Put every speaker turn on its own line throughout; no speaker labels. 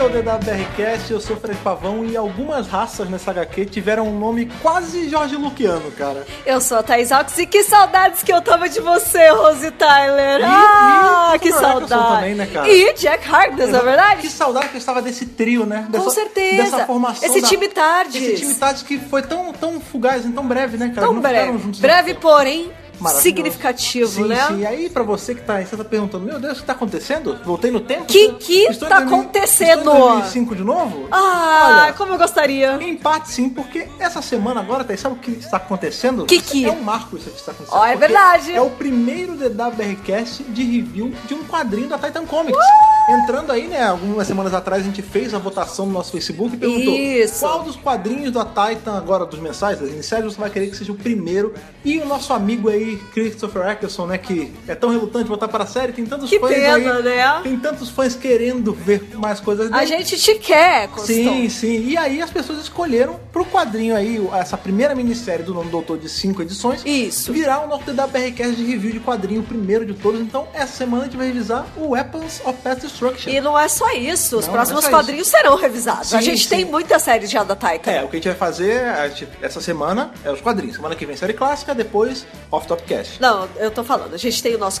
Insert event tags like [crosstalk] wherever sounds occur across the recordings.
ao DWRcast, eu sou Fred Pavão e algumas raças nessa HQ tiveram um nome quase Jorge Luciano, cara.
Eu sou a Thais Ox e que saudades que eu tava de você, Rose Tyler.
E-
ah,
e
que
Samuel Jackson
saudade.
também, né, cara?
E Jack Harkness, não é
Que
verdade?
saudade que eu estava desse trio, né?
Com certeza.
Dessa formação.
Esse
da-
time Tardes.
Esse time tarde que foi tão, tão fugaz e tão breve, né, cara?
Tão
Não
breve.
ficaram juntos, né?
Então, Breve, porém,
Maravilhoso.
significativo,
sim,
né?
Sim, e aí pra você que tá aí, você tá perguntando, meu Deus, o que tá acontecendo? Voltei no tempo? né?
Que- que
Estou em
tá
2000
acontecendo?
Estou em 2005 de novo?
Ah,
Olha.
como eu gostaria.
Em parte sim, porque essa semana agora, Thaís, sabe o que está acontecendo?
Que que?
É um marco isso que está acontecendo.
Ó, é
porque
verdade.
É o primeiro DWRcast de review de um quadrinho da Titan Comics.
Uh!
Entrando aí, né, algumas semanas atrás a gente fez a votação no nosso Facebook e perguntou
Isso.
qual dos quadrinhos da Titan, agora dos mensais, das iniciais, você vai querer que seja o primeiro. E o nosso amigo aí, Christopher Eckerson, né, que é tão relutante de voltar para a série, tem tantos
Que
fãs
pena,
aí,
né?
tem tantos fãs querendo ver mais coisas
A
dele.
gente te quer, Coston.
Sim, sim. E aí as pessoas escolheram pro quadrinho aí, essa primeira minissérie do nome do autor de cinco edições,
Isso.
virar o nosso DWRcast de review de quadrinho, o primeiro de todos. Então, essa semana a gente vai revisar o Weapons of Past Destruction.
E não é só isso, os
Não,
próximos
não é só
quadrinhos serão revisados. a
Sim,
gente
sim.
tem muita série já da Titan.
É, o que a gente vai fazer a gente- essa semana é os quadrinhos. Semana que vem série clássica, depois Off Top Cast.
Não, eu tô falando, a gente tem o nosso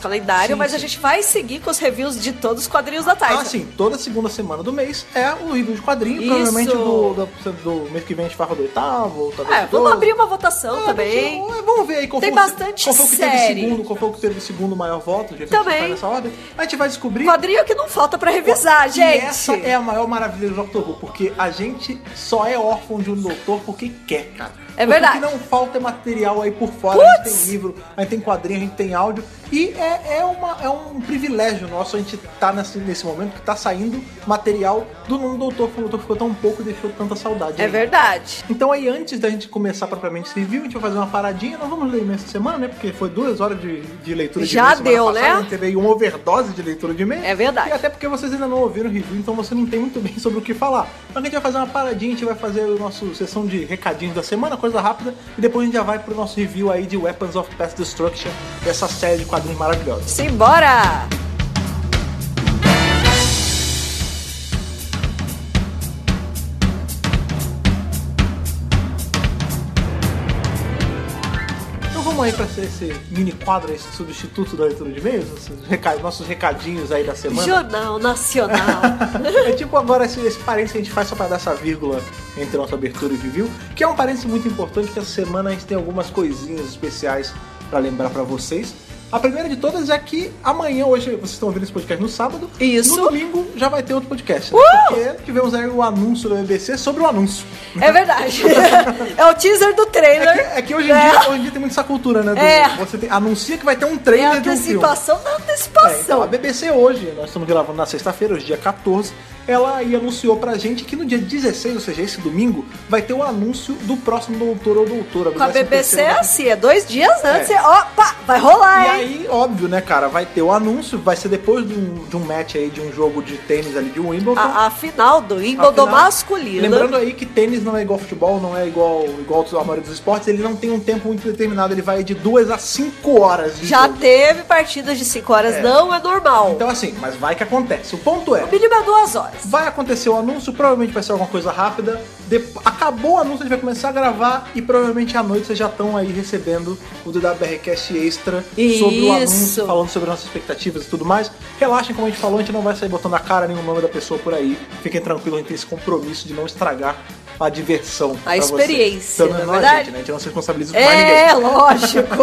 Sim,
calendário, mas a
sim.
gente vai seguir com os reviews de todos os quadrinhos da Titan.
Ah, sim, toda segunda semana do mês é o review de quadrinho.
Isso.
Provavelmente do, do- do mês que vem a gente fala do oitavo, ou talvez
É,
do
vamos
doze.
abrir uma votação
Ah,
também.
mas, ah, Vamos ver aí qual
Tem
foi o-
bastante
qual foi o que
série.
teve segundo, qual foi o que teve o segundo maior voto, já que a
Também.
gente faz nessa ordem. A gente vai descobrir.
Quadrinho que não falta pra revisar,
E
gente.
essa é a maior maravilha do Doctor Who, porque a gente só é órfão de um doutor porque quer, cara.
É
Porque
verdade.
O que não falta é material aí por fora. A gente tem livro, a gente tem quadrinho, a gente tem áudio. E é, é, uma, é um privilégio nosso a gente tá nesse, nesse momento que tá saindo material do nome do doutor, porque o doutor ficou tão pouco e deixou tanta saudade.
É
aí.
verdade.
Então aí, antes da gente começar propriamente esse review, a gente vai fazer uma paradinha. Não vamos ler e-mail essa semana, né? Porque foi duas horas de, de leitura de
Já
e-mail semana
deu,
passada,
né?
A gente teve aí uma overdose de leitura de e-mail.
É verdade.
E até porque vocês ainda não ouviram o review, então você não tem muito bem sobre o que falar. Então a gente vai fazer uma paradinha, a gente vai fazer o nosso sessão de recadinhos da semana, coisa rápida. E depois a gente já vai pro nosso review aí de Weapons of Past Destruction, essa série de quadrinhos maravilhosos.
Simbora!
Então vamos aí pra esse, esse mini quadro, esse substituto da leitura de e-mails, esses recados- nossos recadinhos aí da semana.
Jornal Nacional.
É tipo agora esse, esse parênteses que a gente faz só pra dar essa vírgula entre nossa abertura e review, que é um parênteses muito importante, que essa semana a gente tem algumas coisinhas especiais pra lembrar pra vocês. A primeira de todas é que amanhã, hoje, vocês estão ouvindo esse podcast no sábado.
Isso. Uh!
No domingo já vai ter outro podcast. né? Porque tivemos aí o anúncio da BBC sobre o anúncio.
é verdade. [laughs] é o teaser do
É
trailer.
que, é que hoje, em
né?
dia, hoje em dia tem muito essa cultura, né? do-
É.
Você tem- anuncia que vai ter um
É a
trailer de um filme.
antecipação da
É, então, a
antecipação.
BBC hoje, nós estamos gravando na sexta-feira, hoje dia 14, ela aí anunciou pra gente que no dia 16, ou seja, esse domingo, vai ter o anúncio do próximo doutor ou doutora.
Com a
23ª.
BBC é assim, é dois dias antes.
É.
é, Opa, vai rolar,
E
hein?
aí, óbvio, né, cara, vai ter o anúncio, vai ser depois de um, de um match aí, de um jogo de tênis ali de Wimbledon.
A, a final do Ah, Wimbledon
Afinal,
masculino.
Lembrando aí que tênis não é igual futebol, não é igual, igual a maioria dos esportes, ele não tem um tempo muito determinado, ele vai de duas a cinco horas de
Já
jogo.
teve partidas de 5 horas,
É.
não é normal.
Então assim, mas vai que acontece. O ponto é,
o mínimo é duas horas.
Vai acontecer o anúncio, provavelmente vai ser alguma coisa rápida. Dep- Acabou o anúncio, a gente vai começar a gravar e provavelmente à noite vocês já estão aí recebendo o DWRcast extra sobre o
Isso.
anúncio, falando sobre nossas expectativas e tudo mais. Relaxem, como a gente falou, a gente não vai sair botando a cara nenhum nome da pessoa por aí. Fiquem tranquilos, a gente tem esse compromisso de não estragar a diversão. pra vocês.
experiência,
Pelo menos
não é
não a
verdade?
gente, né? A gente não se responsabiliza por mais ninguém.
É,
[laughs]
lógico.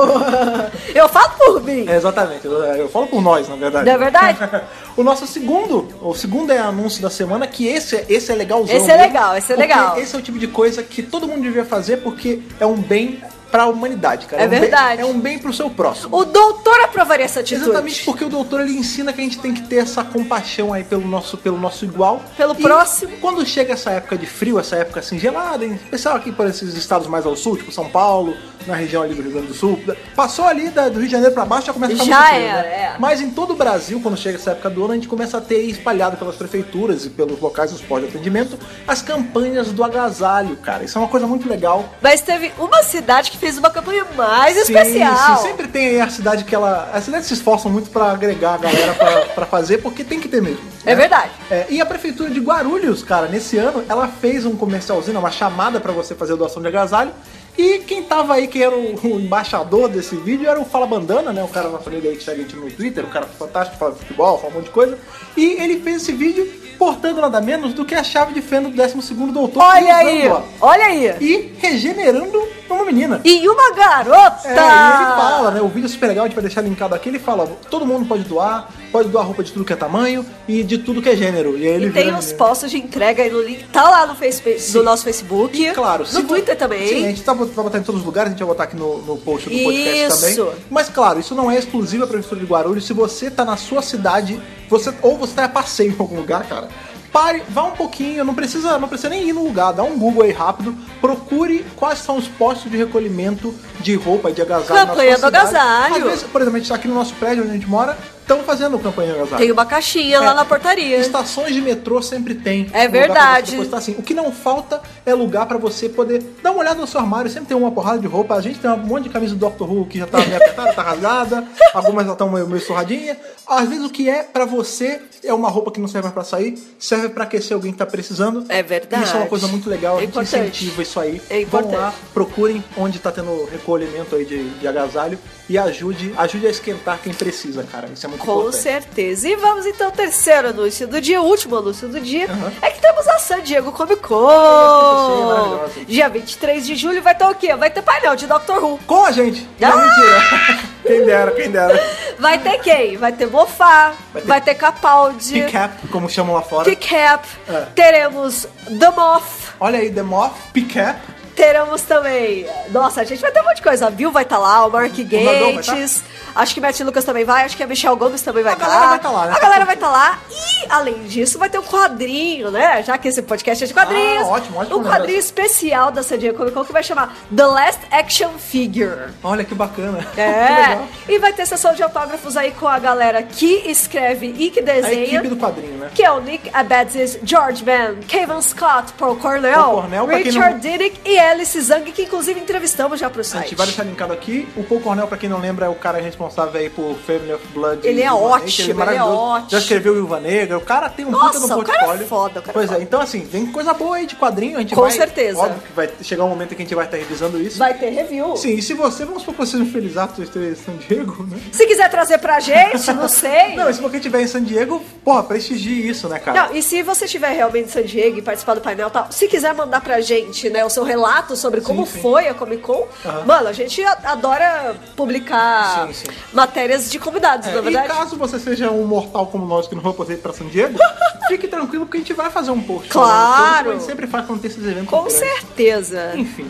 Eu falo por mim.
É, exatamente, eu, eu falo por nós, na verdade.
Não é verdade?
[laughs] o nosso segundo, o segundo é anúncio da semana, que esse, esse é legalzão.
Esse é
mesmo,
legal, esse é
porque
legal.
Esse é o tipo de coisa que todo mundo devia fazer porque é um bem pra humanidade, cara.
É
um bem-
verdade.
é um bem pro seu próximo.
O doutor aprovaria essa atitude.
Exatamente porque o doutor ele ensina que a gente tem que ter essa compaixão aí pelo nosso, pelo nosso igual.
Pelo próximo.
Quando chega essa época de frio, essa época assim gelada, em especial aqui para esses estados mais ao sul, tipo São Paulo, na região ali do Rio Grande do Sul. Passou ali da- do Rio de Janeiro pra baixo, já começa a ficar
Já
muito frio,
era,
né?
é. Olha!
Mas em todo o Brasil, quando chega essa época do ano, a gente começa a ter espalhado pelas prefeituras e pelos locais dos postos de atendimento as campanhas do agasalho, cara. Isso é uma coisa muito legal.
Mas teve uma cidade que fez uma campanha mais
Sim,
especial.
sim, sempre tem aí a cidade que ela. As cidades se esforçam muito pra agregar a galera pra, pra fazer, porque tem que ter mesmo.
É
né?
verdade.
É, e a prefeitura de Guarulhos, cara, nesse ano, ela fez um comercialzinho, uma chamada pra você fazer a doação de agasalho. E quem tava aí, que era o, o embaixador desse vídeo, era o Fala Bandana, né? O cara na família aí que segue a gente no Twitter, o cara fantástico, fala de futebol, fala um monte de coisa. E ele fez esse vídeo portando nada menos do que a chave de fenda do 12 doutor. e
Olha
usando,
aí,
ó,
olha aí.
E regenerando uma menina.
E uma garota.
É, e ele
Tá.
fala, né? O vídeo é super legal, a gente vai deixar linkado aqui. Ele fala: ó, todo mundo pode doar, pode doar roupa de tudo que é tamanho e de tudo que é gênero. E aí ele né?
E tem
vira
uns
menino.
postos de entrega aí no link. Tá lá no, Facebook, no nosso Facebook.
Claro,
No Twitter também.
Sim, a gente tá bot- vai botar em todos os lugares, a gente vai botar aqui no, no post do podcast
Isso.
também. Mas claro, isso não é exclusivo à Prefeitura de Guarulhos. Se você tá na sua cidade, você ou você tá a passeio em algum lugar, cara. Pare, vá um pouquinho, não precisa, não precisa nem ir no lugar, dá um Google aí rápido, procure quais são os postos de recolhimento de roupa e de agasalho
Campanha
na sua
do
cidade.
agasalho.
Às vezes, por exemplo, a gente tá aqui no nosso prédio onde a gente mora, estão fazendo campanha de agasalho.
Tem uma caixinha lá
É.
na portaria.
Estações de metrô sempre tem. Um
É
lugar pra você
verdade.
depositar, assim. O que não falta é lugar pra você poder dar uma olhada no seu armário. Sempre tem uma porrada de roupa. A gente tem um monte de camisa do Dr. Who que já tá meio apertada, tá rasgada. Algumas já estão meio, meio surradinha. Às vezes o que é pra você é uma roupa que não serve mais pra sair, serve pra aquecer alguém que tá precisando.
É verdade.
Isso é uma coisa muito legal.
É
a gente
importante.
incentiva isso aí.
É
Vão
importante.
lá, procurem onde tá tendo recolhimento aí de, de agasalho e ajude, ajude a esquentar quem precisa, cara. Isso é muito
Com
importante.
certeza. E vamos então ao terceiro anúncio do dia, o último anúncio do dia,
Aham.
é que temos a San Diego Comic
Essa pessoa é
Con.
maravilhosa.
Dia 23 de julho vai ter o quê? Vai ter painel de Doctor Who.
Com a gente! Não,
Ah!
mentira!
[laughs]
Quem dera, quem dera.
Vai ter quem? Vai ter Mofá, vai
Vai
ter,
ter-
Capaldi,
Picap, como chamam lá fora.
Kicap,
É.
teremos The Moth,
Olha aí, The Moth, Picap.
teremos também... Nossa, a gente vai ter um monte de coisa. A Bill vai estar lá, o Mark
Magão vai tá
Gates, acho que Matt Lucas também vai, acho que a Michelle Gomes também vai
A
estar
galera vai tá lá, né?
A galera vai estar lá e, além disso, vai ter um quadrinho, né? Já que esse podcast é de quadrinhos.
Ah, ótimo, ótimo
Um
lembrança.
quadrinho especial da San Diego Comic Con que vai chamar The Last Action Figure.
Olha que bacana. [laughs] que
É,
legal.
e vai ter sessão de autógrafos aí com a galera que escreve e que
A
desenha.
equipe do quadrinho, né?
Que é o Nick Abadzis, George Van, Kevin Scott, Paul
Paul
Cornell,
Cornell, pra quem
Richard
não-
Diddick e Alice Zang, que inclusive entrevistamos já pro
A
site.
gente vai deixar linkado aqui. O Paul Cornell, pra quem não lembra, é o cara responsável aí por Family of Blood.
Ele
e
é
Viúva Negra,
ótimo,
ele é
ele é
maravilhoso.
ótimo.
Já escreveu Viúva Negra. O cara tem um puta
Nossa,
no
o cara é
portfóliio.
foda, o cara é
pois é,
foda.
então assim, vem coisa boa aí de quadrinho. A gente
Com
vai-
certeza.
Óbvio que vai chegar um momento em que a gente vai estar revisando isso.
Vai ter review.
Sim, e se você, vamos supor que você seja um feliz ato de San Diego, né?
Se quiser trazer pra
[laughs]
gente, não sei.
Não, e se você estiver em San Diego, porra, prestigie isso, né, cara?
Não, e se você tiver realmente em San Diego e participar do painel e tal, se quiser mandar pra gente, né, o seu relato sobre como
sim.
foi a Comic Con,
Aham.
mano, a gente a- adora publicar
Sim, sim.
matérias de convidados,
É,
na
e
verdade.
caso você seja um mortal como nós que não vai poder ir pra San
[laughs]
Diego, fique tranquilo que a gente vai fazer um post. falando sobre,
Claro.
como a gente sempre faz quando tem esses eventos.
Com
grandes.
certeza.
Enfim.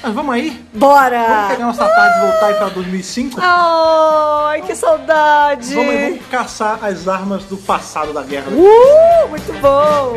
Mas vamos aí? Vamos pegar
Bora!
nossa tarde e voltar aí pra 2005?
Ah, Ai, que saudade!
Vamos, vamos caçar as armas do passado da guerra.
Uh, muito bom!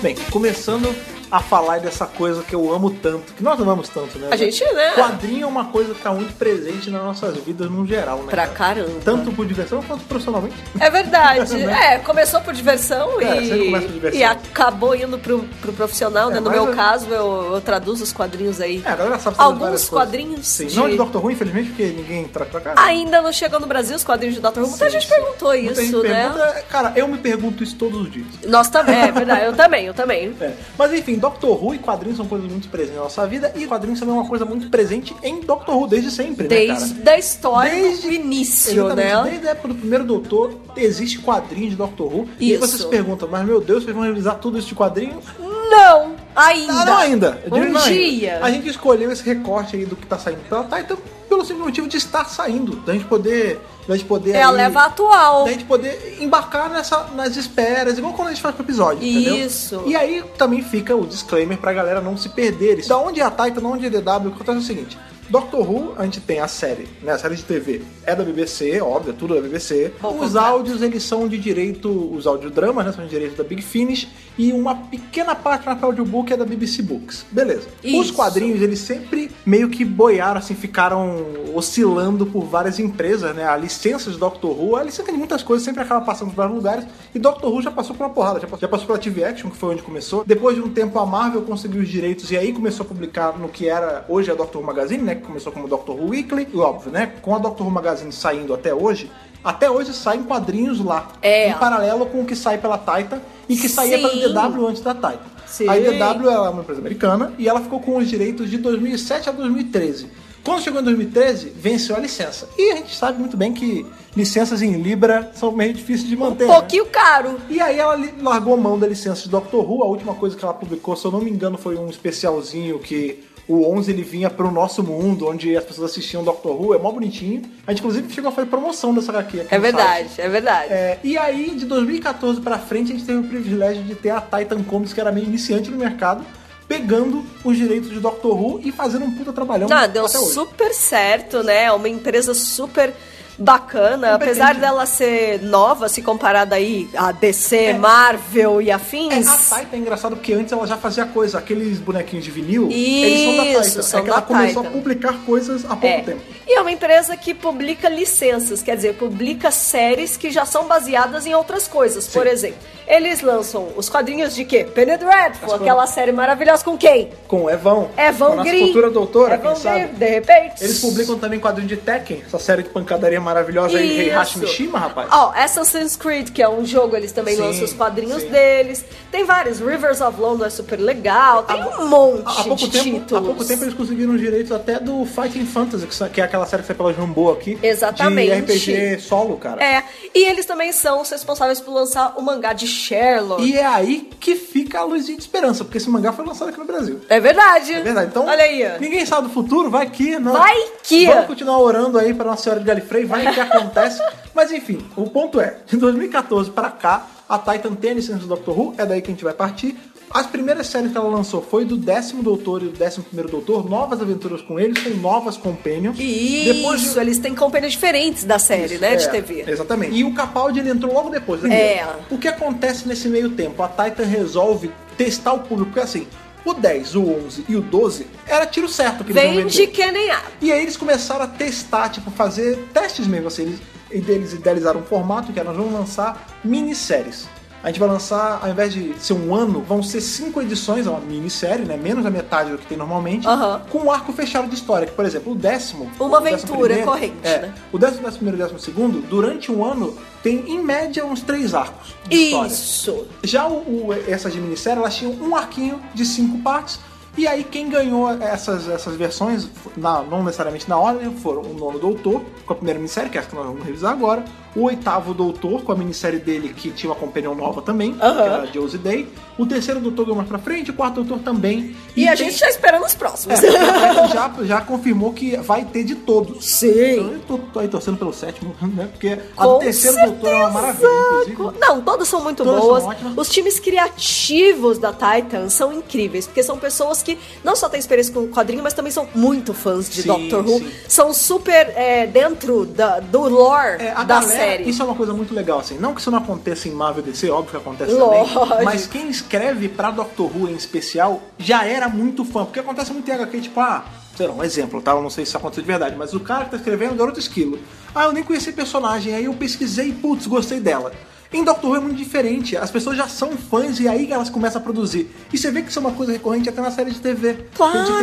Bem, começando a falar dessa coisa que eu amo tanto, que nós amamos tanto, né?
A gente, né?
Quadrinho é uma coisa que tá muito presente nas nossas vidas no geral, né?
Pra
cara?
caramba.
Tanto por diversão quanto profissionalmente.
É verdade. É, começou por diversão,
Né? É, sempre
e,
começa por diversão.
e acabou indo pro, pro profissional, né?
É,
No
mas
meu
eu-
caso, eu, eu traduzo os quadrinhos aí.
É, a galera sabe fazer várias
Alguns
coisas.
quadrinhos
Sim,
de- Ah,
não de Doctor Who, infelizmente, porque ninguém traz pra cá.
ainda não chegou no Brasil os quadrinhos de Dr. Who. Muita gente perguntou
Muita
isso,
gente
né?
pergunta, Cara, eu me pergunto isso todos os dias.
Nós também, é verdade. Eu também,
[laughs]
eu também.
É. Mas enfim, Doctor Who e quadrinhos são coisas muito presentes na nossa vida e quadrinhos também é uma coisa muito presente em Doctor Who desde sempre, né, cara?
Desde a história,
Desde-
do início,
Exatamente,
né?
desde a época do primeiro Doutor existe quadrinho de Doctor Who. E aí
Isso.
você se pergunta, mas meu Deus, vocês vão revisar tudo isso de quadrinho?
Não, ainda.
Ah, não ainda. Eu
Um
diria não ainda.
dia.
A gente escolheu esse recorte aí do que tá saindo pela Titan pelo simples motivo de estar saindo. Da gente poder. Da gente poder.
É a
aí-
leva atual.
da gente poder embarcar nessa, nas esperas, igual quando a gente faz pro episódio, entendeu?
Isso.
E aí também fica o disclaimer pra galera não se perder. Isso. Da onde é a Titan, da onde é a DW, o que acontece é o seguinte. Doctor Who, a gente tem a série, né? A série de TV é da BBC, óbvio, é tudo da BBC.
Bom
os
contrato.
áudios, eles são de direito, os audiodramas, né? São de direito da Big Finish. E uma pequena parte do audiobook é da BBC Books. Beleza. Os
Isso.
quadrinhos, eles sempre meio que boiaram, assim, ficaram oscilando por várias empresas, né? A licença de Doctor Who, a licença de muitas coisas sempre acaba passando por vários lugares. E Doctor Who já passou por uma porrada, já passou, já passou pela TV Action, que foi onde começou. Depois de um tempo, a Marvel conseguiu os direitos e aí começou a publicar no que era hoje a Doctor Who Magazine, né? Que começou como Doctor Who Weekly. E óbvio, né? Com a Doctor Who Magazine saindo até hoje, até hoje saem quadrinhos lá.
É.
Em paralelo com o que sai pela Taita e que saía pela
Sim.
DW antes da Taita.
Sim.
A IDW ela é uma empresa americana e ela ficou com os direitos de 2007 a 2013. Quando chegou em 2013, venceu a licença. E a gente sabe muito bem que licenças em Libra são meio difíceis de manter. né?
Um pouquinho caro. É
E aí ela li- largou mão da licença de Doctor Who. A última coisa que ela publicou, se eu não me engano, foi um especialzinho que o 11 ele vinha pro nosso mundo, onde as pessoas assistiam Doctor Who. É mó bonitinho. A gente, inclusive, chegou a fazer promoção dessa HQ. aqui
É
no site.
verdade, é verdade.
É, e aí, de 2014 pra frente, a gente teve o privilégio de ter a Titan Comics, que era meio iniciante no mercado, pegando os direitos de Doctor Who e fazendo um puta trabalhão
Não, Ah, deu
até hoje.
super certo, né? É Uma empresa super bacana,
Competente.
apesar dela ser nova, se comparada aí a DC, Marvel e
É, a
afins.
Titan é engraçado porque antes ela já fazia coisa, aqueles bonequinhos de vinil, eles são da
Isso,
Titan.
são
é que ela
da
começou a
Titan.
publicar coisas há pouco
É.
tempo.
E é uma empresa que publica licenças, quer dizer, publica séries que já são baseadas em outras coisas. Por
Sim.
exemplo, eles lançam os quadrinhos de quê? Penny Dreadful,
As
aquela série maravilhosa com quem?
Com Evan, com a
Evan
nossa
Green.
futura doutora,
Evan
quem sabe?
Green, de repente.
Eles publicam também quadrinho de Tekken, essa série de pancadaria maravilhosa aí, Rei
Isso.
Hashimishima, rapaz.
Ó, Assassin's Creed, que é um jogo, eles também
Sim,
lançam os quadrinhos
sim.
deles. Tem vários. Rivers of London é super legal. Tem um monte
Há pouco,
de
tempo, há
títulos.
pouco tempo eles conseguiram os direitos até do Fighting Fantasy, que sa- que é aquela série que sai pela Jumbo aqui.
Exatamente.
De RPG solo, cara.
É, e eles também são os responsáveis por lançar o mangá de Sherlock.
E é aí que fica a luzinha de esperança, porque esse mangá foi lançado aqui no Brasil.
É verdade.
É verdade. Então,
Olha aí. ó.
ninguém sabe do futuro, vai que, não.
Vai que.
Vamos continuar orando aí pra Nossa Senhora de Galifrey, vai que
[laughs]
acontece. Mas enfim, o ponto é, de 2014 pra cá, a Titan tem a licença do Doctor Who, é daí que a gente vai partir. As primeiras séries que ela lançou foi do décimo Doutor e do décimo primeiro Doutor, novas aventuras com eles, com novas companions.
Isso,
Depois de-
eles têm companhias diferentes da série, né, de
É,
TV.
Exatamente. E o Capaldi ele entrou logo depois, né?
É.
O que acontece nesse meio tempo? A Titan resolve testar o público, porque assim, o 10, o 11 e o 12 era tiro certo que eles iam
Vende
vender.
que nem água.
E aí eles começaram a testar, tipo, fazer testes mesmo, assim, eles, e deles idealizaram um formato que é, nós vamos lançar minisséries. A gente vai lançar, ao invés de ser um ano, vão ser cinco edições, é uma minissérie, né? Menos da metade do que tem normalmente,
Aham.
com um arco fechado de história. Que, por exemplo, o décimo.
Uma
o décimo
aventura
primeiro-
corrente,
é,
né?
O décimo, décimo primeiro e décimo segundo, durante um ano, tem em média uns três arcos de história.
Isso.
Já o, o- essas de minissérie, elas tinham um arquinho de cinco partes. E aí quem ganhou essas, essas versões, na- não necessariamente na ordem, foram o nono doutor, com a primeira minissérie, que é essa que nós vamos revisar agora. O oitavo doutor, com a minissérie dele, que tinha uma companhia nova também, que
Aham.
era a Josie Day. O terceiro doutor ganhou mais pra frente, o quarto doutor também.
E, a
tem-
gente já esperando os próximos.
é, já, já confirmou que vai ter de todos. Então
[laughs] Sim.
eu tô, tô aí torcendo pelo sétimo, [laughs] né? Porque a do
Com
terceiro doutor é uma maravilha, inclusive.
Não, todas são muito
Todas são
boas.
ótimas.
Os times criativos da Titan são incríveis, porque são pessoas que não só têm experiência com o quadrinho, mas também são muito fãs de
Sim,
Doctor Who.
sim.
São super é, dentro da- do lore
É, a
da
galera,
série.
Isso é uma coisa muito legal, assim. Não que isso não aconteça em Marvel e DC, óbvio que acontece
Lógico.
também. Mas quem escreve pra Doctor Who em especial já era muito fã. Porque acontece muito em HQ, tipo, ah, sei lá, um exemplo, tá? Eu não sei se isso aconteceu de verdade, mas o cara que tá escrevendo é o Garoto Esquilo. Ah, eu nem conheci a personagem, aí eu pesquisei e, putz, gostei dela. Em Doctor Who é muito diferente, as pessoas já são fãs e é aí elas começam a produzir. E você vê que isso é uma coisa recorrente até na série de TV. A gente tem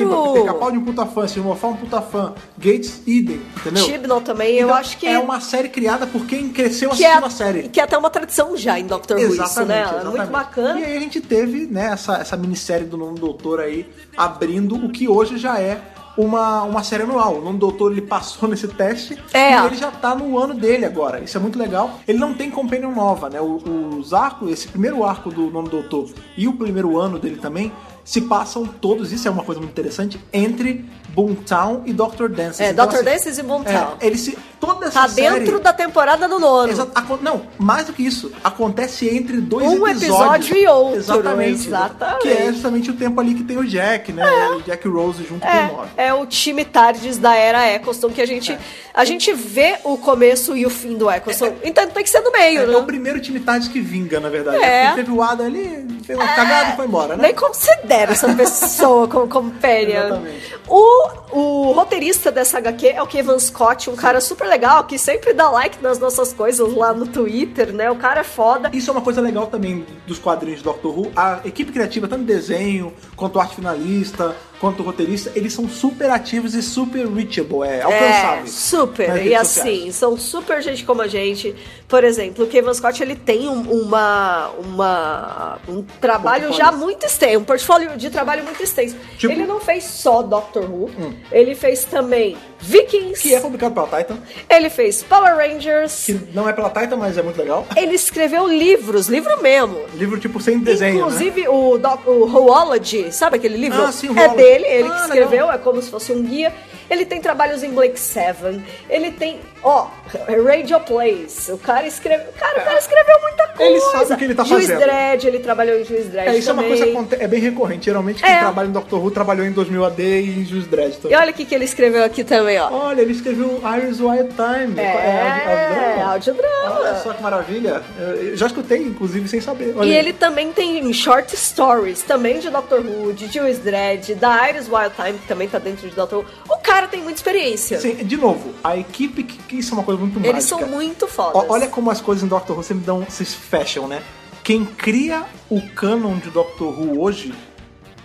Claro!
Peter Capaldi um puta fã, Silvio Moffat um puta fã, Gates Eden, entendeu?
Chibnall também, eu
Então,
acho que
É uma série criada por quem cresceu
que é,
assistindo a série.
que é até uma tradição já em Doctor Who, isso, né? É muito bacana.
E aí a gente teve né, essa, essa minissérie do Nono Doutor aí abrindo o que hoje já é uma, uma série anual. O Nono Doutor ele passou [laughs] nesse teste
É.
e ele já tá no ano dele agora. Isso é muito legal. Ele não tem companion nova, né? O- os arcos, esse primeiro arco do Nono Doutor e o primeiro ano dele também. se passam todos, isso é uma coisa muito interessante, entre Boomtown e Dr. Dances.
É,
Então,
Dr.
assim,
Dances e Boomtown.
É, ele se, toda essa
Tá
série,
dentro da temporada do nono.
Exato. Acon- não, mais do que isso, acontece entre dois
Um
episódios.
episódio e outro,
Exatamente.
exatamente.
Que é justamente o tempo ali que tem o Jack, né? O Jack Rose junto com o Norman.
É, é o time Tardes da era Eccleston, que a gente, a gente vê o começo e o fim do Eccleston. Então tem que ser no meio,
É,
né?
é o primeiro time Tardes que vinga, na verdade.
É.
Porque teve o Adam ali, fez uma cagada e foi embora, né?
Nem considero essa pessoa como companion.
Exatamente.
O, o roteirista dessa HQ é o Kevin Scott, um cara super legal, que sempre dá like nas nossas coisas lá no Twitter, né? O cara é foda.
Isso é uma coisa legal também dos quadrinhos do Doctor Who. A equipe criativa, tanto desenho, quanto arte finalista, quanto roteirista, eles são super ativos e super reachable, é,
É,
alcançáveis. nas
super. E
redes
assim,
sociais.
são super gente como a gente. Por exemplo, o Kevin Scott, ele tem um- uma, uma, um trabalho
Portfólio.
já muito extenso, um portfólio de trabalho muito extenso.
Tipo- Hum.
Ele não fez só Doctor Who, ele fez também Vikings,
Que é publicado pela Titan,
ele fez Power Rangers,
que não é pela Titan, mas é muito legal.
ele escreveu livros, livro mesmo.
Livro tipo sem desenho. né?
Inclusive o, doc- o Hoology, sabe aquele livro?
Ah, sim,
é
Hoology.
dele, ele
Ah,
que
legal.
escreveu, é como se fosse um guia. Ele tem trabalhos em Blake Seven, ele tem, ó, Radio Plays. O cara escreveu, cara, o cara escreveu muita coisa.
É. Ele sabe o que ele tá
Juiz
fazendo.
Dredd, ele trabalhou em Juiz Dredd
É, isso é uma
também.
coisa que aconte- é bem recorrente. Geralmente quem
É.
trabalha em Doctor Who trabalhou em 2000 AD e em Juiz Dredd
E
também.
olha o que que ele escreveu aqui também, ó.
Olha, ele escreveu Iris Wild Time. É,
é,
audiodrama.
audiodrama.
Olha só que maravilha. Eu- eu já escutei, inclusive, sem saber. Olha
E
aí.
ele também tem short stories, também de Doctor Who, de Juiz Dredd, da Iris Wild Time, que também tá dentro de Doctor Who. O cara tem muita experiência.
Sim, de novo, a equipe, que, que isso é uma coisa muito
Eles
mágica.
são muito fodas.
O- Olha como as coisas em Doctor Who sempre dão, se fecham, né? Quem cria o canon de Doctor Who hoje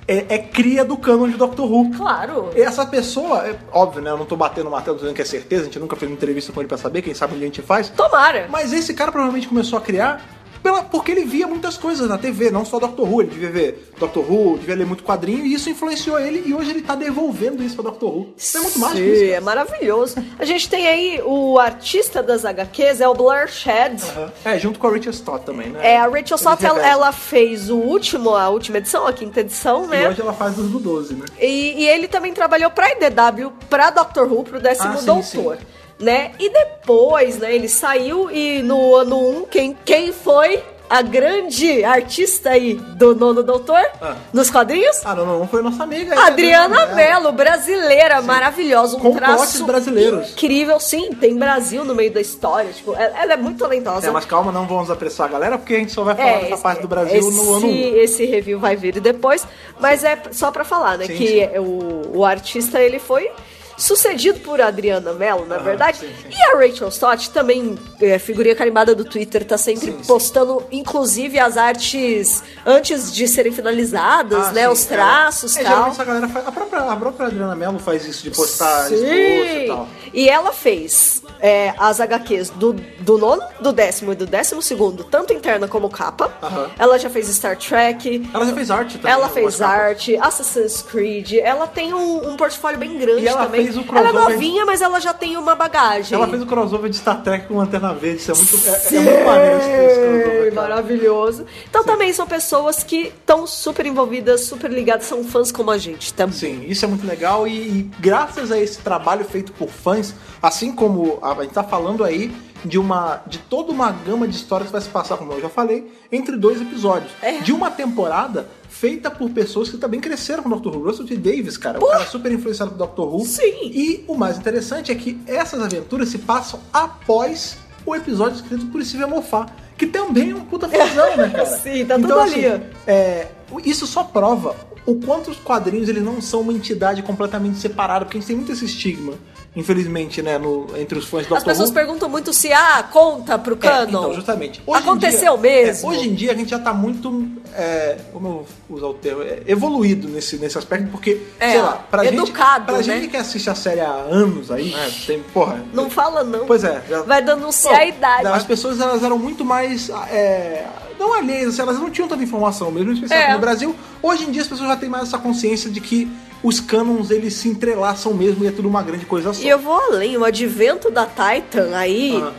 é, é cria do canon de Doctor Who.
Claro.
E Essa pessoa, é óbvio, né? Eu não tô batendo o martelo dizendo que é certeza, a gente nunca fez uma entrevista com ele pra saber, quem sabe um dia a gente faz.
Tomara.
Mas esse cara provavelmente começou a criar pela, porque ele via muitas coisas na TV, não só Doctor Who. Ele devia ver Doctor Who, devia ler muito quadrinho, e isso influenciou ele, e hoje ele tá devolvendo isso pra Doctor Who. Isso é muito mágico.
Sim,
isso, cara.
é maravilhoso. A gente tem aí o artista das HQs, é o Blair Shed.
Aham. É, junto com a Rachel Stott também, né?
É, a Rachel Sott, ela,
revezam.
ela fez o último, a última edição, a quinta edição,
E
né?
hoje ela faz os do 12, né?
E, e ele também trabalhou pra IDW, pra Doctor Who, pro décimo
Ah, sim,
doutor. Né? E depois, né, ele saiu e no ano 1, um, quem, quem foi a grande artista aí do nono doutor?
Ah.
Nos quadrinhos?
Ah, não, não, não foi nossa amiga. aí,
Adriana
né?
Mello, brasileira, maravilhosa, um
Com toques
traço
brasileiros.
incrível, sim, tem Brasil no meio da história, tipo, ela, ela é muito talentosa.
É, mas calma, não vamos apressar a galera, porque a gente só vai falar
É,
dessa parte do Brasil no ano 1.
esse- Esse review vai vir depois, mas é só pra falar, né,
Sim,
que
sim.
O, o artista, ele foi sucedido por Adriana Mello, na
Ah,
verdade,
sim, sim.
e a Rachel Stott também, é, figurinha carimbada do Twitter, tá sempre
Sim, sim.
postando, inclusive, as artes antes de serem finalizadas, né, os traços
Ah, é.
e
É,
tal.
geralmente essa galera faz, a, própria, a própria Adriana Mello faz isso, de postar
Sim.
esboço e tal.
E ela fez é, as HQs do, do nono, do décimo e do décimo segundo, tanto interna como capa.
Aham.
Ela já fez Star Trek.
Ela já fez arte também.
Ela
né,
fez
algumas capas.
arte, Assassin's Creed, ela tem um, um portfólio bem grande
E ela
também.
fez o
ela é
crossover-
novinha, mas ela já tem uma bagagem.
Ela fez o crossover de Star Trek com Lanterna Verde, isso é muito, é,
Sim,
é muito maneiro esse esse crossover. cara.
maravilhoso. Então também são pessoas que estão super envolvidas, super ligadas, são fãs como a gente também.
Sim, isso é muito legal e, e graças a esse trabalho feito por fãs, assim como a, a gente tá falando aí de uma de toda uma gama de histórias que vai se passar, como eu já falei, entre dois episódios.
É.
De uma temporada feita por pessoas que também cresceram com o Dr. Who. Russell T. Davis, cara, um cara super influenciado por Dr. Who.
Sim.
E o mais interessante é que essas aventuras se passam após o episódio escrito por Steve Moffat, que também é um puta fusão,
[laughs]
né, cara?
Sim, tá tudo
então,
ali.
assim, é, isso só prova o quanto os quadrinhos eles não são uma entidade completamente separada, porque a gente tem muito esse estigma, infelizmente, né, no- entre os fãs do
As
Doctor
pessoas
Who.
perguntam muito se ah, conta pro
É,
canon.
então, justamente. em
Aconteceu
dia-
mesmo.
é, hoje em dia a gente já tá muito. é, como eu vou usar o termo? É, evoluído nesse, nesse aspecto, porque,
É,
sei lá, pra,
educado,
gente, pra
né?
gente que assiste a série há anos aí, né, tem, porra.
Não fala não.
Pois é, já-
Vai denunciar a
Bom,
idade.
As pessoas elas eram muito mais. é, não alheias, assim, elas não tinham tanta informação mesmo, especialmente
É.
no Brasil. Hoje em dia as pessoas já têm mais essa consciência de que os cânons eles se entrelaçam mesmo e é tudo uma grande coisa só.
E eu vou além, o advento da Titan aí
Ah.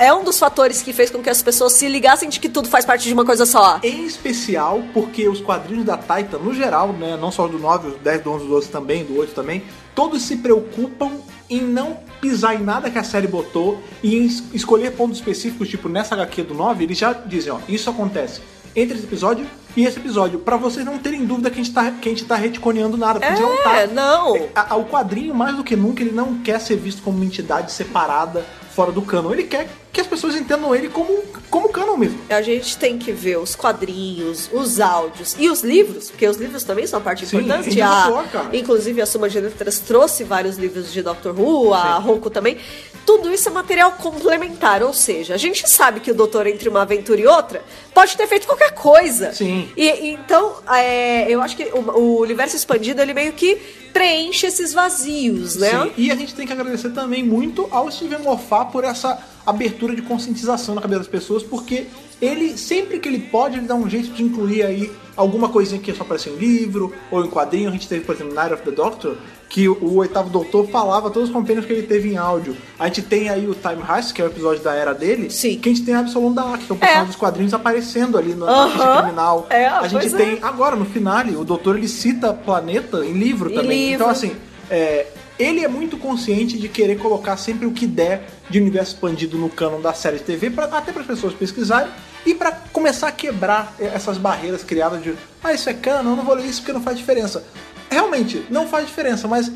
é um dos fatores que fez com que as pessoas se ligassem de que tudo faz parte de uma coisa só.
Em especial porque os quadrinhos da Titan, no geral, né, não só do 9, do 10, do 11, do 12 também, do 8 também, todos se preocupam em não pisar em nada que a série botou e em es- escolher pontos específicos, tipo nessa HQ do 9, eles já dizem, ó, isso acontece entre esse episódio e esse episódio, pra vocês não terem dúvida que a gente tá, que a gente tá reticoneando nada, porque a gente não tá
É, não.
a- a- o quadrinho, mais do que nunca, ele não quer ser visto como uma entidade separada fora do canon. Ele quer que as pessoas entendam ele como, como canon mesmo.
A gente tem que ver os quadrinhos, os áudios e os livros, porque os livros também são parte
Sim,
importante.
[laughs] e não
A-
só, cara.
inclusive a Suma de Letras trouxe vários livros de Doctor Who, a Roku também. Tudo isso é material complementar, ou seja, a gente sabe que o doutor entre uma aventura e outra pode ter feito qualquer coisa.
Sim.
E, e então, é, eu acho que o, o universo expandido ele meio que preenche esses vazios, né?
Sim, E a gente tem que agradecer também muito ao Steven Moffat por essa abertura de conscientização na cabeça das pessoas, porque ele, sempre que ele pode, ele dá um jeito de incluir aí alguma coisinha que só apareceu em livro ou em quadrinho. A gente teve, por exemplo, Night of the Doctor, que o, o oitavo doutor falava todos os companheiros que ele teve em áudio. A gente tem aí o Time Heist, que é o episódio da era dele,
Sim.
que a gente tem a Absolon da que é um personagem dos quadrinhos aparecendo ali na na ficha
Aham.
criminal.
É,
a gente
pois é.
tem agora, no finale, o doutor ele cita planeta em livro
Em
também. Então,
livro.
assim, é, ele é muito consciente de querer colocar sempre o que der de universo expandido no canon da série de TV, pra, até para as pessoas pesquisarem e para começar a quebrar é, essas barreiras criadas de ah, isso é canon, eu não vou ler isso porque não faz diferença. Realmente, não faz diferença, mas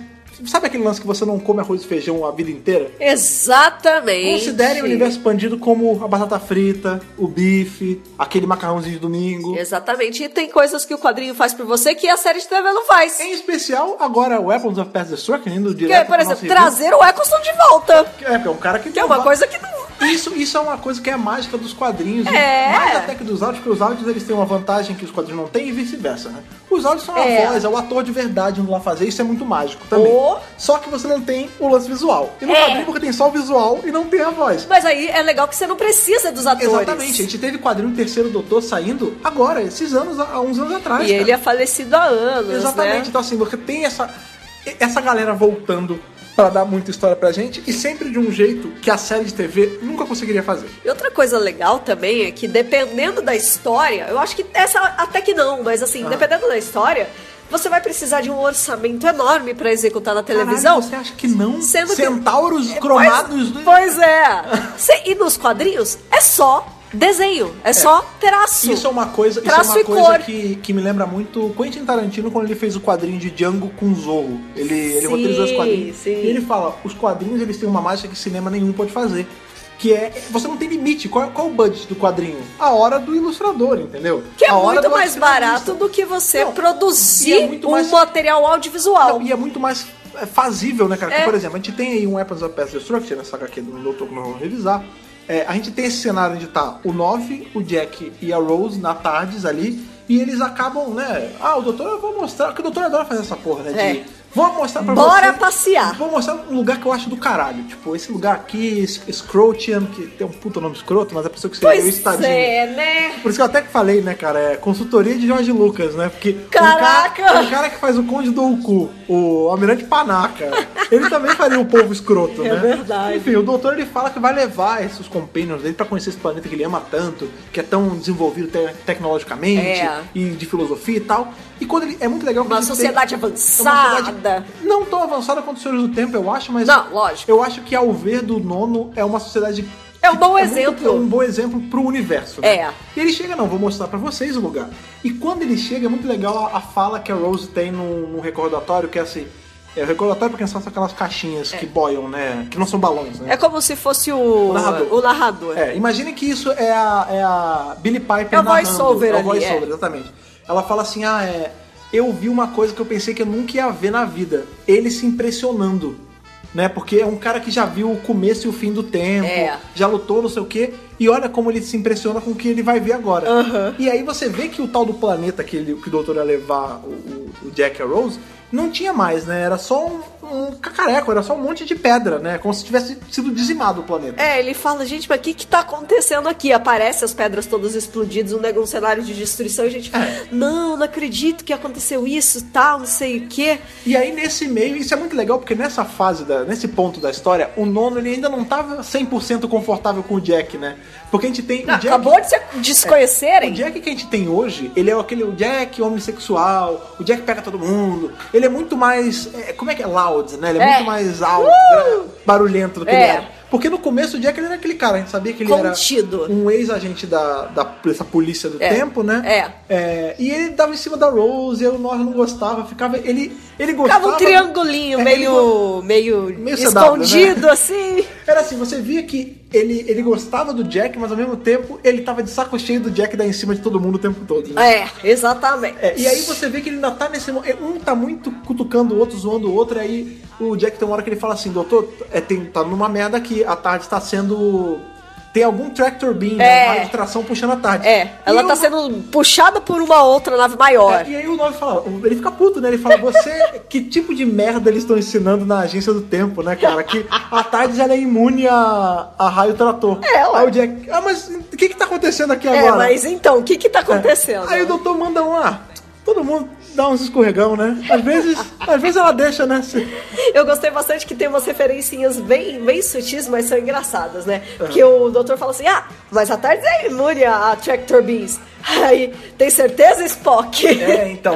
sabe aquele lance que você não come arroz e feijão a vida inteira?
Exatamente.
Considerem o universo expandido como a batata frita, o bife, aquele macarrãozinho de domingo.
Exatamente. E tem coisas que o quadrinho faz por você que a série de TV não faz.
Em especial, agora Weapons of Past Destruction, indo
Que
direto
é, por
pro
exemplo,
nosso review.
trazer o Eccleston de volta.
É, porque é um cara que
Que é uma coisa que não.
Isso, isso é uma coisa que é a mágica dos quadrinhos. e
É.
Mais até que dos áudios, porque os áudios eles têm uma vantagem que os quadrinhos não têm e vice-versa, né? Os áudios são a
É.
voz, é o ator de verdade indo lá fazer, isso é muito mágico também.
O-
Só que você não tem o lance visual. E no
É.
quadrinho porque tem só o visual e não tem a voz.
Mas aí é legal que você não precisa dos atores.
Exatamente, a gente teve quadrinho Terceiro Doutor saindo agora, esses anos, há uns anos atrás.
E
cara.
ele é falecido há anos.
Exatamente.
Né?
Então, assim, você tem essa, essa galera voltando pra dar muita história pra gente e sempre de um jeito que a série de TV nunca conseguiria fazer.
E outra coisa legal também é que dependendo da história, eu acho que essa até que não, mas assim,
Ah.
dependendo da história, você vai precisar de um orçamento enorme pra executar na televisão.
Caralho, você acha que não?
Sendo que-
Centauros cromados
Pois,
do-
pois é.
[laughs]
Cê- e nos quadrinhos é só desenho, é, só traço.
Isso é uma coisa, isso é
Traço
uma
e
coisa
cor.
que, que me lembra muito Quentin Tarantino quando ele fez o quadrinho de Django com Zorro. Ele, ele
Sim,
roteirizou esse quadrinho.
sim.
E ele fala, os quadrinhos eles têm uma mágica que cinema nenhum pode fazer. Que é, você não tem limite. Qual, qual é o budget do quadrinho? A hora do ilustrador, entendeu?
Que é
A hora
muito
do artista.
mais barato do que você
Não, e é
produzir
muito
um
mais-
material audiovisual.
Não, e é muito mais é, fazível, né, cara? Que,
É.
por exemplo, a gente tem aí um Weapons of Past Destruction, nessa HQ do Doutor que nós vamos revisar. É, a gente tem esse cenário onde tá o 9, o Jack e a Rose na tardes ali. E eles acabam, né? Ah, o doutor, eu vou mostrar. Que o doutor adora fazer essa porra, né? De,
É.
Vou mostrar pra
Bora
você.
passear.
Vou mostrar um lugar que eu acho do caralho. Tipo, esse lugar aqui, esse Scrotian, que tem um puta nome escroto, mas a pessoa que escreveu isso,
pois
tadinho.
é, né?
Por isso que eu até que falei, né, cara? É consultoria de Jorge Lucas, né? Porque. um
Caraca!
cara- O cara, que faz o Conde do Uku, o Almirante Panaca, ele também faria o povo escroto,
[laughs] É
né?
verdade.
Enfim, o doutor ele fala que vai levar esses companions dele pra conhecer esse planeta que ele ama tanto, que é tão desenvolvido te- tecnologicamente
É.
e de filosofia e tal. E quando ele. É muito legal que
Uma
ele tem-
sociedade
é uma
avançada.
sociedade não tão avançada quanto os Senhores do Tempo, eu acho, mas.
Não, lógico.
Eu acho que ao ver do nono é uma sociedade.
É um bom
muito-
exemplo.
é um bom exemplo pro universo. né?
É.
E ele chega, não, vou mostrar pra vocês o lugar. E quando ele chega, é muito legal a, a fala que a Rose tem num, num recordatório, que é assim. É o recordatório pra quem sabe são aquelas caixinhas que boiam, né? Que não são balões, né?
É como se fosse o,
O narrador.
o narrador.
É, imagine que isso é a, é a Billie Piper
É o
narrando.
voice-over
É o
ali,
voice-over,
é.
exatamente. Ela fala assim, ah, é... Eu vi uma coisa que eu pensei que eu nunca ia ver na vida. Ele se impressionando, né? Porque é um cara que já viu o começo e o fim do tempo.
É.
Já lutou, não sei o quê. E olha como ele se impressiona com o que ele vai ver agora. E aí você vê que o tal do planeta que, ele, que o doutor ia levar, o, o- o Jack e a Rose... Não tinha mais, né? Era só um- um cacareco, era só um monte de pedra, né? Como se tivesse sido dizimado o planeta.
É, ele fala, gente, mas o que que tá acontecendo aqui? Aparece as pedras todas explodidas, um, neg- um cenário de destruição, e a gente,
É.
não, não acredito que aconteceu isso, tal, não sei o quê.
E aí, nesse meio, isso é muito legal, porque nessa fase, da- nesse ponto da história, o nono ele ainda não tava 100% confortável com o Jack, né? Porque a gente tem.
Não,
o Jack,
Ah, acabou de se desconhecerem.
O Jack que a gente tem hoje, ele é aquele o Jack homossexual, o Jack pega todo mundo, ele é muito mais. é, como é que é? Loud, né? Ele é,
É.
muito mais alto, né? barulhento do que
É.
ele era. Porque no começo o Jack ele era aquele cara, a gente sabia que ele
Contido.
era um ex-agente da, da dessa polícia do
É.
tempo, né?
É.
É, E ele dava em cima da Rose, eu nós não gostava, ficava. Ele, ele gostava.
Ficava um triangulinho
É, ele go-
meio,
Meio
meio,
né? CW, [laughs]
escondido, assim.
Era assim, você via que ele, ele gostava do Jack, mas ao mesmo tempo ele tava de saco cheio do Jack dar em cima de todo mundo o tempo todo. né?
É, exatamente.
É, e aí você vê que ele ainda tá nesse. mo- Um tá muito cutucando o outro, zoando o outro, aí o Jack tem uma hora que ele fala assim, doutor, é, tem, tá numa merda aqui, a tarde tá sendo. Tem algum tractor beam, né?
É.
uma área de tração puxando a tarde.
É,
E
ela
eu-
tá sendo puxada por uma outra nave maior.
é, e aí o Nove fala, ele fica puto, né? Ele fala, você, [laughs] que tipo de merda eles estão ensinando na agência do tempo, né, cara? Que a Tardes ela é imune a, a raio trator.
É, ué.
Aí o Jack, ah, mas o que que tá acontecendo aqui
É,
agora? É.
mas então, o que que tá acontecendo?
Aí o doutor manda um, ah, todo mundo dá uns escorregão, né? Às vezes, às vezes ela deixa, né? se-
Eu gostei bastante que tem umas referencinhas bem, bem sutis, mas são engraçadas, né?
Ah.
Porque o doutor fala assim, ah, mas a tarde é imune a a Tractor Beans. [laughs] Aí, tem certeza, Spock?
É, então,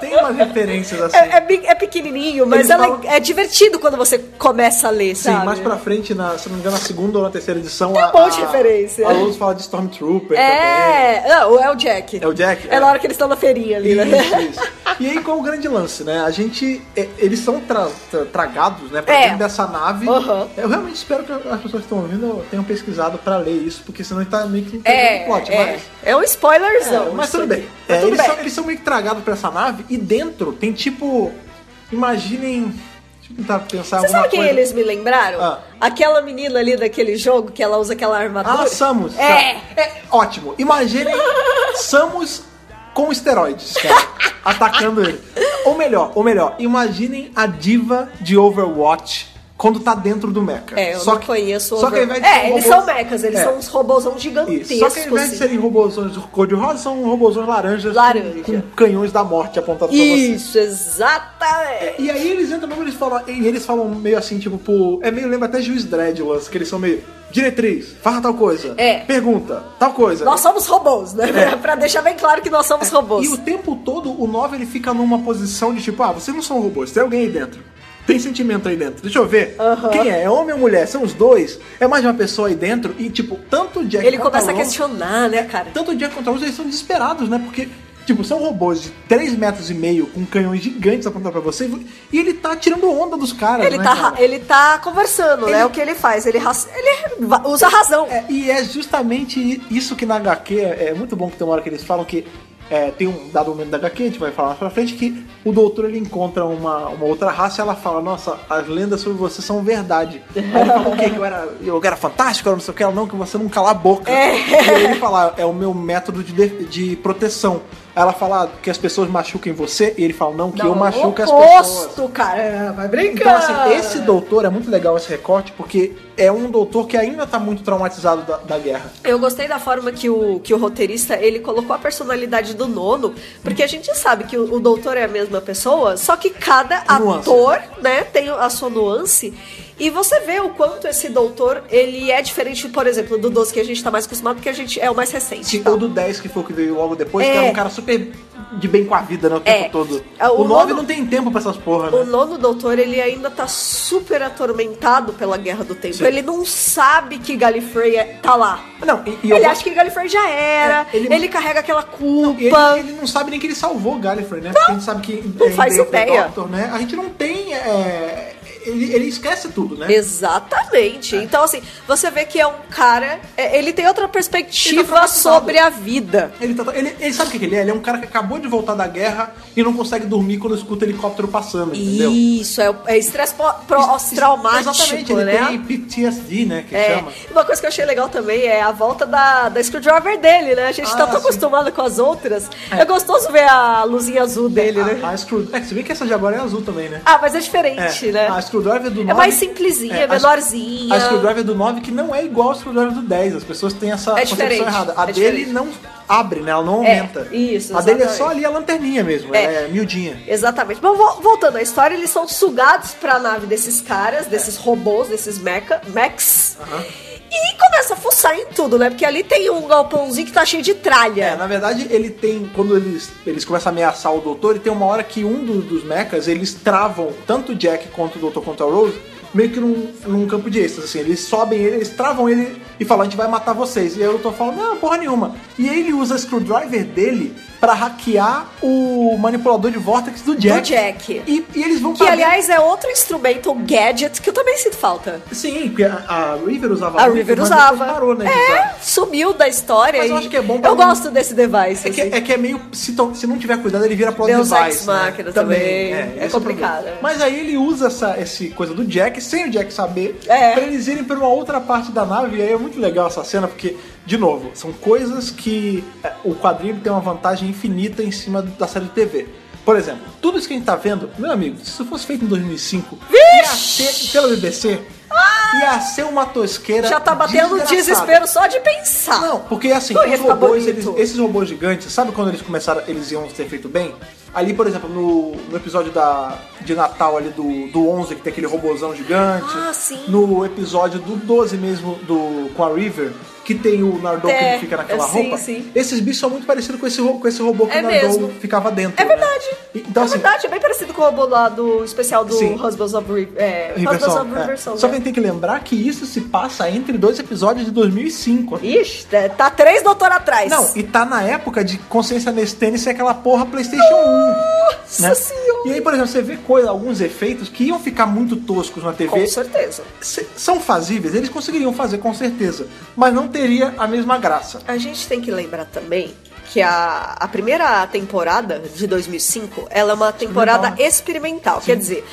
tem, tem umas referências assim.
[laughs] É, é bem- é pequenininho, mas
Eles
ela é-
falam-
é divertido quando você começa a ler,
Sim,
sabe?
mais pra frente, na, se não me engano, na segunda ou na terceira edição. Tem
né? um monte de referência.
A Luz fala de Stormtrooper também.
É, não, é o Jack.
É o Jack,
É,
é.
na hora que eles estão na feirinha ali, né?
Isso, isso. E aí qual o grande lance, né? A gente. é, eles são tra- tra- tragados, né? Pra
É.
dentro dessa nave.
Aham.
Eu realmente espero que as pessoas que estão ouvindo tenham pesquisado pra ler isso, porque senão tá meio que não
[laughs] É,
tem plot,
é,
mas.
é um spoilerzão.
mas
isso
tudo bem.
aqui.
É,
Mas tudo
eles,
bem.
São, eles são meio que tragados pra essa nave e dentro tem tipo. Imaginem. Deixa eu tentar pensar
Você
alguma
sabe quem
coisa.
eles me lembraram?
Ah.
Aquela menina ali daquele jogo que ela usa aquela armadura.
Ah, Samus.
É.
Tá. É, Ótimo. Imaginem Samus com esteroides,
[laughs]
cara, atacando ele. Ou melhor, ou melhor, imaginem a diva de Overwatch quando tá dentro do mecha.
É, eu não
que-
conheço o
Só que ao
Over-
invés de
É,
ser
eles
robôs-
são mechas, eles
É,
são uns robôzão
isso.
gigantescos. assim.
Só que ao invés de serem robôzões de cor-de-rosa, são robôzões laranjas com-
Laranja.
com, canhões da morte apontados pra você.
Isso, exatamente.
E aí eles entram mesmo, eles falam, e eles falam meio assim, tipo, pô, é meio, lembra até Juiz Dredd, o lance, que eles são meio, diretriz, faça tal coisa,
É.
pergunta, tal coisa.
Nós somos robôs, né? [laughs] pra deixar bem claro que nós somos robôs.
É. E o tempo todo o 9 ele fica numa posição de tipo, ah, vocês não são robôs, tem alguém aí dentro. Tem sentimento aí dentro. Deixa eu ver.
Aham.
Quem é? É homem ou mulher? São os dois? É mais de uma pessoa aí dentro? E, tipo, tanto o Jack
Ele
quanto
começa a
Lon-
questionar, né, cara?
Tanto o Jack quanto a Lon, eles são desesperados, né? Porque, tipo, são robôs de 3 metros e meio com canhões gigantes apontando pra você. E ele tá tirando onda dos caras,
Ele
né,
tá,
cara?
ra- ele tá conversando, né?
Ele-
O que ele faz? Ele, raci- ele va- usa a razão.
É, e é justamente isso que na HQ é, é muito bom que tem uma hora que eles falam que é, tem um dado momento da HQ, a gente vai falar mais pra frente, que o doutor ele encontra uma, uma outra raça e ela fala, nossa, as lendas sobre você são verdade. Aí ele fala, o quê? Que eu era, eu era fantástico, eu era não sei o que, ela não, que você não cala a boca. E aí ele fala, é o meu método de, de, de proteção. Aí Ela fala ah, que as pessoas machuquem você, e ele fala, não, que eu machuco as pessoas.
Oposto, cara. É, Vai brincar.
Então, assim, esse doutor é muito legal esse recorte, porque é um doutor que ainda tá muito traumatizado da, da guerra.
Eu gostei da forma que o, que o roteirista ele colocou a personalidade do nono, porque a gente sabe que o, o doutor é a mesma pessoa, só que cada
Nuance.
ator, né, tem a sua nuance. E você vê o quanto esse doutor ele é diferente, por exemplo, do 12 que a gente tá mais acostumado, porque a gente é o mais recente.
Sim,
tá?
ou do 10, que foi o que veio logo depois,
É.
que era um cara super de bem com a vida, né? O tempo
É.
todo.
Ah, o
O 9
nono-
não tem tempo pra essas porra, né?
O nono doutor, ele ainda tá super atormentado pela Guerra do Tempo.
Sim.
Ele não sabe que Gallifrey é- tá lá.
Não, e, e eu
ele
gosto-
acha que Gallifrey já era,
É,
ele...
ele-
carrega aquela culpa.
ele, ele não sabe nem que ele salvou o Gallifrey, né? Porque a gente sabe que
não
é,
faz
Dave foi
ideia.
Doctor, né? A gente não tem é, ele, ele esquece tudo, né?
Exatamente. Então, assim, você vê que é um cara. é, Ele tem outra
Ele tá
perspectiva
traumatizado.
sobre a vida.
Ele, tá- ele- ele sabe o que que ele é? Ele é um cara que acabou de voltar da guerra e não consegue dormir quando escuta helicóptero passando, entendeu?
Isso, é, o- é estresse pó- pós-traumático,
Exatamente, ele
né?
tem PTSD, né? Que
É,
chama.
uma coisa que eu achei legal também é a volta da, da screwdriver dele, né? A gente
Ah,
tá tão
sim.
acostumado com as outras. É. gostoso ver a luzinha azul dele, né?
A, a screw... É, se bem que essa de agora é azul também, né?
Ah, mas é
É,
diferente, né?
A screwdriver do 9...
É mais simplesinha,
é, a-
menorzinha.
A screwdriver do 9 que não é igual a screwdriver do 10. As pessoas têm essa
É
concepção
diferente,
errada. A
é
dele
diferente.
não abre, né? Ela não
É,
aumenta.
isso,
A dele é só
exatamente.
ali a lanterninha mesmo.
É.
ela É, miudinha.
Exatamente. Bom, vo- voltando à história, eles são sugados pra nave desses caras, desses robôs, desses mecha, mechs.
É. Aham.
E começa a fuçar em tudo, né? Porque ali tem um galpãozinho que tá cheio de tralha.
É, na verdade, ele tem. Quando eles, eles começam a ameaçar o doutor, e tem uma hora que um do- dos mechas, eles travam tanto o Jack quanto o doutor quanto a Rose, meio que num, num campo de extras, assim. Eles sobem ele, eles travam ele e falam, a gente vai matar vocês. E aí o doutor fala, não, porra nenhuma. E aí ele usa a screwdriver dele pra hackear o manipulador de vórtex do Jack.
Jack.
E, e eles vão
Que,
pra
aliás, é outro instrumento, um gadget, que eu também sinto falta.
dentro- Sim, porque a, a River usava
A
muito,
River
mas depois
usava.
parou, né? de usar.
É, sumiu da história.
Mas eu
e
acho que é bom pra
Eu
não-
gosto desse device.
É que,
assim.
é que é meio. Se, to- se não tiver cuidado, ele vira plot
Deus
device.
Ex
né?
Machina também. É
esse o
complicado,
problema.
é.
Mas aí ele usa essa esse coisa do Jack, sem o Jack saber,
É.
pra eles irem pra uma outra parte da nave. E aí é muito legal essa cena, porque, de novo, são coisas que é, o quadrinho tem uma vantagem infinita em cima da série de TV. Por exemplo, tudo isso que a gente tá vendo, meu amigo, se isso fosse feito em 2005, ia ser, pela BBC, ia ser uma tosqueira.
Ah! Já tá batendo
desgraçada.
desespero só de pensar.
é Não, porque assim,
Não, ia
os
ficar
robôs,
tá bonito.
eles- esses robôs gigantes, sabe quando eles começaram, eles iam ser feito bem? Ali, por exemplo, no, no episódio da, de Natal ali do, do 11, que tem aquele robôzão gigante.
Ah, sim.
No episódio do 12 mesmo, do, com a River, que tem o Nardou que
É,
ele fica naquela
sim,
roupa.
sim.
Esses bichos são muito parecidos com esse, ro- com esse robô que
É
o Nardou
mesmo.
ficava dentro.
É
né?
verdade.
E- Então,
é
assim,
verdade, é bem parecido com o robô lá do especial do
Sim.
Husbands of, Re é,
River
Husbands
Song,
of
é.
River Song,
Só
né?
que a gente tem que lembrar que isso se passa entre dois episódios de 2005.
Ixi, tá- tá três doutor atrás.
Não, e tá na época de consciência Nestênis ser aquela porra PlayStation 1.
Nossa
né?
senhora.
E aí, por exemplo, você vê coisa, alguns efeitos que iam ficar muito toscos na
Com
TV.
certeza.
Se- São fazíveis, eles conseguiriam fazer com certeza, mas não teria a mesma graça.
A gente tem que lembrar também que a, a primeira temporada de 2005, ela é uma temporada experimental. Quer dizer,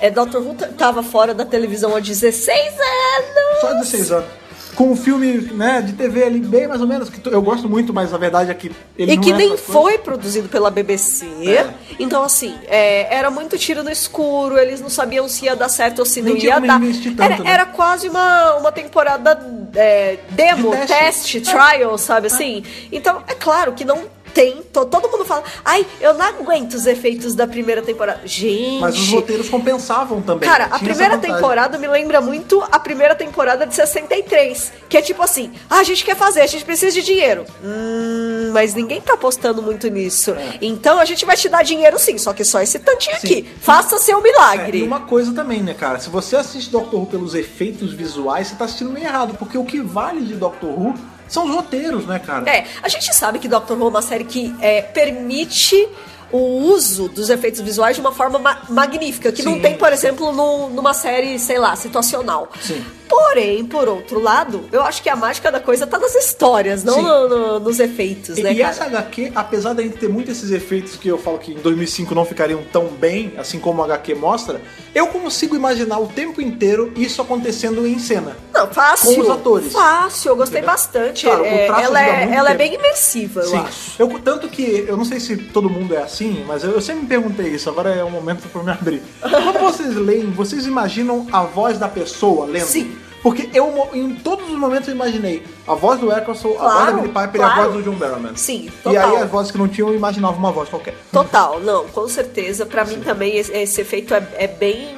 é, Dr. Who t- tava fora da televisão há 16 anos.
Só 16 anos. Com um filme né, de TV ali, bem mais ou menos, que tu- eu gosto muito, mas a verdade é que ele
E
não
que
é
nem
essas coisas.
foi produzido pela BBC.
É.
Então, assim, é, era muito tiro no escuro, eles não sabiam se ia dar certo ou se
Nem
não
tinha
ia
como
dar.
investir tanto,
Era,
né?
era quase uma, uma temporada é, demo,
De teste.
teste, trial, sabe assim? Então, é claro que não tem. to- todo mundo fala, ai, eu não aguento os efeitos da primeira temporada. Gente.
Mas os roteiros compensavam também.
Cara, a
tinha essa
primeira
vantagem.
temporada me lembra muito a primeira temporada de 63, que é tipo assim, ah, a gente quer fazer, a gente precisa de dinheiro. Hum, mas ninguém tá apostando muito nisso. Então a gente vai te dar dinheiro sim, só que só esse tantinho
É. Sim.
aqui. Faça seu
É,
milagre.
e uma coisa também, né, cara? Se você assiste Doctor Who pelos efeitos visuais, você tá assistindo meio errado, porque o que vale de Doctor Who são os roteiros, né, cara?
É, a gente sabe que Doctor Who é uma série que é, permite o uso dos efeitos visuais de uma forma ma- magnífica, que
Sim.
não tem, por exemplo, num- numa série, sei lá, situacional.
Sim.
Porém, por outro lado, eu acho que a mágica da coisa tá nas histórias, não
Sim.
no- no- nos efeitos,
E,
né,
e
cara?
essa HQ, apesar de ter muito esses efeitos que eu falo que em 2005 não ficariam tão bem, assim como a HQ mostra, eu consigo imaginar o tempo inteiro isso acontecendo em cena.
Não, fácil.
com os atores.
Fácil, eu gostei
Entendeu?
bastante.
Claro, o
É,
traço
ela
ajuda
é,
muito
ela é
tempo.
bem imersiva, eu
Sim.
acho.
Eu, tanto que, eu não sei se todo mundo é assim, mas eu, eu sempre me perguntei isso, agora é o momento pra eu me abrir.
[laughs]
Quando vocês leem, vocês imaginam a voz da pessoa lendo?
Sim.
Porque eu, mo- em todos os momentos, eu imaginei a voz do Eccleston, a voz da
Claro,
Billy Piper e a voz
claro.
do John Barrowman.
Sim,
E aí
total.
as vozes que não tinham, eu imaginava uma voz qualquer.
Total, não, com certeza. Pra mim também esse, esse efeito é, é bem.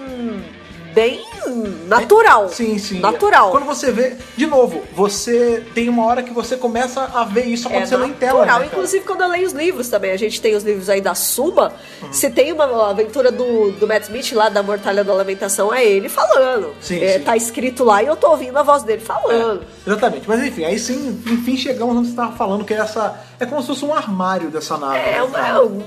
bem natural.
Sim, sim.
Natural.
Quando você vê, de novo, você tem uma hora que você começa a ver isso
É
acontecendo
natural,
em tela. né, cara?
inclusive quando eu leio os livros também. A gente tem os livros aí da Suma.
Uhum.
Se tem uma aventura do, do Matt Smith lá da Mortalha da Lamentação, é ele falando.
Sim,
É,
sim.
Tá escrito lá e eu
É,
tô ouvindo a voz dele falando.
Exatamente, mas enfim, aí sim, enfim chegamos onde você estava falando, que é essa, É como se fosse um armário dessa nave.
É,
né,
uma,
cara?
é, um-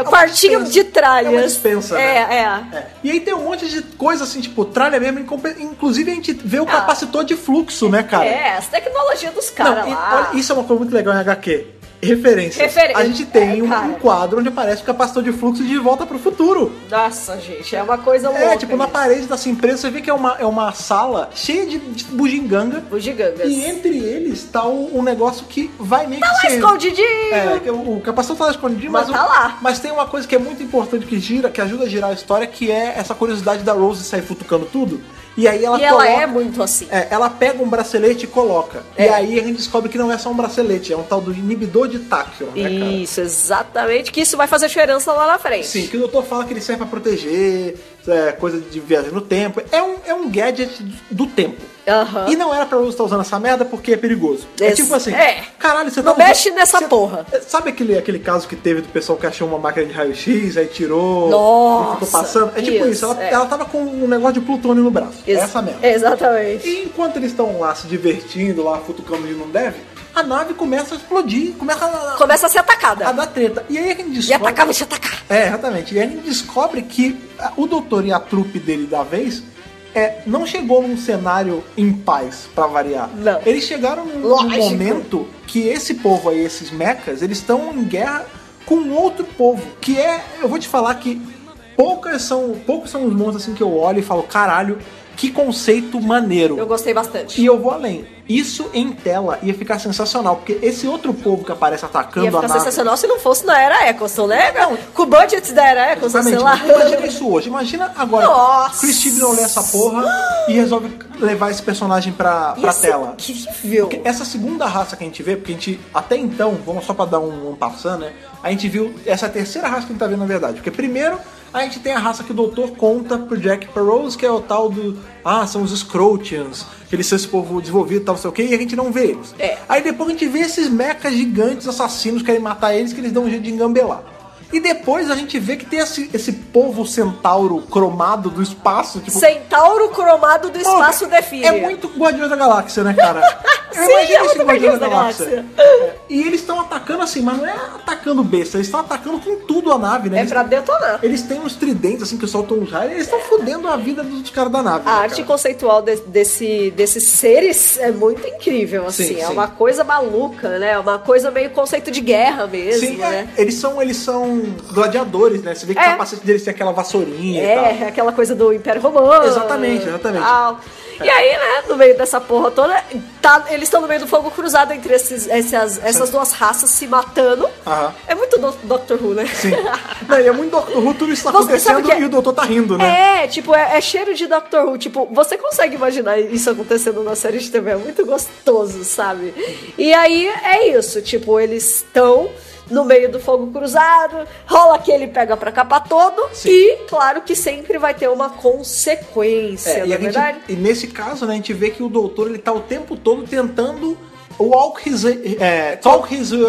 é, quartinho
dispensa.
de tralhas.
É uma dispensa, né?
É, é.
É. E aí tem um monte de coisa assim, tipo, tralha mesmo, incompe- inclusive a gente vê o
Ah.
capacitor de fluxo, né, cara?
É, as tecnologias dos caras
Não, e
lá.
olha, isso é uma coisa muito legal em HQ. Referências.
Referência,
A gente tem
é,
um,
cara.
um quadro onde aparece o capacitor de fluxo de volta pro futuro.
Nossa, gente, é uma coisa louca.
É, tipo, na
isso.
parede dessa empresa você vê que é uma, é uma sala cheia de, de bugiganga.
Os gigangas.
E entre eles tá um, um negócio que vai meio que
Tá
ser-
escondidinho.
É, que o, o capacitor tá escondido, mas,
Mas tá
o-
lá.
mas tem uma coisa que é muito importante que gira, que ajuda a girar a história, que é essa curiosidade da Rose sair futucando tudo. E aí ela
e ela
coloca.
é muito assim.
É, ela pega um bracelete e coloca.
É.
E aí a gente descobre que não é só um bracelete, é um tal do inibidor de táxio, né, cara?
Isso, exatamente. Que isso vai fazer diferença lá na frente.
Sim, que o doutor fala que ele serve pra proteger, é, coisa de viagem no tempo. É um, é um gadget do tempo.
Aham.
E não era pra Rose estar usando essa merda porque é perigoso. É,
Esse-
tipo assim,
é.
caralho, você
Não
tá usando-
mexe nessa
você-
porra.
Sabe aquele, aquele caso que teve do pessoal que achou uma máquina de raio-x, aí tirou
Nossa,
e ficou passando? É tipo isso,
isso,
ela,
é.
ela tava com um negócio de plutônio no braço. É
Ex-
essa merda.
Exatamente.
E enquanto eles estão lá se divertindo, lá futucando e não deve, a nave começa a explodir, começa a,
Começa a ser atacada.
a dar treta. E aí a gente
E
descobre.
atacar, vou te atacar.
É, exatamente. E aí a gente descobre que a- o doutor e a trupe dele da vez. É, não chegou num cenário em paz, pra variar.
Não.
Eles chegaram num, num
Lógico.
momento que esse povo aí, esses mechas, eles estão em guerra com outro povo. Que é, eu vou te falar que poucas são, poucos são os monstros assim que eu olho e falo, caralho, que conceito maneiro.
Eu gostei bastante.
E eu vou além. Isso em tela ia ficar sensacional, porque esse outro povo que aparece
Ia
atacando a
ficar
nave.
sensacional se não fosse na era Eccleston, né? Com o budget da era Eccleston, sei
Exatamente. é
lá.
Mas Imagina isso hoje. Imagina agora.
Nossa.
Chris Chibnall lê essa porra e resolve levar esse personagem pra, pra
Ia ser
tela.
Incrível.
Porque é essa segunda raça que a gente vê, porque a gente, até então, vamos só pra dar um, um passando, né? A gente viu essa terceira raça que a gente tá vendo na verdade. Porque primeiro, a gente tem a raça que o doutor conta pro Jack Perrose, que é o tal do. Ah, são os Scrotians, que eles são esse povo desenvolvido e tal, não sei o quê, e a gente não vê eles.
É.
Aí depois a gente vê esses mechas gigantes assassinos querem matar eles, que eles dão um jeito de engambelar. E depois a gente vê que tem esse, esse povo centauro cromado do espaço, tipo,
Centauro cromado do
Pô,
espaço define.
É muito Guardiões da Galáxia, né,
[laughs]
cara?
Sim, é muito Guardiões da
É, E eles estão atacando assim, mas não é atacando besta, eles estão atacando com tudo a nave, né?
É
Eles-
pra detonar.
Eles têm uns tridentes assim que soltam os raios, eles estão fudendo a vida dos caras da nave.
A
né,
arte
cara?
conceitual de- desse, desses seres é muito incrível, assim.
Sim,
é
sim.
uma coisa maluca, né? É Uma coisa meio conceito de guerra mesmo,
Sim,
né?
é, eles são eles são gladiadores, né? Você vê que
É.
o capacete deles tem aquela vassourinha e tal.
É, aquela coisa do Império Romano.
Então. Exatamente, exatamente.
tal. E aí, né, no meio dessa porra toda, tá- eles estão no meio do fogo cruzado entre esses- essas, essas duas raças se matando.
Aham.
É muito do Doctor Who, né?
Sim. Não, e é muito Doctor Who, tudo isso tá
Você sabe
acontecendo
que é-
e o doutor tá rindo, né?
É, tipo, é, é cheiro de Doctor Who. Tipo, você consegue imaginar isso acontecendo na série de TV? É muito gostoso, sabe? E aí é isso, tipo, eles estão no meio do fogo cruzado, rola que ele pega pra capa todo
Sim.
e claro que sempre vai ter uma consequência,
É,
não
e,
é
a gente-
verdade?
e nesse caso, né, a gente vê que o doutor ele tá o tempo todo tentando walk his, é, talk his way,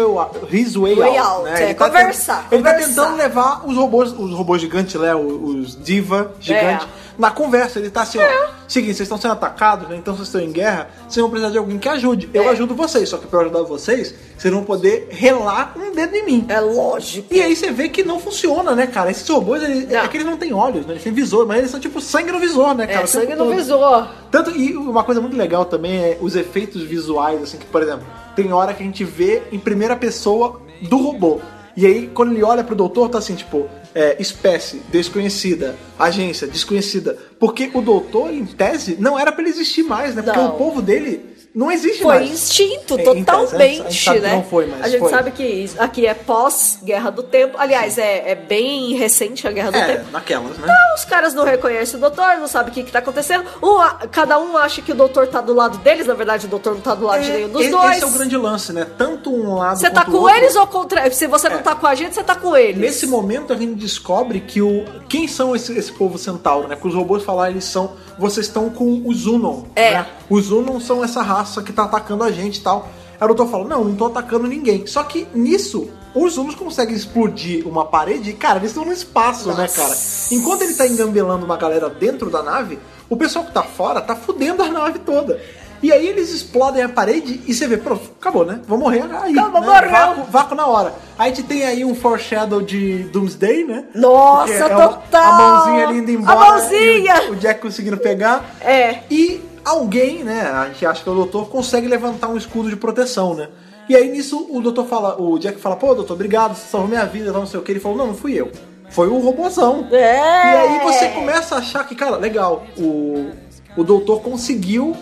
his way
Way
out,
out,
né?
é,
ele tá
conversar,
tent- ele tá
conversar.
tentando levar os robôs, os robôs gigantes, né, os, os diva gigante,
É.
na conversa. Ele tá assim, ó, seguinte, vocês estão sendo atacados, né, então vocês estão em guerra, vocês vão precisar de alguém que ajude. Eu
É.
ajudo vocês, só que pra eu ajudar vocês, vocês vão poder relar um dedo em mim.
É lógico.
E aí você vê que não funciona, né, cara? Esses robôs, eles,
Não.
é que eles não têm olhos, né? Eles têm visor, mas eles são tipo sangue no visor, né, cara?
É,
O tempo
sangue no
todo.
visor.
Tanto, e uma coisa muito legal também é os efeitos visuais, assim, que, por exemplo, tem hora que a gente vê em primeira pessoa do robô. E aí, quando ele olha pro doutor, tá assim, tipo, é, espécie desconhecida, agência desconhecida. Porque o doutor, em tese, não era pra ele existir mais, né? Porque
Não.
o povo dele não existe
Foi
mais.
instinto,
É,
totalmente,
então, a gente sabe que
né?
não foi, mas
a gente
foi.
sabe que isso- aqui é pós-Guerra do Tempo. Aliás, é, é bem recente a Guerra do
É,
Tempo.
naquelas, né?
Então, os caras não reconhecem o doutor, não sabem o que, que tá acontecendo. Um a- cada um acha que o doutor tá do lado deles, na verdade o doutor não tá do lado de nenhum dos
esse,
dois.
esse é o grande lance, né? Tanto um lado
Você tá
quanto o
com
outro.
eles ou contra. Se você
É.
não tá com a gente, você tá com eles.
Nesse momento a gente descobre que o. Quem são esse, esse povo centauro, né? Porque os robôs falaram, eles são. Vocês estão com os Unon.
É.
Né? Os Unon são essa raça que tá atacando a gente e tal. Aí o doutor fala, não, não tô atacando ninguém. Só que nisso, os Unos conseguem explodir uma parede e, cara, eles estão no espaço, né, cara? Enquanto ele tá engambelando uma galera dentro da nave, o pessoal que tá fora tá fudendo a nave toda. E aí eles explodem a parede e você vê, pronto, acabou, né? Vou morrer aí.
Acabou,
né?
morreu.
Vácuo, vácuo na hora. Aí a gente tem aí um foreshadow de Doomsday, né?
Nossa,
Porque é uma-
total!
a mãozinha ali indo embora. né?
A mãozinha!
e O, o Jack conseguindo pegar.
É.
E alguém, né? A gente acha que é o doutor, consegue levantar um escudo de proteção, né? E aí nisso o doutor fala, o Jack fala, pô, doutor, obrigado, você salvou minha vida, tal, não sei o que. Ele falou, não, não fui eu. Foi o robôzão.
É.
E aí você começa a achar que, cara, legal, o, o doutor conseguiu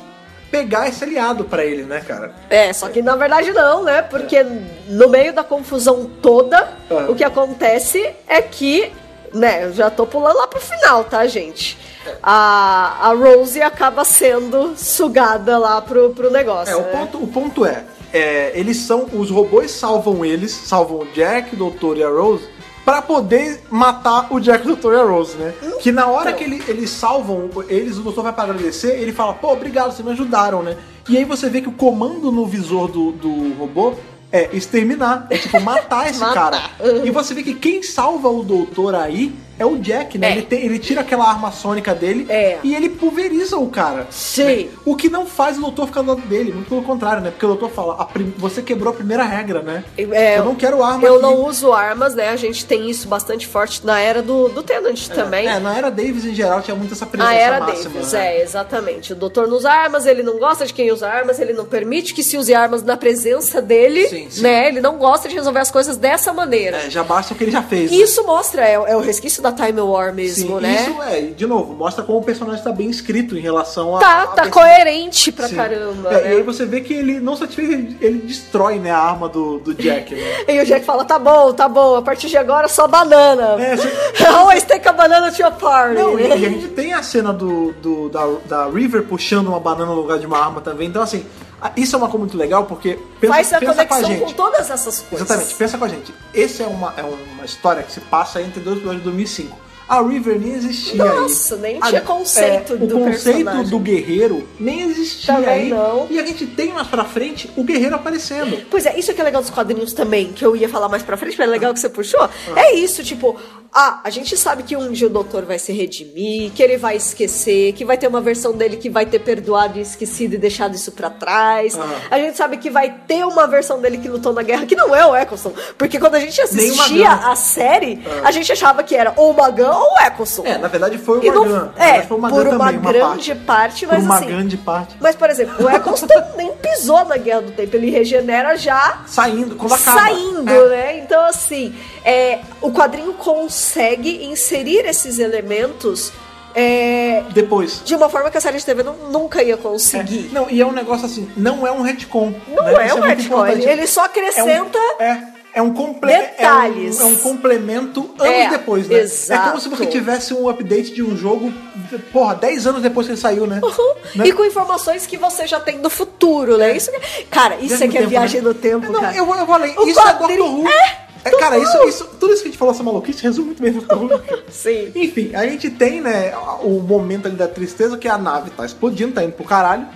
pegar esse aliado pra ele, né, cara?
É, só que na verdade não, né? Porque no meio da confusão toda,
Ah.
o que acontece é que, né, eu já tô pulando lá pro final, tá, gente? A, a Rose acaba sendo sugada lá pro, pro negócio.
É, o
né?
ponto, o ponto é, é, eles são, os robôs salvam eles, salvam o Jack, o doutor e a Rose, pra poder matar o Jack, o doutor e a Rose, né?
Então,
Que na hora que ele, eles salvam eles, o doutor vai pra agradecer, ele fala, pô, obrigado, vocês me ajudaram, né? E aí você vê que o comando no visor do, do robô é exterminar, é tipo
[laughs]
matar esse cara.
Matar. Uhum.
E você vê que quem salva o doutor aí é o Jack, né?
É.
Ele, tem- ele tira aquela arma sônica dele
É.
e ele pulveriza o cara.
Sim.
O que não faz o doutor ficar do lado dele, muito pelo contrário, né? Porque o doutor fala, a prim- você quebrou a primeira regra, né?
É,
eu não quero arma
Eu
aqui.
não uso armas, né? A gente tem isso bastante forte na era do, do Tenant também.
É, na era Davis em geral tinha muito essa presença
A Ah, era
máxima.
Davis,
né?
é, exatamente. O doutor não usa armas, ele não gosta de quem usa armas, ele não permite que se use armas na presença dele,
Sim, sim.
né? Ele não gosta de resolver as coisas dessa maneira.
É, já basta o que ele já fez.
E isso mostra, é, é o resquício da Time War
Sim,
mesmo, né?
isso é, e, de novo, mostra como o personagem tá bem escrito em relação a.
Tá,
a-
tá coerente pra
é Sim.
caramba,
É,
né?
E aí você vê que ele não satisfeito, ele, ele destrói, né, a arma do, do Jack,
[laughs]
né?
E o Jack fala, tá bom, tá bom, a partir de agora só banana.
É, você-
[laughs] Always take a banana to your party.
Não, e
né?
e a
[laughs]
gente tem a cena do, do- da, da River puxando uma banana no lugar de uma arma também. Então, assim, a- isso é uma coisa muito legal, porque pensa,
Faz a
pensa com a
conexão com
gente.
todas essas coisas.
Exatamente, pensa com a gente. Essa é uma, é uma história que se passa entre dois episódios de 2005. A River nem existia
Nossa,
aí.
nem
A-
tinha conceito
é,
do
O conceito
personagem.
do guerreiro nem existia
Também
aí.
não.
E a gente tem mais pra frente o guerreiro aparecendo.
Pois é, isso que é legal dos quadrinhos também, que eu ia falar mais pra frente, mas é legal que você puxou. É isso, tipo, ah, a gente sabe que um dia o doutor vai se redimir, que ele vai esquecer, que vai ter uma versão dele que vai ter perdoado e esquecido e deixado isso pra trás.
Ah.
A gente sabe que vai ter uma versão dele que lutou na guerra, que não é o Eccleston, porque quando a gente
Nem o
assistia
Magan.
a série, a gente achava que era ou o Magan ou o Eccleston.
É, na verdade foi o
E não-
Magan. Na
é,
verdade, foi o Magan
por
também,
uma
uma
grande
parte.
parte,
Por
mas
uma
assim...
grande parte.
Mas, por exemplo, o Eccleston [laughs] nem pisou na Guerra do Tempo, ele regenera já
Saindo, quando acaba.
saindo,
É.
né? Então, assim, é, o quadrinho consegue inserir esses elementos é,
Depois.
de uma forma que a série de TV nu- nunca ia conseguir.
Não, e é um negócio assim, não é um retcon.
Não
né?
é
Isso
um
muito
retcon,
importante.
ele- ele só acrescenta
É, um, é, é um complemento.
detalhes.
É um, complemento anos
É,
depois, né? É como se você
exato.
tivesse um update de um jogo, porra, 10 anos depois que ele saiu, né? Né?
[laughs] E com informações que você já tem do futuro, né? Isso que- cara, isso é
É. Mesmo
que é
tempo,
viagem
né?
no tempo,
Não,
cara.
eu, vou- eu vou além.
O
isso é
quadrinho-
Doctor Who.
é,
É, cara,
Doctor
isso,
Who.
isso, tudo isso que a gente falou, essa maluquice, resume muito bem Doctor Who. [laughs] cara.
Sim.
Enfim, a gente tem, né, o momento ali da tristeza que a nave tá explodindo, tá indo pro caralho.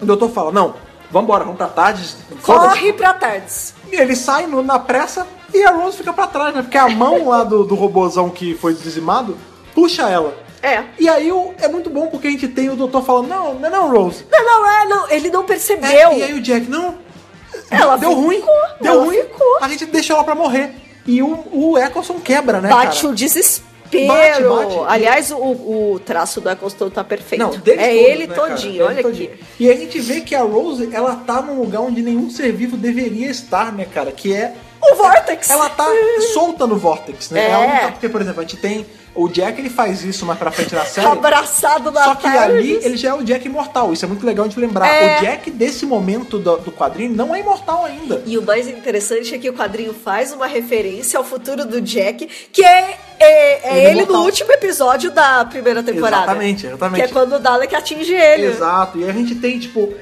O doutor fala, não, vambora, vamos pra tarde. foda-se.
Corre pra tardes.
E ele sai no- na pressa e a Rose fica pra trás, né? Porque a mão lá do, do robozão que foi dizimado puxa ela.
É.
E aí o- é muito bom porque a gente tem o doutor falando, não, não é não, Rose.
Não, não, é, não, ele não percebeu.
É, E aí o Jack, não.
Ela
deu
ficou,
ruim. Deu
ela
ruim.
ficou.
A gente deixou ela pra morrer. E o, o Eccleston quebra, né?
bate
cara?
o desespero.
Bate, bate.
Aliás, o, o traço do Eccleston tá perfeito.
Não, deles
é
todos,
ele
né, cara?
todinho,
Ele
olha
todinho.
aqui.
E a gente vê que a Rose, ela tá num lugar onde nenhum ser vivo deveria estar, né, cara? Que é
O Vortex!
Ela
[laughs]
tá solta no Vortex, né? É. a única, porque, por exemplo, a gente tem. O Jack ele faz isso mais pra frente
[laughs]
na série.
Abraçado na
Só que
tarde.
ali ele já é o Jack imortal. Isso é muito legal de lembrar.
É.
O Jack desse momento do, do quadrinho não é imortal ainda.
E o mais interessante é que o quadrinho faz uma referência ao futuro do Jack, que é, é- é
Ele
ele no
mortal.
último episódio da primeira temporada.
Exatamente, exatamente.
Que é quando o Dalek atinge ele.
Exato. E a gente tem, tipo.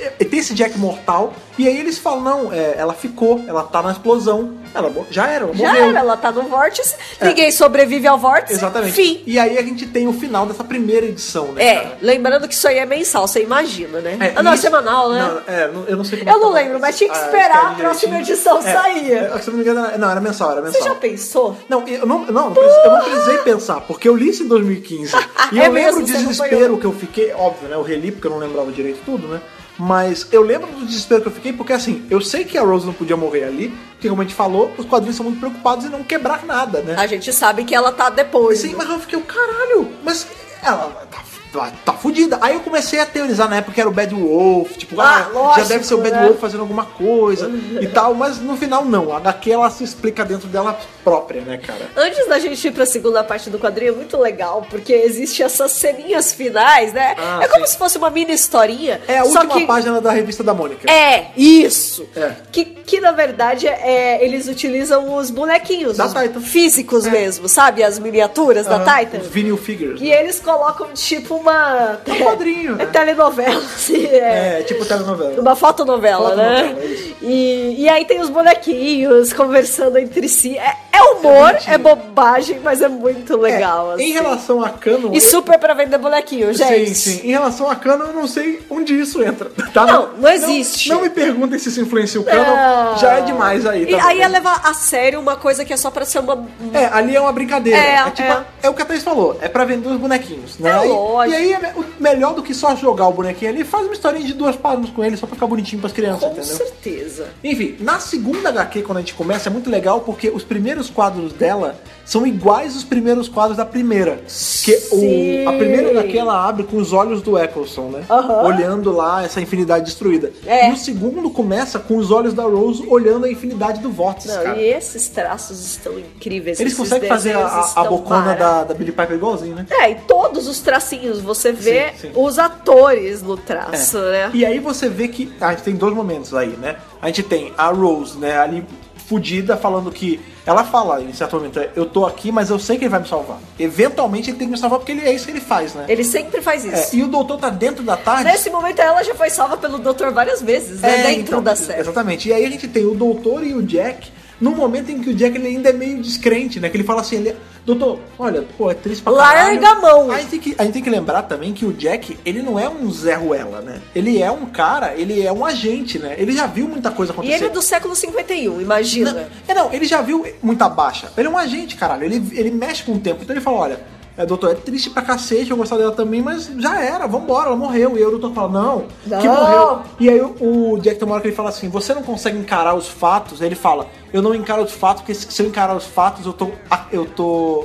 é- é- Tem esse Jack mortal. E aí eles falam: não, é, ela ficou, ela tá na explosão. Ela mo- já era, ela
Já
morreu. É.
era, ela tá no vórtice, ninguém sobrevive ao vórtice.
Exatamente.
Fim.
E aí a gente tem o final dessa primeira edição, né?
É,
cara?
lembrando que isso aí é mensal, você imagina, né?
É,
ah, não, é
isso-
semanal, né?
Não, é, não- eu não sei como é
Eu
que
não
tá,
lembro, mas tinha que
Ah,
esperar a
escreve
próxima
direitinho.
edição
É,
sair.
é, se eu não me engano, era- não, era mensal, era
Você
mensal.
já pensou?
Não, eu não, não, não precisei- eu não precisei pensar, porque eu li isso em 2015. E
[laughs] É
eu lembro
mesmo,
o
você não foi
desespero
eu.
que eu fiquei, óbvio, né? Eu reli porque eu não lembrava direito tudo, né? Mas eu lembro do desespero que eu fiquei, porque assim, eu sei que a Rose não podia morrer ali, porque como a gente falou, os quadrinhos são muito preocupados em não quebrar nada, né?
A gente sabe que ela tá depois.
Sim, mas eu fiquei, caralho, mas ela tá, tá, tá fudida. Aí eu comecei a teorizar na época que era o Bad Wolf, tipo, ah,
Ah,
já
lógico,
deve ser o Bad
né?
Wolf fazendo alguma
[laughs]
coisa e tal, mas no final não. A HQ ela se explica dentro dela própria, né, cara?
Antes da gente ir pra segunda parte do quadrinho, é muito legal, porque existe essas ceninhas finais, né?
Ah,
é como
sim.
se fosse uma mini historinha.
É a
só
última
que...
página da revista da Mônica.
É, isso.
É.
Que, que na verdade é, eles utilizam os bonequinhos
Da
os
Titan.
físicos
É. Ah.
mesmo, sabe? As miniaturas da
Aham,
Titan.
Os vinyl figures.
E eles colocam tipo uma.
É um quadrinho, né?
É telenovela, [laughs] assim. É.
É, tipo telenovela.
Uma fotonovela,
Fotonovela,
né?
é isso.
e, e aí tem os bonequinhos conversando entre si. É, é humor,
bonitinho.
é, bobagem, mas é muito legal.
É,
assim.
Em relação a Canon.
E super pra vender bonequinho, gente.
Sim, sim. Em relação a Canon, eu não sei onde isso entra. Tá?
Não, não existe.
Não, me perguntem se isso influencia o Canon.
Não.
Já é demais aí.
Ah. E
tá
aí
bom?
é levar a sério uma coisa que é só pra ser uma.
É, ali é uma brincadeira. É,
É,
tipo,
é.
é o que a Thaís falou. É pra vender os bonequinhos, né?
É
E-
lógico.
E aí é me- o- melhor do que só jogar o bonequinho ali, faz uma historinha de duas páginas com ele só pra ficar bonitinho pras crianças,
Com
entendeu?
certeza.
Enfim, na segunda HQ, quando a gente começa, é muito legal porque os primeiros quadros dela são iguais aos primeiros quadros da primeira. Que
Sim.
o, a primeira HQ ela abre com os olhos do Eccleston, né?
Aham.
Olhando lá essa infinidade destruída.
É.
E o segundo começa com os olhos da Rose olhando a infinidade do Vórtice,
Não,
cara.
e esses traços estão incríveis.
Eles
esses
conseguem fazer a,
desenhos
a- a
estão
bocona
mara-
da, da Billy Piper igualzinho, né?
É, e todos os tracinhos, você vê
Sim, sim.
os atores no traço,
É.
né?
E aí você vê que ah, a gente tem dois momentos aí, né? A gente tem a Rose, né, ali fudida, falando que ela fala em certo momento, eu tô aqui, mas eu sei que ele vai me salvar. Eventualmente ele tem que me salvar porque ele é isso que ele faz, né?
Ele sempre faz
É,
isso.
e o doutor tá dentro da tarde.
Nesse momento ela já foi salva pelo doutor várias vezes, né?
É,
Dentro
então,
da série.
Exatamente. E aí a gente tem o doutor e o Jack num momento em que o Jack ele ainda é meio descrente, né? Que ele fala assim, ele, doutor, olha, pô, é triste pra caralho."
Larga a mão.
A gente, tem que, a gente tem que lembrar também que o Jack, ele não é um Zé Ruela, né? Ele é um cara, ele é um agente, né? Ele já viu muita coisa
E
acontecer.
ele é do século 51, imagina.
Não, é, não, ele já viu muita baixa. Ele é um agente, caralho. Ele, ele mexe com o tempo. Então ele fala, olha, é, doutor, é triste pra cacete, eu gostava dela também, mas já era, vambora, ela morreu. E aí o doutor fala, não, que
Não.
morreu. E aí o, o Jack tem uma hora que ele fala assim, você não consegue encarar os fatos? Aí ele fala, eu não encaro os fatos, porque se se eu encarar os fatos, eu tô... a- Eu tô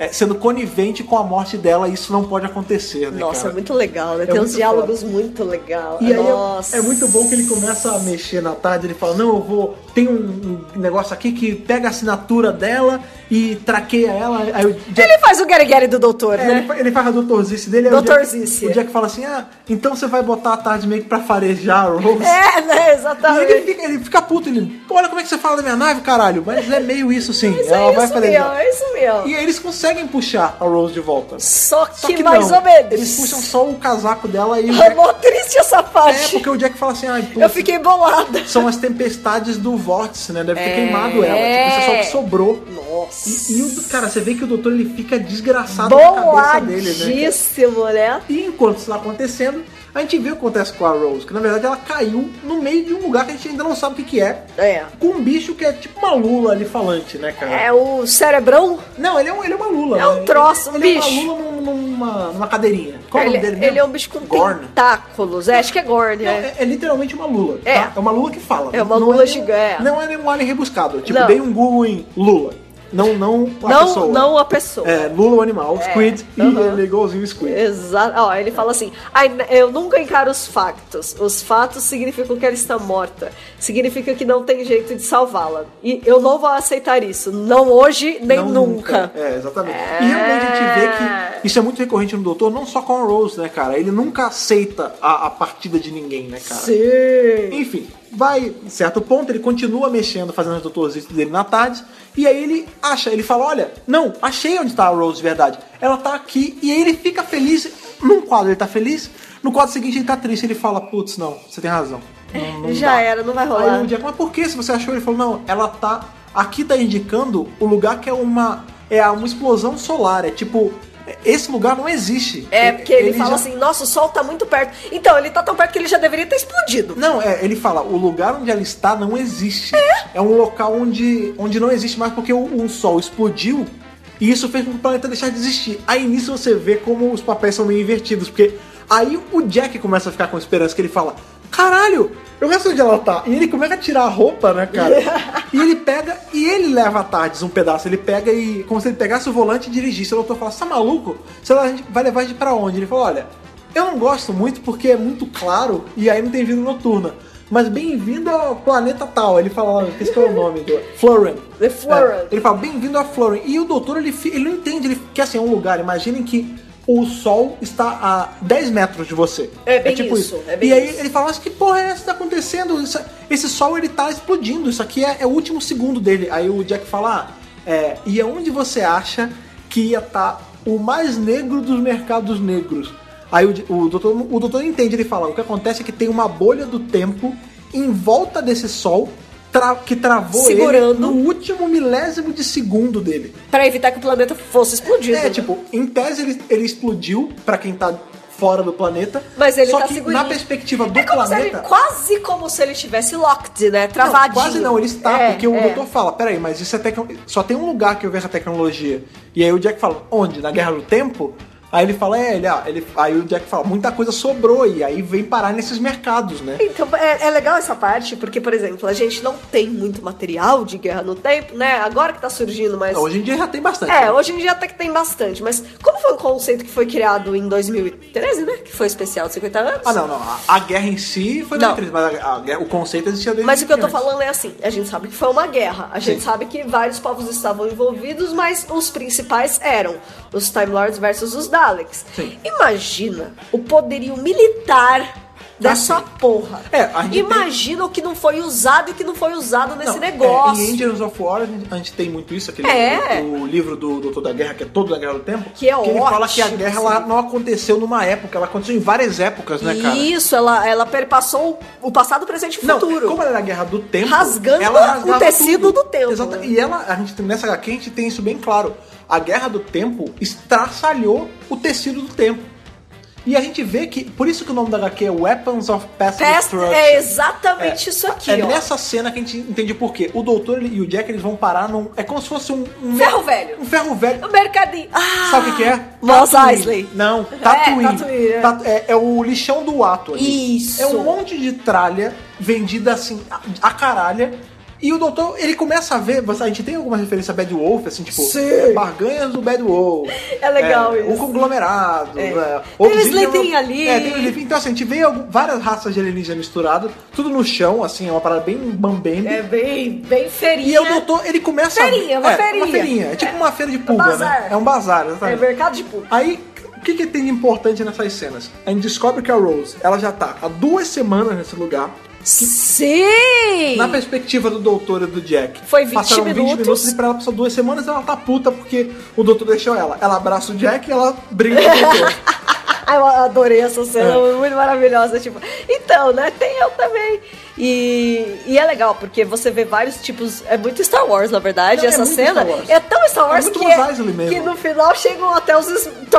é, sendo conivente com a morte dela, e isso não pode acontecer, né,
Nossa,
cara?
é muito legal, né?
É
Tem
muito
uns diálogos muito legal.
E aí
Nossa.
é, é muito bom que ele começa a mexer na tarde, ele fala, não, eu vou. Tem um, um negócio aqui que pega a assinatura dela e traqueia ela. Aí o Jack,
Ele faz o guerigueri do doutor,
é,
né?
ele, fa- ele faz a doutorzice dele, aí o Jack-
Doutorzice.
O Jack fala assim: ah, então você vai botar a tarde meio que pra farejar a Rose.
É, né?
E
Exatamente.
ele fica, ele fica puto, ele, pô, olha como é que você fala da minha nave, caralho. Mas é meio isso sim.
Mas
ela vai
é isso mesmo,
farejar.
é isso mesmo.
E aí eles conseguem puxar a Rose de volta.
Só que,
Só que,
mais
não,
ou menos.
Eles puxam só o casaco dela e o
É
Jack.
mó triste essa
É,
parte.
porque o Jack fala assim, ai,
Eu
putz,
fiquei bolada.
são as tempestades do vórtice, né? Deve ter
É.
queimado ela. Tipo, isso é só o que sobrou.
Nossa.
E, e o, cara, você vê que o doutor ele fica desgraçado na cabeça dele, né? cara?
Boladíssimo, né?
E enquanto isso tá acontecendo, a gente vê o que acontece com a Rose, que na verdade ela caiu no meio de um lugar que a gente ainda não sabe o que, que é,
É.
com um bicho que é tipo uma lula ali falante, né, cara?
É o cerebrão?
Não, ele é, um, ele é uma lula.
É um
né?
troço, um
ele, ele
bicho.
é uma lula num- numa, numa cadeirinha. Qual é o
ele,
nome dele mesmo?
ele é um bicho com
Gorn.
tentáculos. É, acho que é Gorn,
Não,
é.
é, é literalmente uma lula.
É.
tá? É uma lula que fala.
É uma
Não
lula
nenhum-
gigante.
Não é nenhum alien rebuscado. Tipo,
Não.
dei um Google em lula. Não, não a
não,
pessoa.
não a pessoa.
É, lula o animal, squid. E
aham.
ele é igualzinho o squid.
Exato. Ó, ele fala assim: "Ai, n- eu nunca encaro os factos. Os fatos significam que ela está morta. Significa que não tem jeito de salvá-la. E eu não vou aceitar isso. Não hoje, nem
Não
nunca.
É, exatamente. E realmente a gente vê que isso é muito recorrente no Doutor, não só com a Rose, né, cara? Ele nunca aceita a, a partida de ninguém, né, cara?
Sim.
Enfim, vai em certo ponto, ele continua mexendo, fazendo as doutorzitas dele na tarde, e aí ele acha, ele fala, olha, não, achei onde tá a Rose de verdade. Ela tá aqui, e aí ele fica feliz, num quadro ele tá feliz, no quadro seguinte ele tá triste, ele fala, putz, não, você tem razão. Não, não
Já
dá.
era, não vai
Aí um
rolar.
o Jack, mas por que se você achou? Ele falou, não, ela tá. Aqui tá indicando o lugar que é uma. É uma explosão solar. É tipo. Esse lugar não existe.
É, porque ele,
já-
fala assim, nossa, o sol tá muito perto. Então, ele tá tão perto que ele já deveria ter explodido.
Não, é, ele fala, o lugar onde ela está não existe. É, um local onde, onde não existe mais porque o- um sol explodiu e isso fez com que o planeta deixar de existir. Aí nisso você vê como os papéis são meio invertidos, porque aí o Jack começa a ficar com esperança, que ele fala. caralho, eu gosto onde ela tá. E ele começa a tirar a roupa, né, cara? e ele pega e ele leva a Tardes um pedaço. Ele pega e. Como se ele pegasse o volante e dirigisse. O doutor fala: Você tá maluco? Você vai levar a gente pra onde? Ele fala: Olha, eu não gosto muito porque é muito claro e aí não tem vida noturna. Mas bem-vindo ao planeta tal. Ele fala, lá, esse que é o nome do. Florin.
The Florin.
É, ele fala, bem-vindo a Florin. E o doutor, ele, fi- ele não entende, ele que assim, é um lugar. Imaginem que o sol está a 10 metros de você. tipo
É bem isso, é bem
e aí
isso.
ele fala, mas que porra é essa que tá acontecendo? Isso- esse sol, ele tá explodindo. Isso aqui é, é o último segundo dele. Aí o Jack fala, ah, é, e aonde você acha que ia estar o mais negro dos mercados negros? Aí o, o, doutor, o doutor entende, ele fala, o que acontece é que tem uma bolha do tempo em volta desse sol tra- que travou ele
Segurando.
no último milésimo de segundo dele.
Pra evitar que o planeta fosse explodido.
É,
né?
tipo, em tese ele, ele explodiu pra quem tá fora do planeta.
Mas ele
só
tá
que
segurinho.
na perspectiva do
É como se ele-
planeta.
quase como se ele tivesse locked, né?
Não,
Travadinho.
quase não, ele está,
É,
porque o
é.
doutor fala, peraí, mas isso é tecno... só tem um lugar que eu vejo essa tecnologia. E aí o Jack fala, onde? Na Guerra do Tempo? Aí ele fala, é, ele, ah, ele... aí o Jack fala, muita coisa sobrou, e aí vem parar nesses mercados, né?
Então, é, é legal essa parte, porque, por exemplo, a gente não tem muito material de Guerra no Tempo, né? Agora que tá surgindo, mas...
Então, Hoje em dia já tem bastante. né?
É, hoje em dia até que tem bastante, mas como foi um conceito que foi criado em 2013, né? Que foi o especial de 50 anos.
Ah, não, não. A, a guerra em si foi
Não.
2013, mas a- a guerra- o conceito existia desde
Mas o que eu tô
antes.
falando é assim, a gente sabe que foi uma guerra, a gente
Sim.
sabe que vários povos estavam envolvidos, mas os principais eram os Time Lords versus os Daleks.
Sim.
Imagina o poderio militar dessa
Ah, sim.
porra.
É, a gente tem-
Imagina o que não foi usado e o que não foi usado nesse
Não,
negócio.
É, em Angels of War a gente, a gente tem muito isso, aquele
É.
o, o livro do Doutor da Guerra, que é todo da Guerra do Tempo.
Que é
ele fala que a
ótimo,
guerra
assim.
ela não aconteceu numa época, ela aconteceu em várias épocas, né, cara?
Isso, ela, ela perpassou o passado, presente e
Não,
futuro.
como ela era a guerra do tempo,
Rasgando
ela rasgava
o tecido
tudo.
do tempo,
Exata-
né?
E ela, a gente tem- nessa HQ, a gente tem isso bem claro. A guerra do tempo estraçalhou o tecido do tempo. E a gente vê que, por isso que o nome da HQ é Weapons of Past,
Pest
Destruction.
é exatamente isso aqui,
assim, é
ó.
nessa cena que a gente entende por quê. O doutor ele- e o Jack eles vão parar num. É como se fosse um. um
Ferro velho.
Um ferro velho.
O mercadinho. Ah,
Sabe o que, que é?
Mos
Tatooine.
Eisley. É,
Não, Tatooine.
Tatooine, é.
Tatu- é, é o lixão do ato ali.
Isso.
É um monte de tralha vendida assim, a, a caralha. E o doutor, ele começa a ver, você- a gente tem alguma referência a Bad Wolf, assim, tipo,
Sim.
barganhas do Bad Wolf.
É legal
é,
isso.
O conglomerado.
É.
é,
Tem o
Obsidian-
Slytherin ali.
É, tem o Slytherin. Então, assim, a gente vê algum- várias raças de alienígena misturadas, tudo no chão, assim, é uma parada bem bambembe.
É bem, bem ferinha.
E aí o doutor, ele começa
Feirinha,
a...
uma
é,
feirinha.
Uma feirinha, é tipo uma feira de pulga,
bazar.
né? É um bazar,
É
exatamente.
mercado de pulga.
Aí, o que, que tem de importante nessas cenas? A gente descobre que a Rose, ela já tá há duas semanas nesse lugar.
Sim!
Na perspectiva do doutor e do Jack.
Foi 20
passaram 20
minutos.
minutos e pra ela passou duas semanas ela tá puta porque o doutor deixou ela. Ela abraça o Jack e ela briga com o
[laughs]
doutor.
Ah, eu adorei essa cena,
É.
muito maravilhosa. Tipo, então, né? Tem eu também. E, e é legal, porque você vê vários tipos. É muito Star Wars, na verdade,
Não, é
essa
muito
cena.
Star Wars.
É tão Star Wars
muito
que,
Mos Eisley mesmo. É,
que no final chegam até os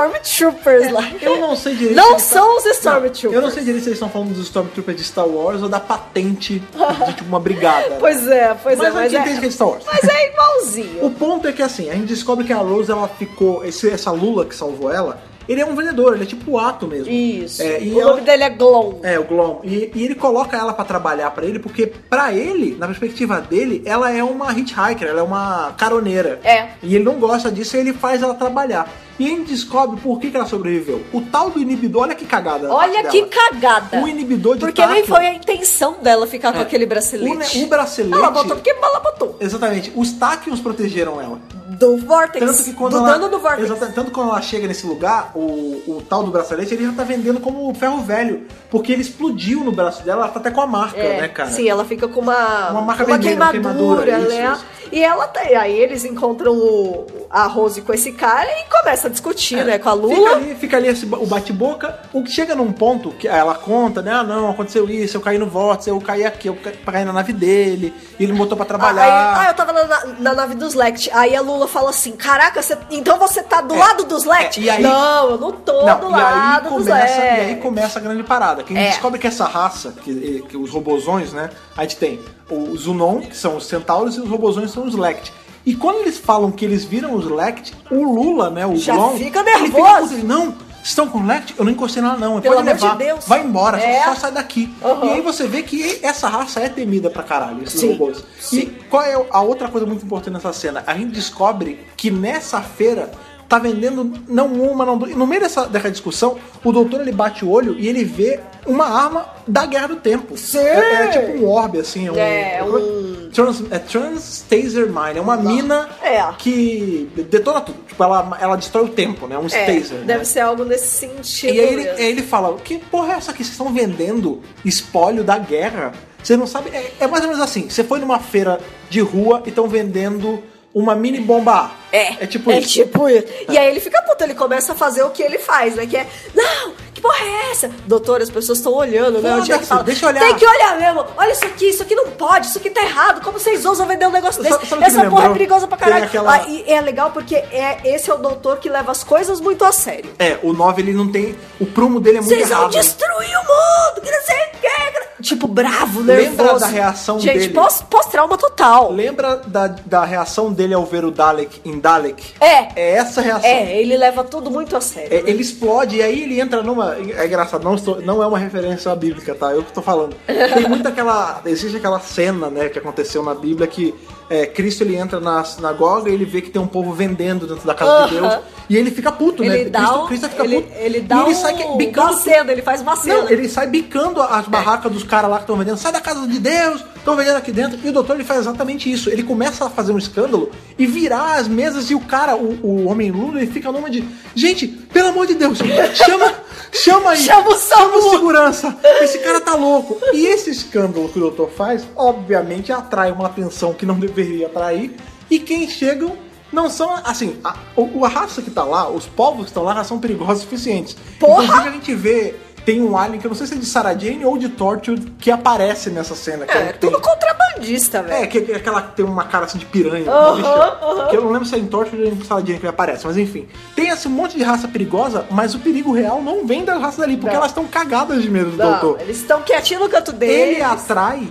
Stormtroopers lá.
Eu não sei direito.
Não
se eles
são os
Não,
Stormtroopers.
Eu não sei direito se eles estão falando dos Stormtroopers de Star Wars ou da patente de tipo uma brigada.
[laughs] Pois é, pois
mas
é, mas
a gente
é.
entende que é de Star Wars.
Mas é igualzinho.
O ponto é que assim, a gente descobre que a Rose ela ficou. esse- essa Lula que salvou ela, ele é um vendedor, ele é tipo o ato mesmo.
Isso.
É, e
o
ela-
nome dele é Glon.
é, o Glom. E, e ele coloca ela pra trabalhar pra ele, porque pra ele, na perspectiva dele, ela é uma hitchhiker, ela é uma caroneira.
É.
E ele não gosta disso e ele faz ela trabalhar. E a gente descobre por que, que ela sobreviveu. O tal do inibidor, olha que cagada. da
Olha
parte
que
dela.
cagada.
O inibidor de É.
Porque nem
tato.
foi a intenção dela ficar com aquele
O, ne-
bracelete.
o né, um bracelete.
Ela botou porque ela botou.
Exatamente. Os Tachyons protegeram ela.
Do Vortex.
Tanto que quando
do
ela,
dano do Vortex.
Exata- tanto quando ela chega nesse lugar, o, o tal do bracelete, ele já tá vendendo como ferro velho. Porque ele explodiu no braço dela, ela tá até com a marca,
É,
né, cara?
Sim, ela fica com uma,
Uma marca vermelha, uma queimadura, isso,
né?
isso.
E ela tá- e aí eles encontram o- a Rose com esse cara e começa a discutir, né, com a
É. Fica
Lula.
ali, fica ali esse ba- o bate-boca. O que chega num ponto que ela conta, né? Ah, não, aconteceu isso, eu caí no vórtice, eu caí aqui, eu ca- caí na nave dele, e ele me botou pra
Aí- ah,
trabalhar.
eu tava na, na- na nave dos Lect. Aí a Lula fala assim: Caraca, você- então você tá do
É.
lado dos Lect?
É, e aí-
não, eu não tô
Não,
do
e, aí
lado dos
começa, e
Lect.
aí começa a grande parada. Que a gente
É.
descobre que essa raça, que, que os robozões, né? A gente tem os Unon, que são os centauros, e os robozões são os Lect. E quando eles falam que eles viram os Lect, o Lula, né? O
Já
Glon,
fica
ele
nervoso.
puto, ele, não, estão com Lect? Eu não encostei nela, não.
Pelo
Pode
amor de
levar.
Deus.
Vai embora, só-
É.
só, sai daqui.
Uhum.
E aí você vê que essa raça é temida pra caralho, esses
Sim.
robôs. E qual é a outra coisa muito importante nessa cena? A gente descobre que nessa feira tá vendendo não uma, não duas. E No meio dessa, dessa discussão, o doutor ele bate o olho e ele vê uma arma da Guerra do Tempo.
Sim.
É, é tipo um orbe, assim. É, um,
É,
um... Trans, é Trans Taser Mine. É uma mina
É.
que detona tudo. Tipo, ela, ela destrói o tempo, né? Um
É,
taser. né?
deve ser algo nesse sentido.
E aí ele,
mesmo.
aí ele fala, que porra é essa aqui? Vocês estão vendendo espólio da guerra? Você não sabe... É, é mais ou menos assim, você foi numa feira de rua e estão vendendo uma mini bomba A.
É,
É tipo
é
isso.
tipo isso. E aí ele fica puto, ele começa a fazer o que ele faz, né? Que é, não, que porra é essa? Doutor, as pessoas estão olhando, né? O
Foda-se,
Jack fala,
deixa eu olhar.
Tem que olhar mesmo. Olha isso aqui, isso aqui não pode, isso aqui tá errado. Como vocês ousam vender um negócio
Sabe-
desse?
sabe o que
Essa
me
porra é
lembrou?
perigosa pra
Tem
caralho.
aquela-
Ah, e é legal porque é, esse é o doutor que leva as coisas muito a sério.
É, o 9 ele não tem... O prumo dele é muito
Vocês vão
errado. né?
destruir o mundo, que não sei o que. que não-" Tipo, bravo,
Lembra
nervoso.
da reação
Gente,
dele?
pós- pós-trauma total.
Lembra da, da reação dele ao ver o Dalek em Dalek?
É.
É essa a reação.
É, ele leva tudo muito a sério.
É,
né?
ele explode e aí ele entra numa. É engraçado, não, estou- não é uma referência à Bíblia, tá? Eu que tô falando. Tem muito aquela. Existe aquela cena, né, que aconteceu na Bíblia que é, Cristo ele entra na sinagoga e ele vê que tem um povo vendendo dentro da casa de
Aham.
Deus. E ele fica puto, né?
Ele dá
Cristo,
um,
Cristo fica
ele,
puto.
ele dá
e ele
um
sai que- é bicando.
bacena, ele faz bacena.
Não, ele sai bicando as
É.
barracas dos caras lá que estão vendendo. Sai da casa de Deus, estão vendendo aqui dentro. E o doutor ele faz exatamente isso. Ele começa a fazer um escândalo e virar as mesas e o cara, o, o homem lulo, ele fica numa de. Gente, pelo amor de Deus, chama, chama aí.
Chama o SAMU."
segurança. Esse cara tá louco. E esse escândalo que o doutor faz, obviamente, atrai uma atenção que não deveria atrair. E quem chegam não são, assim, a, o- a raça que tá lá, os povos que estão lá já são perigosos o suficientes.
Porra!
Inclusive, a gente vê, tem um alien, que eu não sei se é de Sarah Jane ou de Tortured, que aparece nessa cena. Que
É,
é, um-
tudo contrabandista,
é,
velho.
que, que- aquela que tem uma cara assim de piranha.
Aham,
uma bicha.
aham.
Que eu não lembro se é em Tortured ou em Sarah Jane que ele aparece, mas enfim. Tem esse monte de raça perigosa, mas o perigo real não vem da raça dali, porque
Não.
elas estão cagadas de medo do
Não,
É,
é
doutor.
eles estão quietinhos no canto dele.
Ele é atrai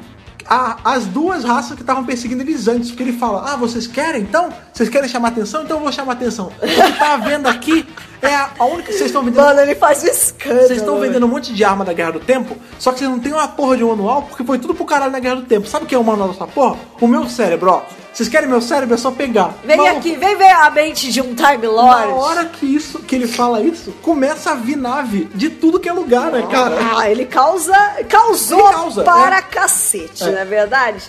a- as duas raças que estavam perseguindo eles antes, porque ele fala: Ah, vocês querem então? Vocês querem chamar atenção? Então eu vou chamar atenção. O que tá vendo aqui é a, a única. Vocês é estão
[laughs]
vendendo
Mano, ele faz um escândalo.
vocês estão vendendo um monte de arma da Guerra do Tempo, só que vocês não tem uma porra de um manual, porque foi tudo pro caralho na Guerra do Tempo. Sabe o que é o manual dessa porra? O meu cérebro, ó. Vocês querem meu cérebro? É só pegar.
Vem
Maluco,
aqui, vem ver a mente de um Time
Na
Lord.
hora que isso, que ele fala isso, começa a vir nave de tudo que é lugar, né, cara?
Ah, ele causa. Causou
Ele causa,
para
é.
cacete,
É.
não é verdade?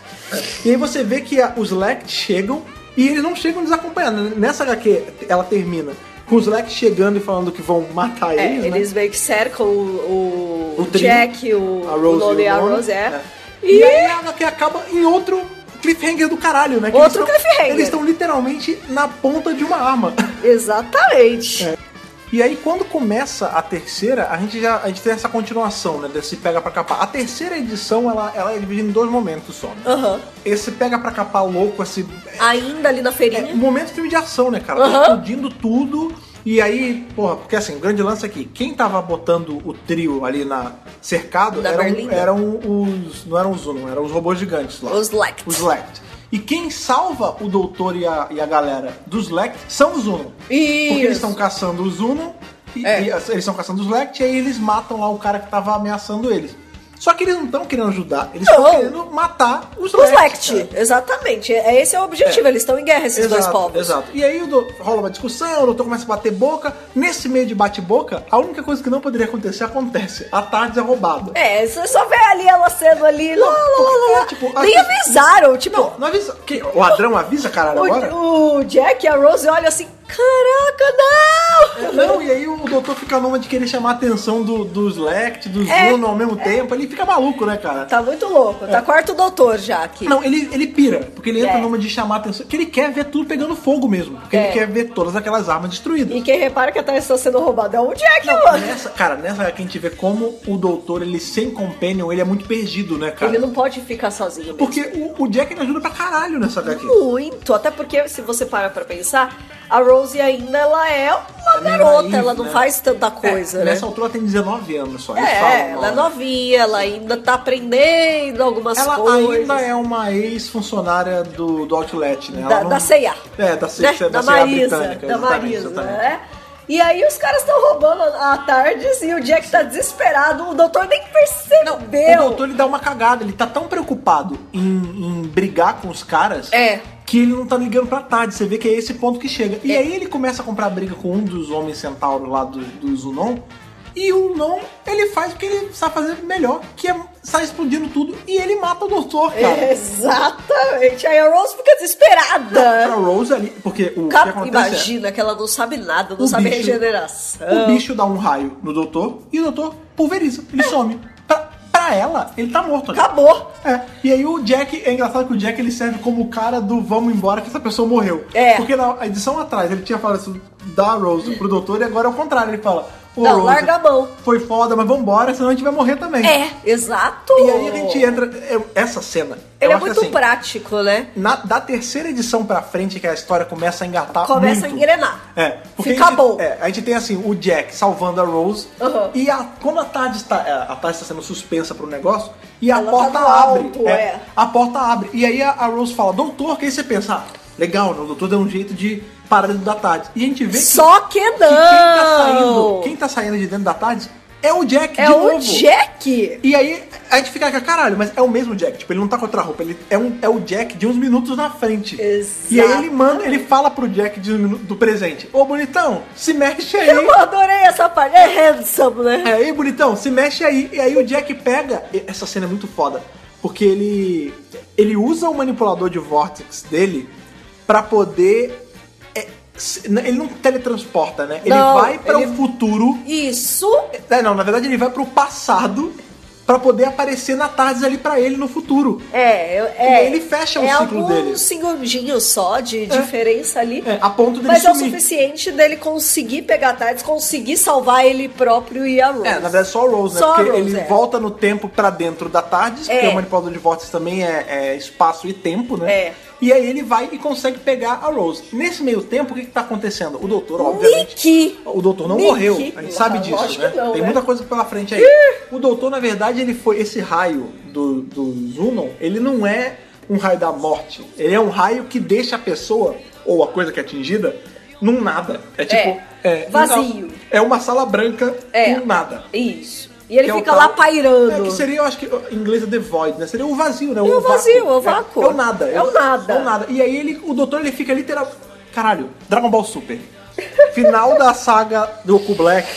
E aí você vê que a- os Lect chegam e eles não chegam desacompanhados. Nessa HQ, ela termina com os Lect chegando e falando que vão matar
É,
eles, né?
eles meio que cercam o, o
O trio,
Jack, o,
a Rose
o Lone
e
e
o
a
Lone,
Rose, é.
é. E, aí a HQ acaba em outro cliffhanger do caralho, né?
Outro
eles tão-
cliffhanger.
Eles estão literalmente na ponta de uma arma. [laughs]
Exatamente.
É. E aí quando começa a terceira, a gente já a gente tem essa continuação, né? Desse pega pra capar. A terceira edição ela, ela é dividida em dois momentos só. Né?
Aham.
Esse pega pra capar louco, esse
Ainda ali na
é,
feirinha.
um momento filme de ação, né, cara? Tá
Aham.
Explodindo tudo. E aí, porra, porque assim, o grande lance aqui, quem tava botando o trio ali na cercado
Da
eram,
Berlinda.
eram os. Não eram os Uno, eram os robôs gigantes lá.
Os Lect.
Os Lect. E quem salva o doutor e a, e a galera dos Lect são os Uno. Porque eles
Isso.
estão caçando os Uno, e,
É.
e as- eles estão caçando os Lect, e aí eles matam lá o cara que tava ameaçando eles. Só que eles não estão querendo ajudar, eles estão
Não.
querendo matar os
Os
Lect. cara.
Lect, exatamente. É, esse é o objetivo. Eles estão em guerra, esses dois povos.
Exato. E aí o do- rola uma discussão, o doutor começa a bater boca. Nesse meio de bate-boca, a única coisa que não poderia acontecer acontece. A tarde é roubada.
É, você só vê ali ela sendo ali. Lá, lá, lá, lá.
é, tipo,
Nem
as-
avisaram. Tipo,
Não avisa. Que, o ladrão avisa, caralho, agora?
o, o Jack e a Rose olham assim: caraca, não!
Não, e aí o doutor fica numa de querer chamar a atenção do- dos Lect, dos
É.
Bruno ao mesmo tempo. Ele fica maluco, né, cara?
Tá muito louco. Tá quarto doutor já aqui.
É. Não, ele, ele pira, porque ele entra
É.
numa de chamar a atenção. Que ele quer ver tudo pegando fogo mesmo. Porque
É.
ele quer ver todas aquelas armas destruídas.
E quem repara que a Thaís está sendo roubada é o Jack,
Não,
mano.
nessa, cara, nessa aqui a gente vê como o doutor, ele sem companion, ele é muito perdido, né, cara?
Ele não pode ficar sozinho. mesmo.
Porque o, o Jack ele ajuda pra caralho
Hum,
nessa HQ.
Muito. Até porque, se você parar pra pensar, a Rose ainda ela é uma
meio
garota.
naiva,
ela não
né?
faz tanta coisa,
É,
né?
Nessa altura ela tem 19 anos só. eles falam,
É, ela é
ó.
novinha, ela ainda tá aprendendo algumas
Ela
coisas.
ainda é uma ex-funcionária do, do Outlet, né? Ela
Da- da C&A.
É, da C-
né?
da C&A
Da Marisa,
britânica.
da
exatamente,
Marisa,
exatamente.
né? E aí os caras estão roubando a a Tardes e o Jack tá desesperado. O doutor nem percebeu.
O doutor ele dá uma cagada, ele tá tão preocupado em, em brigar com os caras
É.
que ele não tá ligando pra tarde. Você vê que é esse ponto que chega. E
É.
aí ele começa a comprar briga com um dos homens centauro lá do, do Zunon. E o Unon, ele faz o que ele sabe fazer melhor, que é sai explodindo tudo e ele mata o doutor,
É.
cara.
Exatamente. Aí a Rose fica
A
desesperada.
Rose ali, porque o que
Cara,
acontece é-
imagina que ela não sabe nada, não
O
sabe
bicho-
regeneração.
O bicho dá um raio no doutor e o doutor pulveriza, ele some. Pra, pra ela, ele tá morto. ali.
Acabou.
É, e aí o Jack, é engraçado que o Jack ele serve como o cara do vamos embora que essa pessoa morreu.
É.
Porque na edição atrás ele tinha falado isso da Rose pro doutor e agora é o contrário, ele fala: Ô
Não,
Rose,
larga a mão.
Foi foda, mas vambora, senão a gente vai morrer também.
É, exato.
E aí a gente entra. eu- Essa cena. eu
Ele é
acho
muito
assim,
prático, né?
na- da terceira edição pra frente, que é a história começa a engatar
Começa a
muito.
engrenar.
É, porque
Fica
a gente,
bom.
é, a gente tem assim, o Jack salvando a Rose.
Aham.
E a, como a Tarde está. é, A Tarde está sendo suspensa pro negócio, e a
Ela
porta
tá no
abre.
alto, é.
A porta abre. E aí a, a Rose fala, doutor, que aí você pensa, ah, legal, né? O doutor deu um jeito de parar dentro da tarde. E a gente vê que,
Só que
que quem,
não.
tá saindo, quem tá saindo de dentro da tarde é o Jack
é
de
o
novo.
Jack.
E aí a gente fica com caralho, mas é o mesmo Jack, tipo, ele não tá com outra roupa, ele é, um, é o Jack de uns minutos na frente.
Exato.
E aí ele manda, ele fala pro Jack de uns minutos do presente. Ô bonitão, se mexe aí.
Eu adorei essa parte. É handsome, né?
É, aí, bonitão, se mexe aí. E aí o Jack pega. e Essa cena é muito foda. Porque ele. ele usa o manipulador de vórtex dele pra poder. é, se- ele não teletransporta, né? Ele
Não,
vai pra
ele-
o futuro.
Isso.
É, não, na verdade ele vai pro passado pra poder aparecer na tarde ali pra ele no futuro.
É, eu- é.
E ele fecha o
é
ciclo dele.
algum segundinho só de diferença ali.
É, a ponto dele
Mas é o
sumir.
suficiente dele conseguir pegar a Tardes, conseguir salvar ele próprio e a Rose.
É, na verdade só o Rose, né?
Só a
porque
Rose,
ele
é.
volta no tempo pra dentro da tarde, porque
É.
o manipulador de vórtices também é, é espaço e tempo, né?
É.
E aí ele vai e consegue pegar a Rose. Nesse meio tempo, o que, que tá acontecendo? O doutor, obviamente.
Nick!
O doutor não
Nick.
morreu, a gente sabe
Ah,
disso,
lógico
né?
que não,
Tem
né?
muita coisa pela frente aí. O doutor, na verdade, ele foi. Esse raio do, do Zunon, ele não é um raio da morte. Ele é um raio que deixa a pessoa, ou a coisa que é atingida, num nada. É tipo.
É,
um-
vazio.
é uma sala branca
É.
num nada.
Isso. E ele
Que é o
fica
tal-
lá pairando.
É, que seria, eu acho que em inglês é the void, né? Seria o vazio, né?
É o vazio, é o vácuo.
É, o nada.
É o nada.
É o nada. E aí ele, o doutor ele fica literal. Caralho, Dragon Ball Super. Final da saga do Goku Black,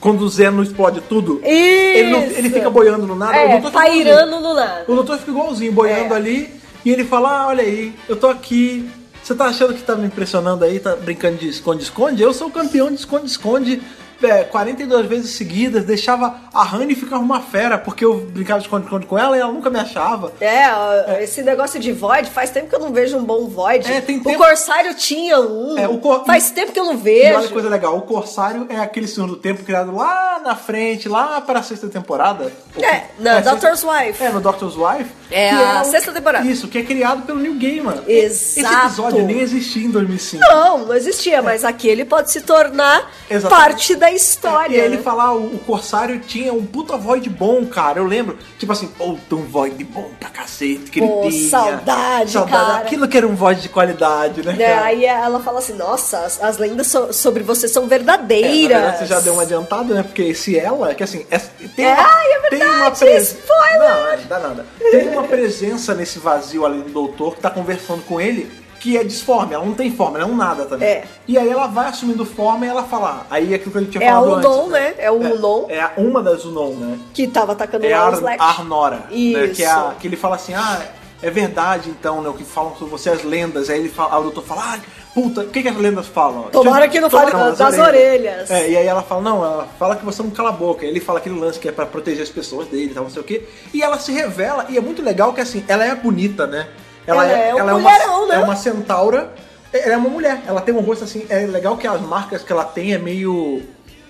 quando o Zeno explode tudo. Ele, não- ele
Isso.
fica boiando no nada. o
É,
doutor tá fica igualzinho.
pairando no nada.
O doutor fica igualzinho, boiando
É.
ali. E ele fala: ah, olha aí, eu tô aqui. Você tá achando que tá me impressionando aí, tá brincando de esconde-esconde? Eu sou campeão de esconde-esconde é, 42 vezes seguidas. Deixava a Honey ficar uma fera, porque eu brincava de esconde-esconde com ela e ela nunca me achava.
É, ó, esse negócio de Void, faz tempo que eu não vejo um bom Void.
É, tem
o
tempo-
Corsário tinha um.
É, o Cor-
Faz tempo que eu não
E olha
vejo.
que coisa legal, o Corsário é aquele Senhor do Tempo criado lá na frente, lá para a sexta temporada.
É, na Doctor's Wife.
É, no Doctor's Wife.
É
que
a
o-
sexta temporada.
Isso, que é criado pelo Neil Gaiman.
Exato.
Esse episódio nem existia em 2005.
Não, não existia, mas aqui ele pode se tornar
Exatamente.
parte da
É,
história.
E aí ele
né?
falar, o, o Corsário tinha um puta void bom, cara. Eu lembro, tipo assim, pô, tem um void bom pra cacete, queridinha.
saudade, cara.
Aquilo que era um void de qualidade, né,
Né,
cara?
Aí ela fala assim: Nossa, as, as lendas so- sobre você são
É, na
verdadeiras.
verdade, você já deu uma adiantada, né? Porque esse ela, que assim, é- tem
É,
uma,
ai, é
tem uma
verdade,
pres-
spoiler!
Não, não dá nada. Tem uma presença nesse vazio além do doutor que tá conversando com ele que é disforme, ela não tem forma, ela é um nada também.
É.
E aí ela vai assumindo forma e ela fala, aí é aquilo que ele tinha
É a
falado antes.
Unon, né? É o Unon
É a- uma das Unon, né?
que tava atacando
É
lá
a
o Slack.
Ar- Arnora. Né?
Isso.
Que, é a- que ele fala assim, ah, é verdade então, né? O que falam sobre você, as lendas. Aí ele fala, aí o doutor fala, ah, puta, o que, que as lendas falam?
Tomara
Tipo,
que não
tomara
fale das orelhas.
É, e aí ela fala, não, ela fala que você não cala a boca. Aí ele fala aquele lance que é pra proteger as pessoas dele, tal, não sei o quê. E ela se revela, e é muito legal que assim, ela é bonita, né?
Ela é um
uma-
mulherão, né?
é uma centaura. Ela é uma mulher, ela tem um rosto assim, é legal que as marcas que ela tem é meio.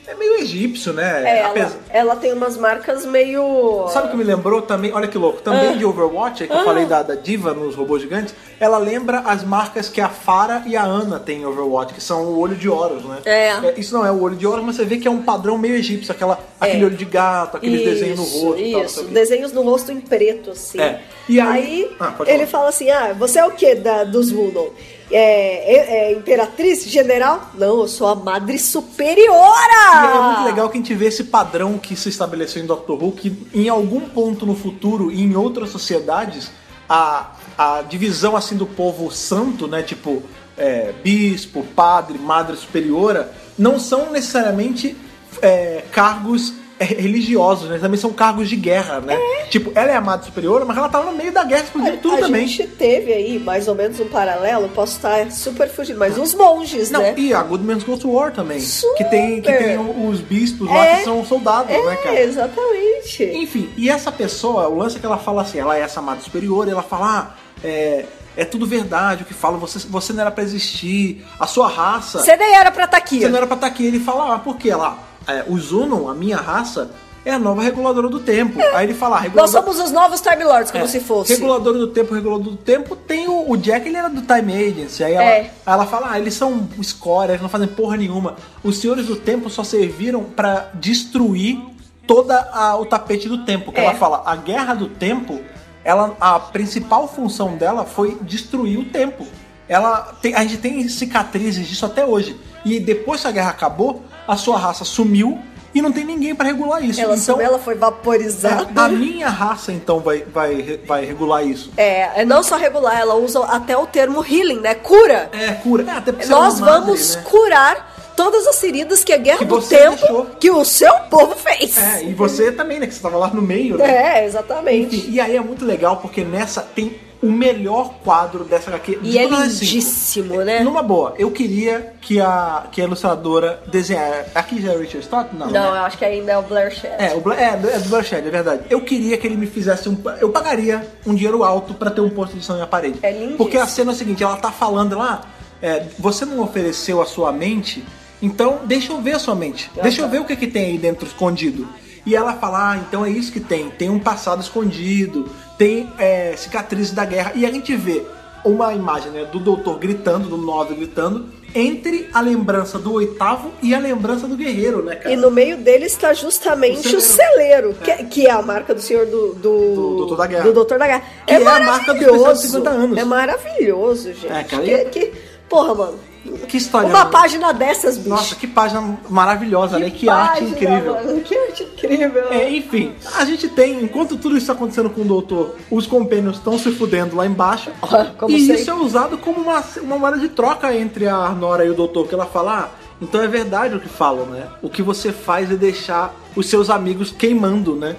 É meio egípcio, né?
É, ela,
Apesar-
ela tem umas marcas meio.
Sabe o que me lembrou também? Olha que louco.
Ah.
Também de Overwatch, é que eu falei da, da diva nos robôs gigantes, ela lembra as marcas que a Farah e a Ana têm em Overwatch, que são o olho de Horus, né?
É.
Isso não é o olho de Horus, mas você vê que é um padrão meio egípcio, aquela, aquele olho de gato, aqueles desenhos no rosto. e tal, não
É. Isso,
sei o quê.
desenhos no rosto em preto, assim.
É. E aí-
aí
Ah, pode
ele
falar.
fala assim: ah, você é o que dos Woodon? é, é, é, imperatriz, general? Não, eu sou a madre superiora!
E é muito legal que a gente vê esse padrão que se estabeleceu em Doctor Who, que em algum ponto no futuro e em outras sociedades, a, a divisão assim do povo santo, né? Tipo, é, bispo, padre, madre superiora, não são necessariamente é, cargos religiosos, né? Também são cargos de guerra, né? Tipo, ela é a madre superiora, mas ela tava no meio da guerra explodindo tudo
a
também.
gente é. teve aí mais ou menos um paralelo, posso estar super fugindo, mas os monges,
Não,
né?
e a Good Man's Ghost War também. Que tem, que
Super.
tem o- os bispos lá
É.
que são soldados, né, cara?
É, exatamente.
Enfim, e essa pessoa, o lance é que ela fala assim, ela é essa amada superior, e ela fala, ah, é, é tudo verdade o que fala, você, você não era pra existir, a sua raça,
Você nem era pra estar aqui.
você não é era pra estar aqui. Ele fala, ah, por quê? Ela, é, os Unum, a minha raça, é a nova reguladora do tempo. Aí ele fala, ah,
É. Nós
regulador...
somos os novos Time Lords, como
é,
se fosse.
Regulador do tempo, regulador do tempo, tem o, o Jack, ele era do Time Agency. Aí ela,
É.
aí ela fala, ah, eles são escória, eles não fazem porra nenhuma. Os senhores do tempo só serviram pra destruir todo o tapete do tempo. Que
É.
ela fala, a guerra do tempo, ela, a principal função dela foi destruir o tempo. Ela tem- a gente tem cicatrizes disso até hoje. E depois que a guerra acabou, a sua raça sumiu e não tem ninguém pra regular isso.
Ela,
então,
ela foi
a, a
vaporizada.
minha raça, então, vai, vai, vai regular isso.
É, é não só regular, ela usa até o termo healing, né? Cura.
É, cura. É, até porque você é uma
Nós
madre,
vamos
né?
curar todas as feridas que a guerra
Que
do
você
tempo
deixou.
que o seu povo fez.
É, e você também, né? Que você tava lá no meio, né?
É,
Enfim,
exatamente.
e aí é muito legal, porque nessa tem o melhor quadro dessa HQ. de
E é
todas as cinco.
lindíssimo, né?
Numa boa, eu queria que a, que a ilustradora desenhar. Aqui já é Richard Stott? Não.
Não,
né?
eu acho que ainda é o Blair Shed.
É, o Bla- é, do- é do Bloodshed, é verdade. Eu queria que ele me fizesse um. Eu pagaria um dinheiro alto pra ter um posto de som na minha parede.
É lindíssimo.
Porque a cena é a seguinte: ela tá falando lá, é, você não ofereceu a sua mente, então deixa eu ver a sua mente.
Ah,
deixa
tá.
eu ver o que, que tem aí dentro escondido. E ela fala: ah, então é isso que tem. Tem um passado escondido, tem é, cicatrizes da guerra. E a gente vê uma imagem né, do doutor gritando, do nove gritando, entre a lembrança do oitavo e a lembrança do guerreiro, né, cara?
E no meio dele está justamente
O
o
celeiro.
celeiro, que, que é a marca do senhor do. Do,
Do Doutor da Guerra.
do Doutor da Guerra.
Que é a marca do especial de 50 anos.
É maravilhoso, gente.
É, cara,
que, que- Porra, mano.
Que história.
Uma
né?
página dessas, bicho.
Nossa, que página maravilhosa, né? Que arte
página,
incrível.
mano, Que arte incrível.
É, enfim, a gente tem, enquanto tudo isso está acontecendo com o doutor, os compênios estão se fudendo lá embaixo.
Como
e
sempre.
isso é usado como uma, uma moeda de troca entre a Nora e o doutor, que ela fala, ah, então é verdade o que falam, né? O que você faz é deixar os seus amigos queimando, né?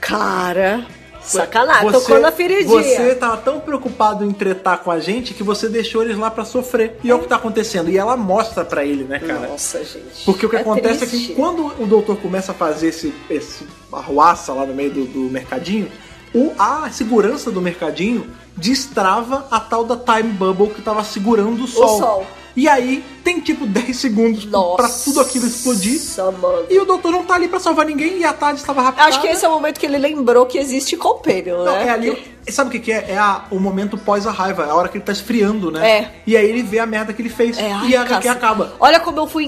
Cara, sacanagem. Tocou na feridinha.
Você tava tão preocupado em tretar com a gente que você deixou eles lá pra sofrer. E é o que tá acontecendo. E ela mostra pra ele, né, cara?
Nossa, gente.
Porque o que
É
acontece é que
triste.
quando o doutor começa a fazer esse, esse arruaça lá no meio do, do mercadinho, o, a segurança do mercadinho destrava a tal da time bubble que tava segurando o sol.
sol.
E aí tem tipo 10 segundos
Nossa,
pra tudo aquilo explodir.
mano.
E o doutor não tá ali pra salvar ninguém e a tarde estava raptada.
Acho que esse é o momento que ele lembrou que existe companion,
Não,
né?
é ali. Sabe o que, que é? É a- o momento pós a raiva, é a hora que ele tá esfriando, né?
É.
E aí ele vê a merda que ele fez.
É, ai,
e a HQ
caceta.
acaba.
Olha como eu fui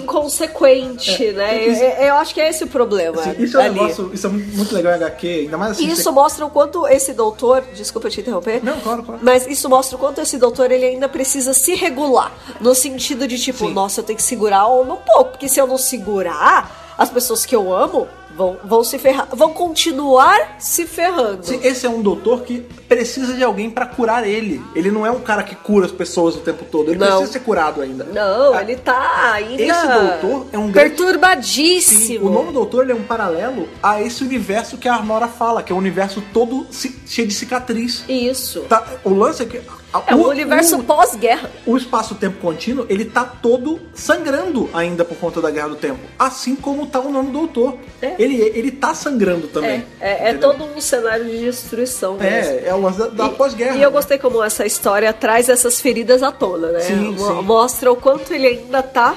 inconsequente, né? Eu, eu- eu acho que é esse o problema.
Assim, isso é um
ali.
negócio, isso é muito legal em HQ, ainda mais assim.
E
você-
isso mostra o quanto esse doutor, desculpa te interromper.
Não, claro, claro.
Mas isso mostra o quanto esse doutor ele ainda precisa se regular. No sentido de tipo,
Sim.
nossa, eu tenho que segurar a onda um pouco. Porque se eu não segurar, as pessoas que eu amo vão, vão se ferrar. Vão continuar se ferrando.
Sim, esse é um doutor que precisa de alguém pra curar ele. Ele não é um cara que cura as pessoas o tempo todo. Ele
Não.
precisa ser curado ainda.
Não,
Ah,
ele tá ainda.
Esse doutor é um grande-
Perturbadíssimo.
Sim, o nome do doutor ele é um paralelo a esse universo que a Arnora fala, que é um universo todo ci- cheio de cicatriz.
Isso.
Tá, o lance é que. a-
É um universo pós-guerra.
o espaço-tempo contínuo, ele tá todo sangrando ainda por conta da Guerra do Tempo. Assim como tá o nome do doutor.
É.
Ele, ele tá sangrando também.
É, é, é
entendeu?
todo um cenário de destruição mesmo.
É, é o lance da, da
E-
pós-guerra.
E eu
né?
gostei como essa história traz essas feridas à tona, né?
Sim,
Mo-
sim.
Mostra o quanto ele ainda tá.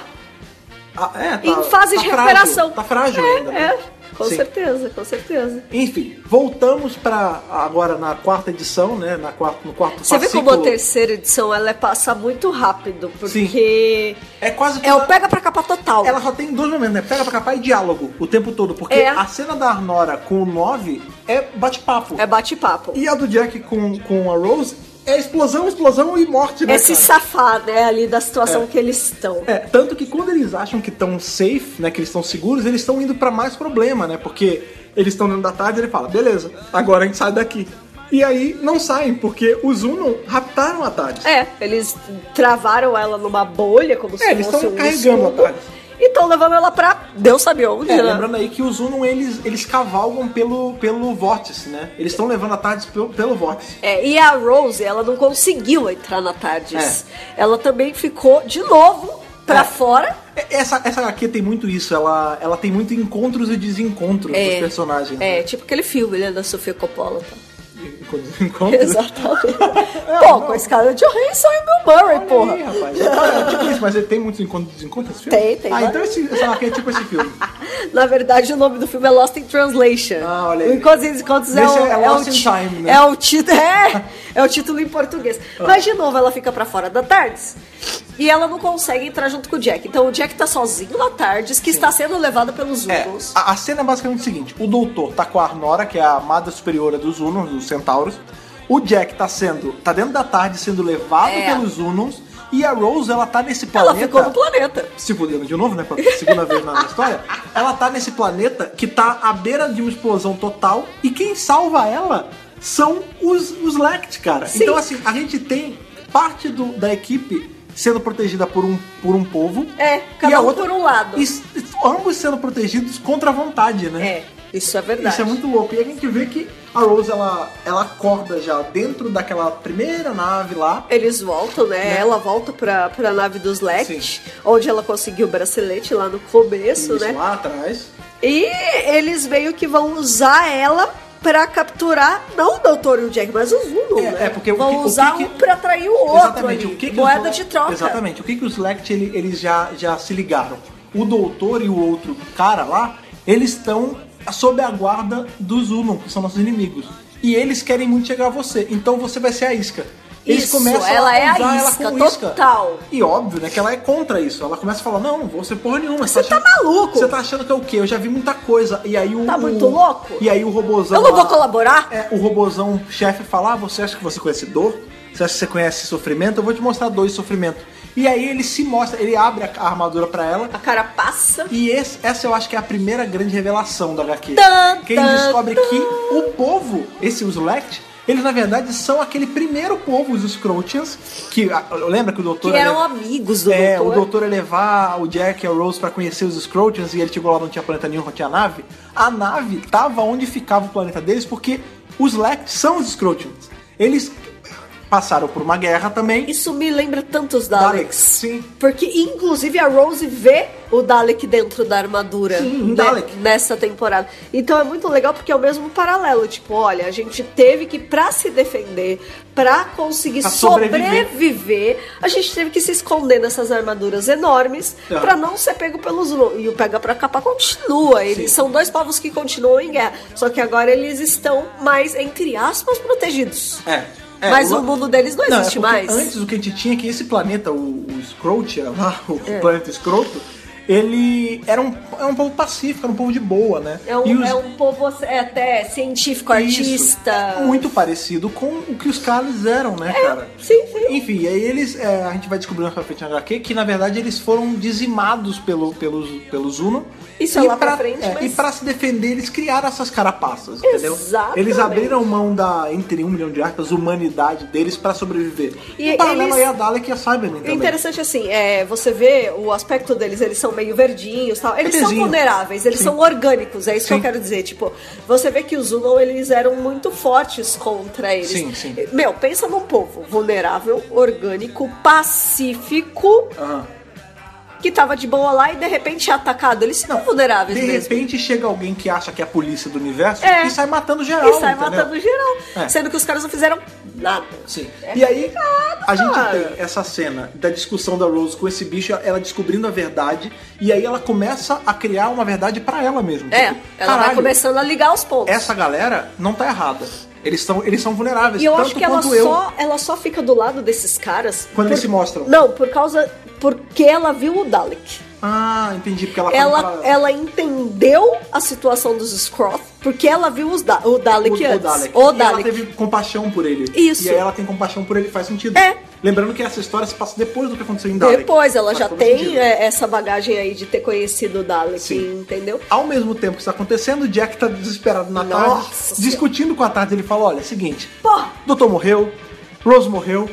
Ah, é, tá-
Em fase
tá
de
frágil,
recuperação.
tá frágil ainda. né?
É, com
Sim.
certeza, com certeza.
Enfim, voltamos para agora na quarta edição, né? Na quarta, no quarto
Você vê
fascículo.
como a terceira edição ela é passa muito rápido, porque
É quase que
é o
uma-
pega pra capa total.
Ela só tem dois momentos, né? Pega pra capar e diálogo o tempo todo. Porque
É.
a cena da Arnora com o 9 é bate-papo.
É bate-papo.
E a do Jack com, com a Rose é explosão, explosão e morte, né?
É se
cara?
safar, né, ali da situação que eles estão.
É, tanto que quando eles acham que estão safe, né, que eles estão seguros, eles estão indo pra mais problema, né? Porque eles estão dentro da tarde e ele fala, beleza, agora a gente sai daqui. E aí não saem, porque os Uno raptaram a tarde.
É, eles travaram ela numa bolha, como se
É, eles
fosse
estão
um
carregando a
escudo,
tarde.
E estão levando ela pra Deus sabe onde,
É,
né?
lembrando aí que os Uno, eles, eles cavalgam pelo, pelo vórtice, né? Eles estão levando a tarde pelo, pelo vórtice.
É, e a Rose, ela não conseguiu entrar na TARDIS. Ela também ficou, de novo, pra
É.
fora.
É, Essa, essa HQ tem muito isso, ela, ela tem muito encontros e desencontros dos personagens.
É,
Né?
tipo aquele filme, né, da Sofia
[laughs]
Coppola. Tá?
Encontros e
[laughs]
desencontros.
Exatamente. Pô,
É, não.
com a escala de Johansson e o Bill Murray, porra.
Ih, rapaz. É tipo isso, mas ele tem muitos encontros e desencontros esse filme?
Tem, tem
Ah,
vários.
então esse, essa HQ é tipo esse
[laughs]
filme.
Na verdade, o nome do filme é Lost in Translation.
Ah, olha aí.
Enquanto eles encontros é,
Nesse
o,
é
o
Lost in
ti- [laughs]
Time, né? Ah.
é o título. É, é o título em português. Mas de novo, ela fica pra fora da TARDIS. E ela não consegue entrar junto com o Jack. Então o Jack tá sozinho na TARDIS, que está sendo levado pelos
É,
Urgos.
a, a cena é basicamente o seguinte: o doutor tá com a Arnora, que é a amada superiora dos Unons, dos Centauros. O Jack tá sendo. tá dentro da tarde sendo levado
É.
pelos Unons. E a Rose, ela tá nesse
Ela
planeta.
ficou no planeta.
se fudendo de novo, né? Pela segunda vez na história. Ela tá nesse planeta que tá à beira de uma explosão total. E quem salva ela são os, os Lect, cara.
Sim.
Então, assim, a gente tem parte do- da equipe sendo protegida por um, por um povo.
É,
e
cada
a
um
outra-
por um lado.
e s- ambos sendo protegidos contra a vontade, né?
É, isso é verdade.
Isso é muito louco. E a gente vê que a Rose, ela, ela acorda já dentro daquela primeira nave lá.
Eles voltam, né?
Né?
Ela volta pra, pra nave dos Lect,
Sim.
onde ela conseguiu o bracelete lá no começo, né?
lá atrás.
E eles meio que vão usar ela pra capturar, não o Doutor e o Jack, mas os Zulu,
É,
né?
é, porque o
vão
que- o que
usar
que-
um pra atrair o outro
Exatamente.
ali.
O que que
moeda
os-
de troca.
Exatamente. O que, que os Lect ele- eles já, já se ligaram? O doutor e o outro cara lá, eles estão sob a guarda dos Unum, que são nossos inimigos. E eles querem muito chegar a você. Então você vai ser a isca. Eles
Isso,
começam
ela
a
é a
usar
isca,
ela como isca.
total.
E óbvio, né, que ela é contra isso. Ela começa a falar: "Não, não vou ser porra nenhuma.
Você tá maluco?
Você tá achando que é o quê? Eu já vi muita coisa". E aí o
Tá
o-
muito louco?
E aí o robozão
Eu não vou
lá-
colaborar?
é, o robozão chefe fala: ah, você acha que você conhece dor? Você acha que você conhece sofrimento? Eu vou te mostrar dor e sofrimento. E aí ele se mostra, ele abre a a armadura pra ela.
A cara passa.
E esse- essa eu acho que é a primeira grande revelação da HQ.
Tan,
Quem
tan,
descobre que o povo, esse os Lect, eles na verdade são aquele primeiro povo, os Scrotians, que ah, lembra que o doutor
Que eram
ele-
amigos do
é,
doutor.
o doutor ia levar o Jack e a Rose pra conhecer os Scrotians e ele chegou lá, não tinha planeta nenhum, não tinha nave. A nave tava onde ficava o planeta deles, porque os Lect são os Scrotians. Eles passaram por uma guerra também.
Isso me lembra tantos
Daleks,
Daleks.
sim.
Porque, inclusive, a Rose vê o Dalek dentro da armadura né,
Sim, um Dalek.
nessa temporada. Então é muito legal porque é o mesmo paralelo. Tipo, olha, a gente teve que, pra se defender, pra conseguir
Pra
sobreviver.
sobreviver.
a gente teve que se esconder nessas armaduras enormes
Tá.
pra não ser pego pelos. lo- E o Pega pra Capar continua. Eles
Sim.
são dois povos que continuam em guerra. Só que agora eles estão mais, entre aspas, protegidos.
É. é,
Mas
lá-
o mundo deles não
Não, é
existe
porque
mais.
Antes o que a gente tinha é que esse planeta, o, o Scrotia, lá, o
É.
planeta Scroto, ele era um, era um povo pacífico, era um povo de boa, né?
É um,
E os-
é um povo é, até científico,
Isso. É
artista. É,
Muito parecido com o que os caras eram, né, cara?
sim, sim.
Enfim, e aí eles. é, a gente vai descobrir na frente na HQ que, na verdade, eles foram dizimados pelo, pelos, pelos Uno.
Isso é
E
lá pra frente,
é,
mas-
E pra se defender, eles criaram essas carapaças, entendeu?
Exatamente.
Eles abriram mão da, entre um milhão de aspas, humanidade deles pra sobreviver.
E
em paralelo
eles-
aí é a Dalek e a Cyberman
É
também.
interessante assim, é, você vê o aspecto deles, eles são meio verdinhos tal. Eles são
Bebezinho.
vulneráveis, eles
Sim.
são orgânicos, é isso que
Sim.
eu quero dizer. Tipo, você vê que os Zulon, eles eram muito fortes contra eles.
Sim, sim.
Meu, pensa num povo vulnerável, orgânico, pacífico,
Aham.
que tava de boa lá e de repente é atacado. Eles são vulneráveis
De
mesmo.
repente chega alguém que acha que é a polícia do universo
É.
e sai matando geral.
E sai
entendeu?
matando geral.
É.
Sendo que os caras não fizeram nada.
Sim.
É
e aí, a gente
cara.
tem essa cena da discussão da Rose com esse bicho, ela descobrindo a verdade, e aí ela começa a criar uma verdade pra ela mesma.
É, ela
Tipo,
vai
"Caralho, É
começando a ligar os pontos.
Essa galera não tá errada. Eles são, eles são vulneráveis,
E eu
tanto
acho que ela
quanto eu.
só, ela só fica do lado desses caras.
Quando eles se mostram.
Não, por causa. Porque ela viu o Dalek.
Ah, entendi, porque ela
Ela,
fala-
ela entendeu a situação dos Scroth, porque ela viu os da o
o,
Dalek
o
antes.
Dalek.
é- O
E ela
Dalek.
teve compaixão por ele.
Isso.
E aí ela tem compaixão por ele, faz sentido.
É.
Lembrando que essa história se passa depois do que aconteceu em Dalek.
Depois ela
Faz
já
todo
tem
sentido.
é, essa bagagem aí de ter conhecido o Dalek,
né? Sim.
entendeu?
Ao mesmo tempo que isso tá acontecendo, o Jack tá desesperado na
Nossa
tarde, discutindo com a tarde. Ele fala: olha, é o seguinte,
Porra!
doutor morreu, Rose morreu.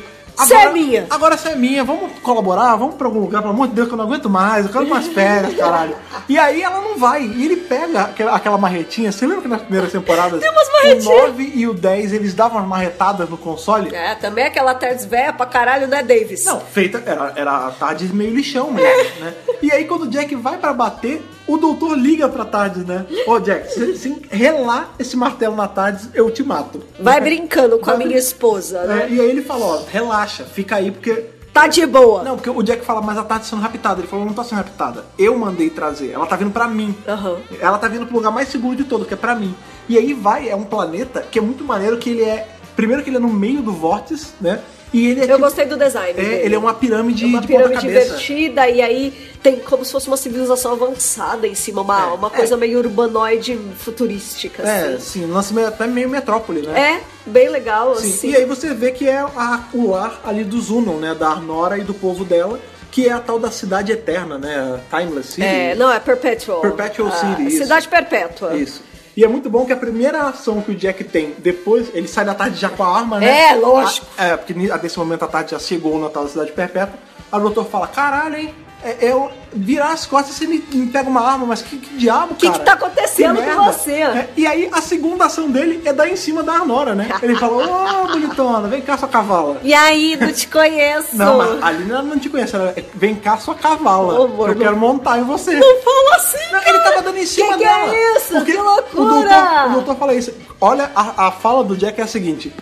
Cê é minha.
Agora você é minha, vamos colaborar, vamos pra algum lugar, pelo amor de Deus, que eu não aguento mais, eu quero umas
[laughs]
férias, caralho. E aí ela não vai, e ele pega aquela, aquela marretinha, você lembra que nas primeiras temporadas
Tem umas
o
marretinhas.
9 e o 10 eles davam as marretadas no console?
É, também aquela Terz véia pra caralho, né, Davis?
Não, feita, era, era a Tardes meio lixão mesmo, né? E aí quando o Jack vai pra bater, o doutor liga pra Tardes, né? Ô Jack, se, se relar esse martelo na Tardes, eu te mato.
Vai brincando com a
Vai
minha esposa, né?
É, e aí ele fala, ó, relaxa, fica aí porque...
Tá de boa.
É. Não, porque o Jack fala, mas a Tardes sendo raptada. Ele falou, não tá sendo raptada. Eu mandei trazer, ela tá vindo pra mim.
Aham.
Ela tá vindo pro lugar mais seguro de todo, que é pra mim. E aí vai, é um planeta que é muito maneiro, que ele é... Primeiro que ele é no meio do vórtice, né? E ele é...
Eu
tipo-
gostei do design.
é,
dele.
ele é uma pirâmide
É uma
de
pirâmide
ponta-cabeça.
invertida, e aí tem como se fosse uma civilização avançada em cima, uma,
É,
uma
é.
coisa meio urbanoide futurística,
É,
assim.
sim, lance meio, até meio metrópole, né?
É, bem legal,
Sim,
assim.
E aí você vê que é a, o lar ali dos Unon, né? Da Arnora e do povo dela, que é a tal da cidade eterna, né? Timeless City.
É, não, é Perpetual.
Perpetual
Ah,
City, isso.
Cidade Perpétua.
Isso. E é muito bom que a primeira ação que o Jack tem depois, ele sai da tarde já com a arma, né?
É, lógico.
A- é, porque ni- nesse momento a tarde já chegou o Natal da Cidade Perpétua. Aí o doutor fala: caralho, hein? É, eu virar as costas você me, me pega uma arma, mas que, que diabo,
Que que
cara?
tá acontecendo
Que
com
merda."
você?
É, e aí a segunda ação dele é dar em cima da Arnora,
[laughs]
né? Ele falou: ô, bonitona, vem cá, sua cavala.
E aí, não te conheço.
Não, mas a Aline não te conhece, ela é, vem cá, sua cavala.
Ô, amor,
eu
não-
quero montar em você.
Fala assim,
Não,
cara.
ele tava dando em cima
que que
dela.
é isso?
Porque
Que
O
loucura!
doutor, o doutor fala isso. Olha, a, a fala do Jack é a seguinte.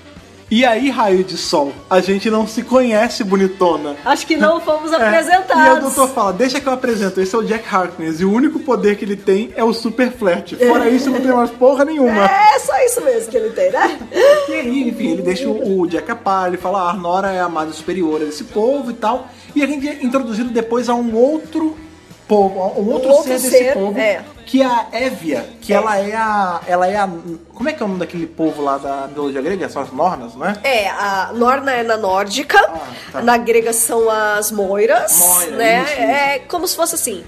E aí, raio de sol, a gente não se conhece, bonitona.
Acho que não fomos
É,
apresentados.
E aí o doutor fala, deixa que eu apresento, esse é o Jack Harkness, e o único poder que ele tem é o super flerte. Fora isso, não tem mais porra
[laughs]
nenhuma.
É só isso mesmo que ele tem, né?
E aí, enfim, ele deixa o o Jack a par, ele fala, a Arnora é a amada superior desse povo e tal. E a gente é introduzido depois a um outro povo, a um outro,
outro
ser desse
ser,
povo,
é.
que é a Évia, que ela é a. Ela é a. Como é que é o nome daquele povo lá da mitologia grega? São as Nornas, não é?
É, a Norna é na nórdica,
Ah, tá.
na grega são as moiras,
Moira,
né?
isso, isso.
É como se fosse assim.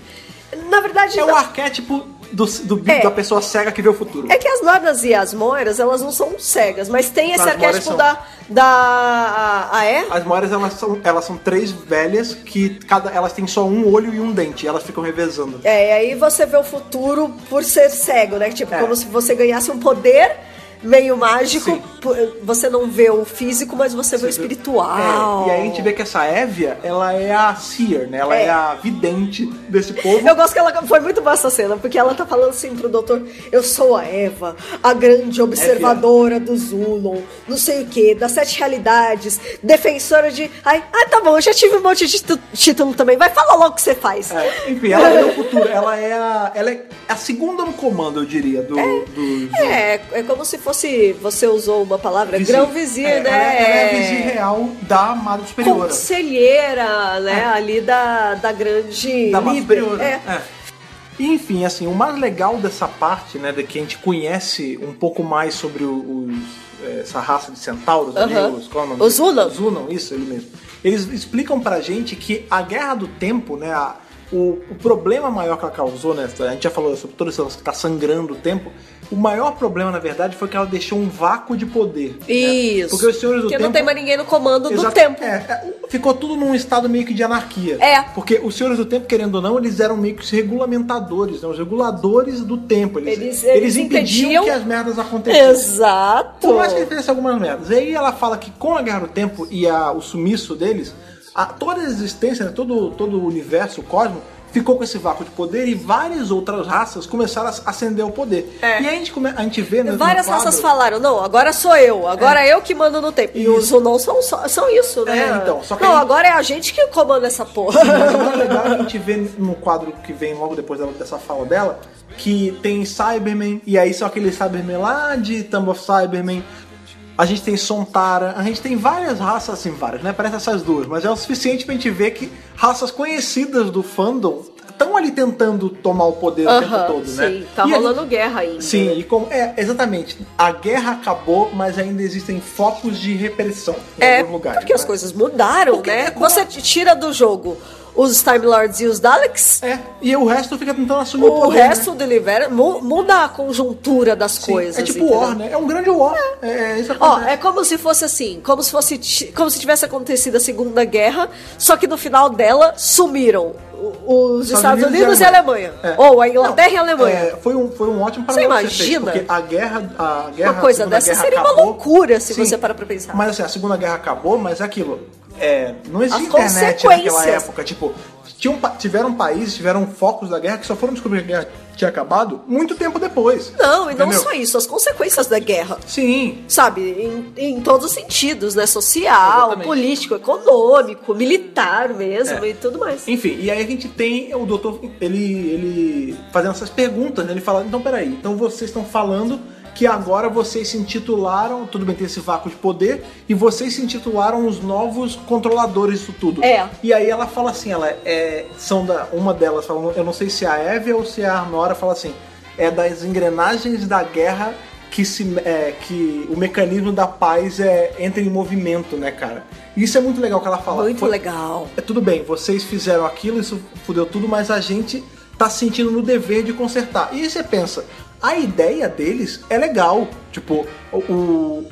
Na verdade,
É o
não-
arquétipo do, do-
É.
da pessoa cega que vê o futuro.
é que as nornas e as moiras, elas não são cegas, mas tem esse
As moiras
arquétipo
são.
da, da... a- Ah, é?
As moiras, elas são, elas são três velhas que cada, elas têm só um olho e um dente, elas ficam revezando.
É, e aí você vê o futuro por ser cego, né? Tipo,
É.
como se você ganhasse um poder meio mágico.
Sim.
por- Você não vê o físico, mas você vê o espiritual.
É, e aí a gente vê que essa Évia, ela é a seer, né? Ela é,
É.
a vidente desse povo.
Eu gosto que ela foi muito boa essa cena, porque ela tá falando assim pro doutor: Eu sou a Eva, a grande observadora dos Ulon, não sei o que, das sete realidades, defensora de. Ai, ah, tá bom, eu já tive um monte de titu- título também. Vai falar logo o que você faz.
É, enfim, ela é o futuro. Ela é a, ela é a segunda no comando, eu diria, do... do-
É, é como se fosse. Você usou uma palavra,
vizir.
grão-vizir,
É,
né?
Ela é, ela é a vizir real da Amada Superiora.
Conselheira, né? Ali da, da grande
É. Da Amada
líder.
Superiora.
É.
é. E, Enfim, assim, o mais legal dessa parte, né, de que a gente conhece um pouco mais sobre o- os, é, essa raça de centauros, ali,
Aham.
os, qual é o nome?
Os Ulan.
Os Ulan, isso, ele mesmo. Eles explicam pra gente que a guerra do tempo, né, a- o, o problema maior que ela causou, né, a gente já falou sobre todo esse lance que tá sangrando o tempo, o maior problema, na verdade, foi que ela deixou um vácuo de poder. né?
Isso.
Porque os senhores do
Porque
tempo...
não tem mais ninguém no comando do
Exato.
tempo.
É, é, ficou tudo num estado meio que de anarquia.
É.
Porque os senhores do tempo, querendo ou não, eles eram meio que os regulamentadores, né? Os reguladores do tempo. Eles,
Eles- eles
impediam,
impediam-
que as merdas acontecessem.
Exato.
Por mais que ele fizesse algumas merdas. E aí ela fala que com a Guerra do Tempo e a- o sumiço deles, a- toda a existência, né, todo, todo o universo, o cosmo, ficou com esse vácuo de poder e várias outras raças começaram a ascender ao poder.
É.
E aí a gente, come- a gente vê... né, no
Várias
quadro- É.
raças falaram, não, agora sou eu, agora é eu que mando no tempo. E
Isso.
os não são, só- são isso, né?
É, então, só que
não,
aí-
agora é a gente que comanda essa porra. [laughs]
Mas o mais legal é que a gente vê no quadro que vem logo depois dela- dessa fala dela que tem Cybermen, e aí são aqueles Cybermen lá de Thumb of Cybermen. A gente tem Sontara, a gente tem várias raças, assim, várias, né? Parece essas duas, mas é o suficiente pra gente ver que raças conhecidas do fandom estão ali tentando tomar o poder o tempo
Aham,
todo, né?
Sim, tá
E a
rolando guerra ainda.
Sim, e como, é, exatamente. A guerra acabou, mas ainda existem focos de repressão em
É,
alguns lugares.
porque as
né?
coisas mudaram,
Porque
né?
é como-
Você te tira do jogo os Time Lords e os Daleks,
É, e o resto fica tentando assumir o,
o
poder,
resto
né?
do universo mu- muda a conjuntura das
Sim,
coisas.
É tipo
entendeu?
war, né? É um grande war. É, é isso que
Ó,
acontece.
é como se fosse assim, como se fosse ti- como se tivesse acontecido a Segunda Guerra, só que no final dela sumiram o- os Estados Unidos e a Alemanha.
É.
Ou a Inglaterra e a
Não,
Alemanha.
é, foi, um, foi um ótimo
Você
paralelo que fez,
imagina?
porque a guerra, a guerra...
Uma
a
coisa
Segunda
dessa
Guerra
seria uma
acabou.
loucura se você parar pra pensar.
Mas assim, a Segunda Guerra acabou, mas é aquilo. É, não
As
existia internet naquela
consequências.
época. Tipo, tinham, pa- tiveram países, tiveram focos da guerra que só foram descobrir que a guerra tinha acabado muito tempo depois.
Não, e não
Entendeu?
só isso, as consequências da guerra.
Sim,
Sabe, em, em todos os sentidos, né? Social,
Exatamente.
político, econômico, militar mesmo
É.
e tudo mais.
Enfim, e aí a gente tem o doutor, ele, ele fazendo essas perguntas, né? Ele fala, então peraí, então vocês estão falando que agora vocês se intitularam, tudo bem, tem esse vácuo de poder, e vocês se intitularam os novos controladores disso tudo.
É.
E aí ela fala assim, ela é, são da, uma delas, fala, eu não sei se é a Eve ou se é a Arnora, fala assim, é das engrenagens da guerra que, se, é, que o mecanismo da paz é, entra em movimento, né, cara? Isso é muito legal que ela fala.
Muito
Foi-
legal.
é tudo bem, vocês fizeram aquilo, isso fudeu tudo, mas a gente tá se sentindo no dever de consertar. E aí você pensa, a ideia deles é legal. Tipo, o. o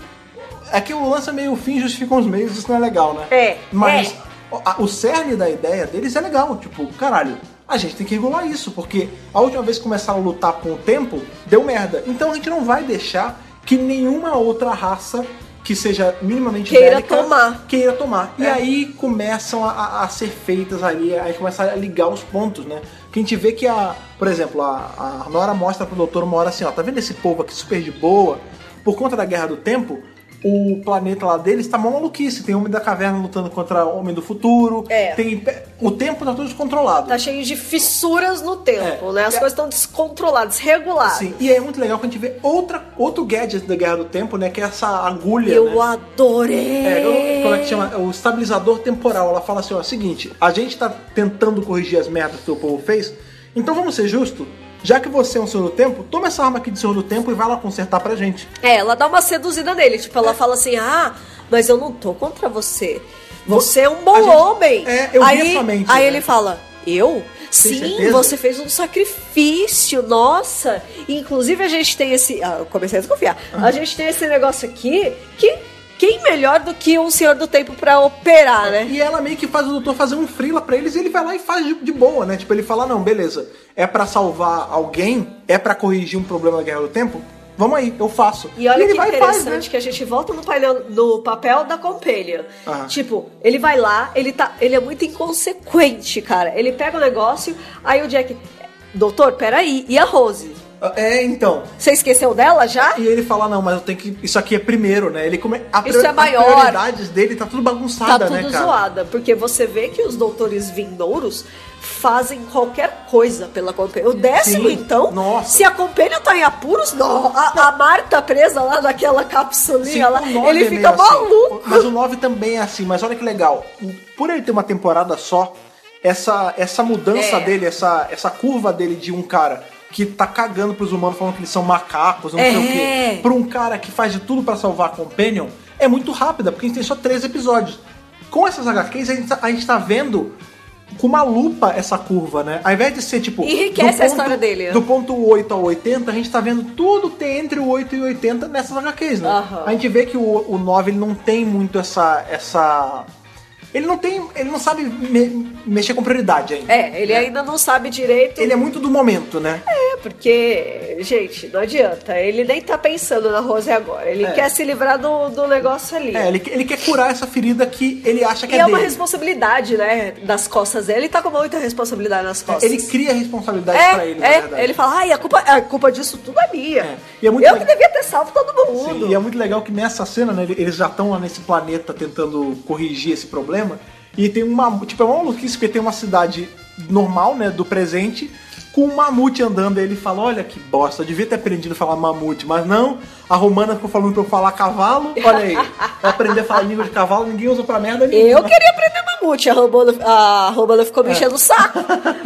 é que o lance é meio o fim justificam os meios, isso não é legal, né?
É,
Mas
é.
o- a- o cerne da ideia deles é legal. Tipo, caralho, a gente tem que regular isso, porque a última vez que começaram a lutar com o tempo, deu merda. Então a gente não vai deixar que nenhuma outra raça que seja minimamente
Queira
bélica
tomar.
queira tomar. E
É.
aí começam a, a- a ser feitas ali, aí começa a ligar os pontos, né? Que a gente vê que a, por exemplo, a, a Nora mostra pro doutor uma hora assim, ó, tá vendo esse povo aqui super de boa? Por conta da Guerra do Tempo, o planeta lá deles tá mó maluquice. Tem Homem da Caverna lutando contra o Homem do Futuro.
É.
Tem, o tempo tá todo descontrolado.
Tá cheio de fissuras no tempo,
É.
né? As
É.
coisas estão descontroladas, reguladas.
Assim, e aí é muito legal que a gente vê outra, outro gadget da Guerra do Tempo, né? Que é essa agulha.
Eu
né?
adorei!
É, eu- como é que chama? É O estabilizador temporal. Ela fala assim, ó, seguinte, a gente tá tentando corrigir as merdas que o povo fez, então vamos ser justo. Já que você é um senhor do tempo, toma essa arma aqui de senhor do tempo e vai lá consertar pra gente.
É, ela dá uma seduzida nele. Tipo,
É.
ela fala assim: ah, mas eu não tô contra você. Você é um bom
A gente-
homem.
É, eu vi
aí,
a sua mente,
aí
né?
ele fala: eu? Sim,
certeza?
você fez um sacrifício, nossa. Inclusive, a gente tem esse. Ah, eu comecei a desconfiar. A gente tem esse negócio aqui que. Quem melhor do que um senhor do tempo pra operar, né?
E ela meio que faz o doutor fazer um frila pra eles e ele vai lá e faz de, de boa, né? Tipo, ele fala, não, beleza, é pra salvar alguém? É pra corrigir um problema da Guerra do Tempo? Vamos aí, eu faço.
E olha
ele
que
vai e
interessante
faz, né?
que a gente volta no, painel- no papel da Compelha.
Ah.
Tipo, ele vai lá, ele, tá, ele é muito inconsequente, cara. Ele pega o negócio, aí o Jack. Doutor, peraí, e a Rose?
É, então.
Você esqueceu dela já?
E ele fala, não, mas eu tenho que. Isso aqui é primeiro, né? Ele come... a
Isso é maior.
As prioridades dele tá tudo
Tá
bagunçada,
tudo
né, cara?
zoada, porque você vê que os doutores vindouros fazem qualquer coisa pela Compelha. O décimo,
Sim.
então,
Nossa.
se a Compelha tá em apuros, não. A, a Marta presa lá naquela capsulinha
Sim,
lá,
o nove
ele
é meio
fica
assim.
maluco.
Mas o 9 também é assim, mas olha que legal. Por ele ter uma temporada só, essa, essa mudança
É.
dele, essa, essa curva dele de um cara que tá cagando pros humanos, falando que eles são macacos, não sei o
É.
quê, pra um cara que faz de tudo pra salvar a Companion, é muito rápida, porque a gente tem só três episódios. Com essas HQs, a gente, tá- a gente tá vendo com uma lupa essa curva, né? Ao invés de ser tipo.
Enriquece
do
a história dele.
Do ponto 8 ao 80, a gente tá vendo tudo que tem entre o 8 e o 80 nessas HQs, né?
Aham.
A gente vê que o, o 9 ele não tem muito essa. essa... Ele não tem. Ele não sabe me- mexer com prioridade ainda.
É, ele ainda não sabe direito.
Ele é muito do momento, né?
É, porque, gente, não adianta. Ele nem tá pensando na Rose agora. Ele
É.
quer se livrar do, do negócio ali.
É, ele, ele quer curar essa ferida que ele acha que
e
é,
é uma
dele.
responsabilidade, né? Das costas dele. Ele tá com muita responsabilidade nas costas.
É, Ele cria responsabilidade pra ele, na
é,
verdade.
é ele fala, ai, a culpa, a culpa disso tudo é minha.
É. E é muito
Eu
le-
que devia ter salvo todo mundo.
Sim, e é muito legal que nessa cena, né, eles já estão lá nesse planeta tentando corrigir esse problema. E tem uma. Tipo, é uma maluquice, porque tem uma cidade normal, né, do presente, com um mamute andando. Aí ele fala: Olha que bosta, eu devia ter aprendido a falar mamute, mas não. A romana ficou falando pra eu falar cavalo. Olha aí, eu aprendi a falar língua de cavalo, ninguém usa pra merda nenhuma.
Eu queria aprender mamute. Mamute. A Robolo, a Robolo ficou
É.
me enchendo o
[laughs]
saco.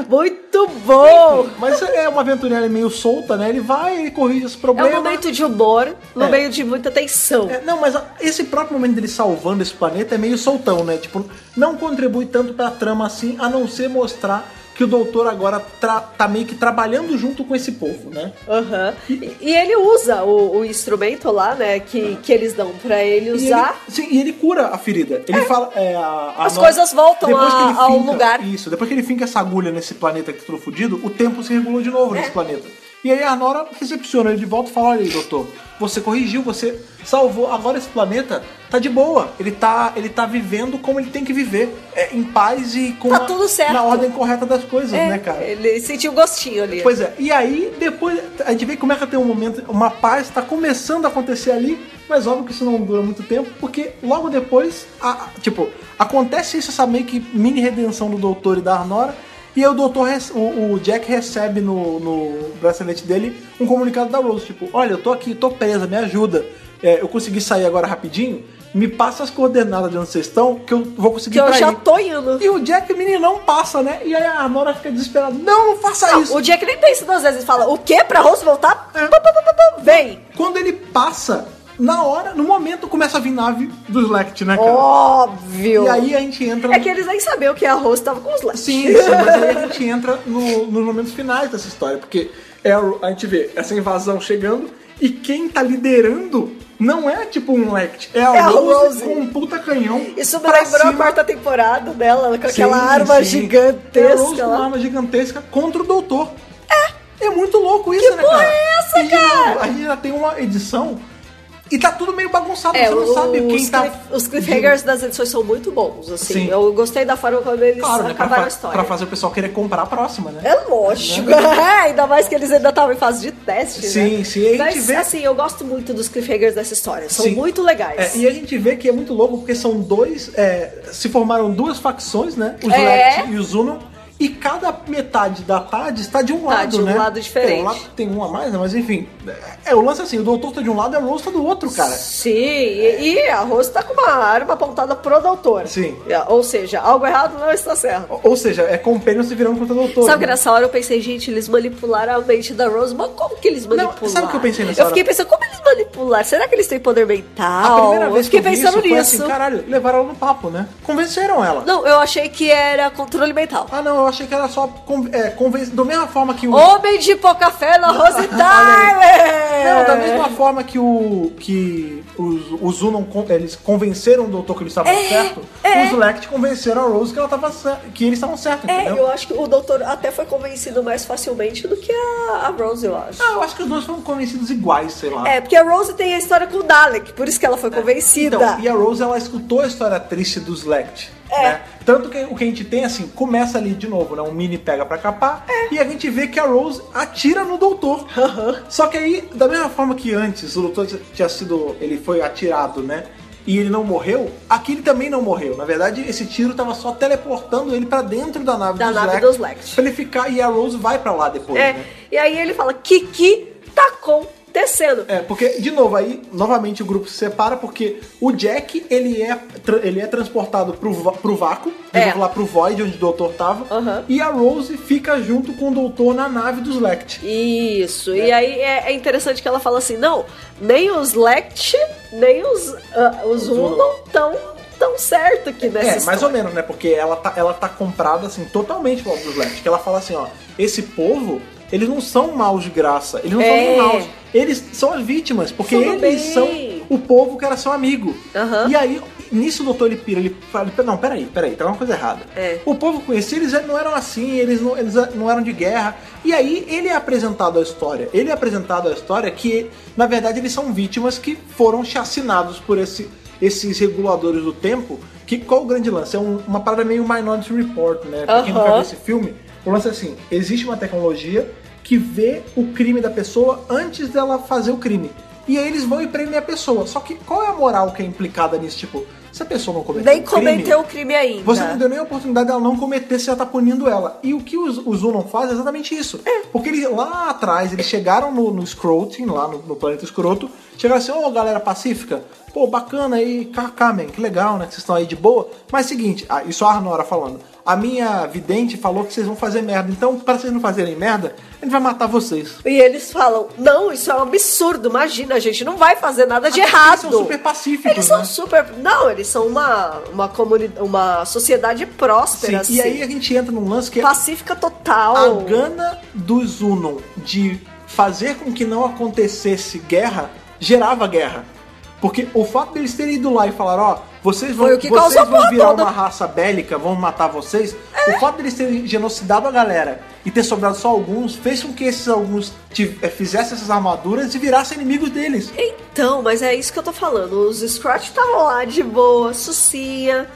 Muito bom!
Mas é uma aventurinha meio solta, né? Ele vai, ele corrige esse
É um
problema.
momento de humor, no
É.
meio de muita tensão.
É, não, mas a- esse próprio momento dele salvando esse planeta é meio soltão, né? Tipo, não contribui tanto pra trama assim, a não ser mostrar que o doutor agora tra- tá meio que trabalhando junto com esse povo, né?
Aham. E, e ele usa o, o instrumento lá, né? Que, que eles dão pra ele
E
usar.
ele- sim, e ele cura a ferida. Ele fala. é, a- a
As
no-
coisas voltam
Depois que
a-
ele
ao
finca-
lugar.
Isso, depois que ele finca essa agulha nesse planeta que tá tudo fudido, o tempo se regulou de novo
É.
nesse planeta. E aí a Nora recepciona ele de volta e fala: Olha aí, doutor, você corrigiu, você salvou. Agora esse planeta tá de boa. Ele tá, ele tá vivendo como ele tem que viver. é, em paz e com
Tá
a-
tudo certo." É.
na ordem correta das coisas, né, cara?
Ele sentiu gostinho ali.
Pois é, e aí depois a gente vê como é que tem um momento, uma paz tá começando a acontecer ali, mas óbvio que isso não dura muito tempo, porque logo depois, a- a- tipo, acontece isso, essa meio que mini redenção do doutor e da Arnora, e aí o doutor, rece- o, o Jack recebe no, no bracelete dele um comunicado da Rose, tipo, olha, eu tô aqui, tô presa, me ajuda, É, eu consegui sair agora rapidinho, me passa as coordenadas de onde vocês estão, que eu vou conseguir
que eu
pra
já
ir."
tô indo.
E o Jack, meninão, passa, né? E aí a Arnora fica desesperada, não, não faça
Não,
isso!
o Jack nem pensa duas vezes. Fala, o quê? Pra Rose voltar?
É.
Pá, pá, pá, pá, pá, Vem!
Quando ele passa, na hora, no momento, começa a vir nave do Slack, né, cara?
Óbvio!
E aí a gente entra.
É que eles nem sabiam que a Rose tava com os laços.
Sim, sim, mas aí a gente entra no- nos momentos finais dessa história, porque é, o- a gente vê essa invasão chegando e quem tá liderando não é tipo um Lect, é a,
É a
Rose,
Rose.
com um puta canhão.
Isso me
pra
lembrou a
cima.
quarta temporada dela, com aquela
Sim,
arma
sim. É a Rose
gigantesca
com uma
lá.
arma gigantesca contra o doutor. É. É muito louco isso, né,
porra
cara?
é essa,
E, de novo, a gente já tem uma edição e tá tudo meio bagunçado.
É,
você não
o-
sabe quem
os,
tá...
cliff- os cliffhangers das edições são muito bons, assim.
Sim.
Eu gostei da forma como eles
Claro, né? Pra,
acabaram a
fa-
história.
pra fazer o pessoal querer comprar a próxima, né?
É lógico. [laughs] É, Ainda mais que eles ainda estavam em fase de teste, né?
Sim, sim. E a gente
Mas,
vê-
assim, eu gosto muito dos cliffhangers dessa história. São
Sim.
muito legais.
É, e a gente vê que é muito louco, porque são dois. é, se formaram duas facções, né? Os
É.
Lect e os Uno. E cada metade da tarde está de um
Tá
lado,
de um
né?
lado diferente.
É, um lado tem um a mais, né? Mas enfim. É, é, o lance é assim, o doutor tá de um lado e a Rose tá do outro, cara.
Sim, e, e a Rose tá com uma arma apontada pro doutor.
Sim.
É, Ou seja, algo errado não está certo.
Ou- Ou seja, é Companion se virando contra o doutor.
Sabe que
né?
nessa hora eu pensei, gente, eles manipularam a mente da Rose, mas como que eles manipularam?
sabe o que eu pensei nessa
Eu fiquei
hora?
pensando, como eles manipularam? Será que eles têm poder mental?
A primeira
eu
vez que
fiquei
eu vi
pensando
isso, foi
nisso.
assim, caralho, levaram ela no papo, né? Convenceram ela.
Não, eu achei que era controle mental.
Ah, não, eu achei que era só con- é, convencer. Da mesma forma que o.
Homem de pouca fé na Rose Tyler!
Não, da mesma forma que o. que os, os Unon con- eles convenceram o doutor que eles estavam
É,
certo, os Lect convenceram a Rose que ela tava cer- que eles estavam certos,
É,
entendeu?
eu acho que o doutor até foi convencido mais facilmente do que a, a Rose, eu acho.
Ah, eu acho que os dois foram convencidos iguais, sei lá.
É, porque a Rose tem a história com o Dalek, por isso que ela foi convencida.
Então, e a Rose, ela escutou a história triste dos Lect.
É.
Né? Tanto que o que a gente tem, assim, começa ali de novo, né? Um mini pega pra capar.
É.
E a gente vê que a Rose atira no doutor. Só que aí, da mesma forma que antes, o doutor tinha sido... Ele foi atirado, né? E ele não morreu. Aqui ele também não morreu. Na verdade, esse tiro tava só teleportando ele pra dentro da nave
Da
dos
nave
Lect.
dos Lect.
Pra ele ficar... E a Rose vai pra lá depois,
É,
né?
e aí ele fala, Kiki tá acontecendo.
É, porque, de novo, aí, novamente o grupo se separa, porque o Jack, ele é, tra- ele é transportado pro, va- pro vácuo,
É.
vamos lá, pro Void, onde o Doutor tava,
Aham.
e a Rose fica junto com o Doutor na nave dos Lect.
Isso, e aí é, é interessante que ela fala assim, não, nem os Lect, nem os, ah, os
Uno.
Uno tão, tão certo aqui nessa
É, mais
história.
ou menos, né? Porque ela tá, ela tá comprada, assim, totalmente pelo dos Lect. Que ela fala assim, ó, esse povo, eles não são maus de graça, eles não
É.
são maus. Eles são as vítimas, porque
Tudo
eles
bem.
são o povo que era seu amigo.
Aham.
E aí, nisso o doutor ele pira, ele fala, não, peraí, peraí, tem uma coisa errada.
É.
O povo que eu conhecia, eles não eram assim, eles não, eles não eram de guerra. E aí ele é apresentado à história. Ele é apresentado à história que, na verdade, eles são vítimas que foram chacinados por esse- esses reguladores do tempo. Que qual o grande lance? É um- uma parada meio Minority Report, né? Pra quem nunca
Aham.
viu esse filme, o lance é assim: existe uma tecnologia que vê o crime da pessoa antes dela fazer o crime. e aí eles vão e prendem a pessoa. Só que qual é a moral que é implicada nisso? Tipo, se a pessoa não cometeu
Nem
um crime,
cometeu o crime ainda.
você não deu nem a oportunidade dela não cometer, você já tá punindo ela. E o que os, os Unon fazem é exatamente isso. Porque eles, lá atrás, eles chegaram no, no Scrotin, lá no, no planeta escroto, chegaram assim, ô galera pacífica, pô, bacana aí, kaká, man, que legal, né, que vocês estão aí de boa. Mas seguinte, ah, isso a Arnora falando, a minha vidente falou que vocês vão fazer merda, então pra vocês não fazerem merda, a gente vai matar vocês.
E eles falam: não, isso é um absurdo, imagina, a gente não vai fazer nada de
Até porque
errado.
Ah, eles são super pacíficos,
Eles são
né?
super. Não, eles são uma, uma, comuni... uma sociedade próspera,
Sim, e
assim,
aí a gente entra num lance que é
pacífica total.
a gana dos Unon de fazer com que não acontecesse guerra gerava guerra. Porque o fato deles terem ido lá e falar, ó, vocês vão,
Foi o que causou
vocês
a
vão
porra
virar
toda. É.
uma raça bélica, vão matar vocês. O fato deles terem genocidado a galera e ter sobrado só alguns fez com que esses alguns tiv- eh, fizessem essas armaduras e virassem inimigos deles.
Então, mas é isso que eu tô falando. Os Scratch estavam lá de boa, sucia,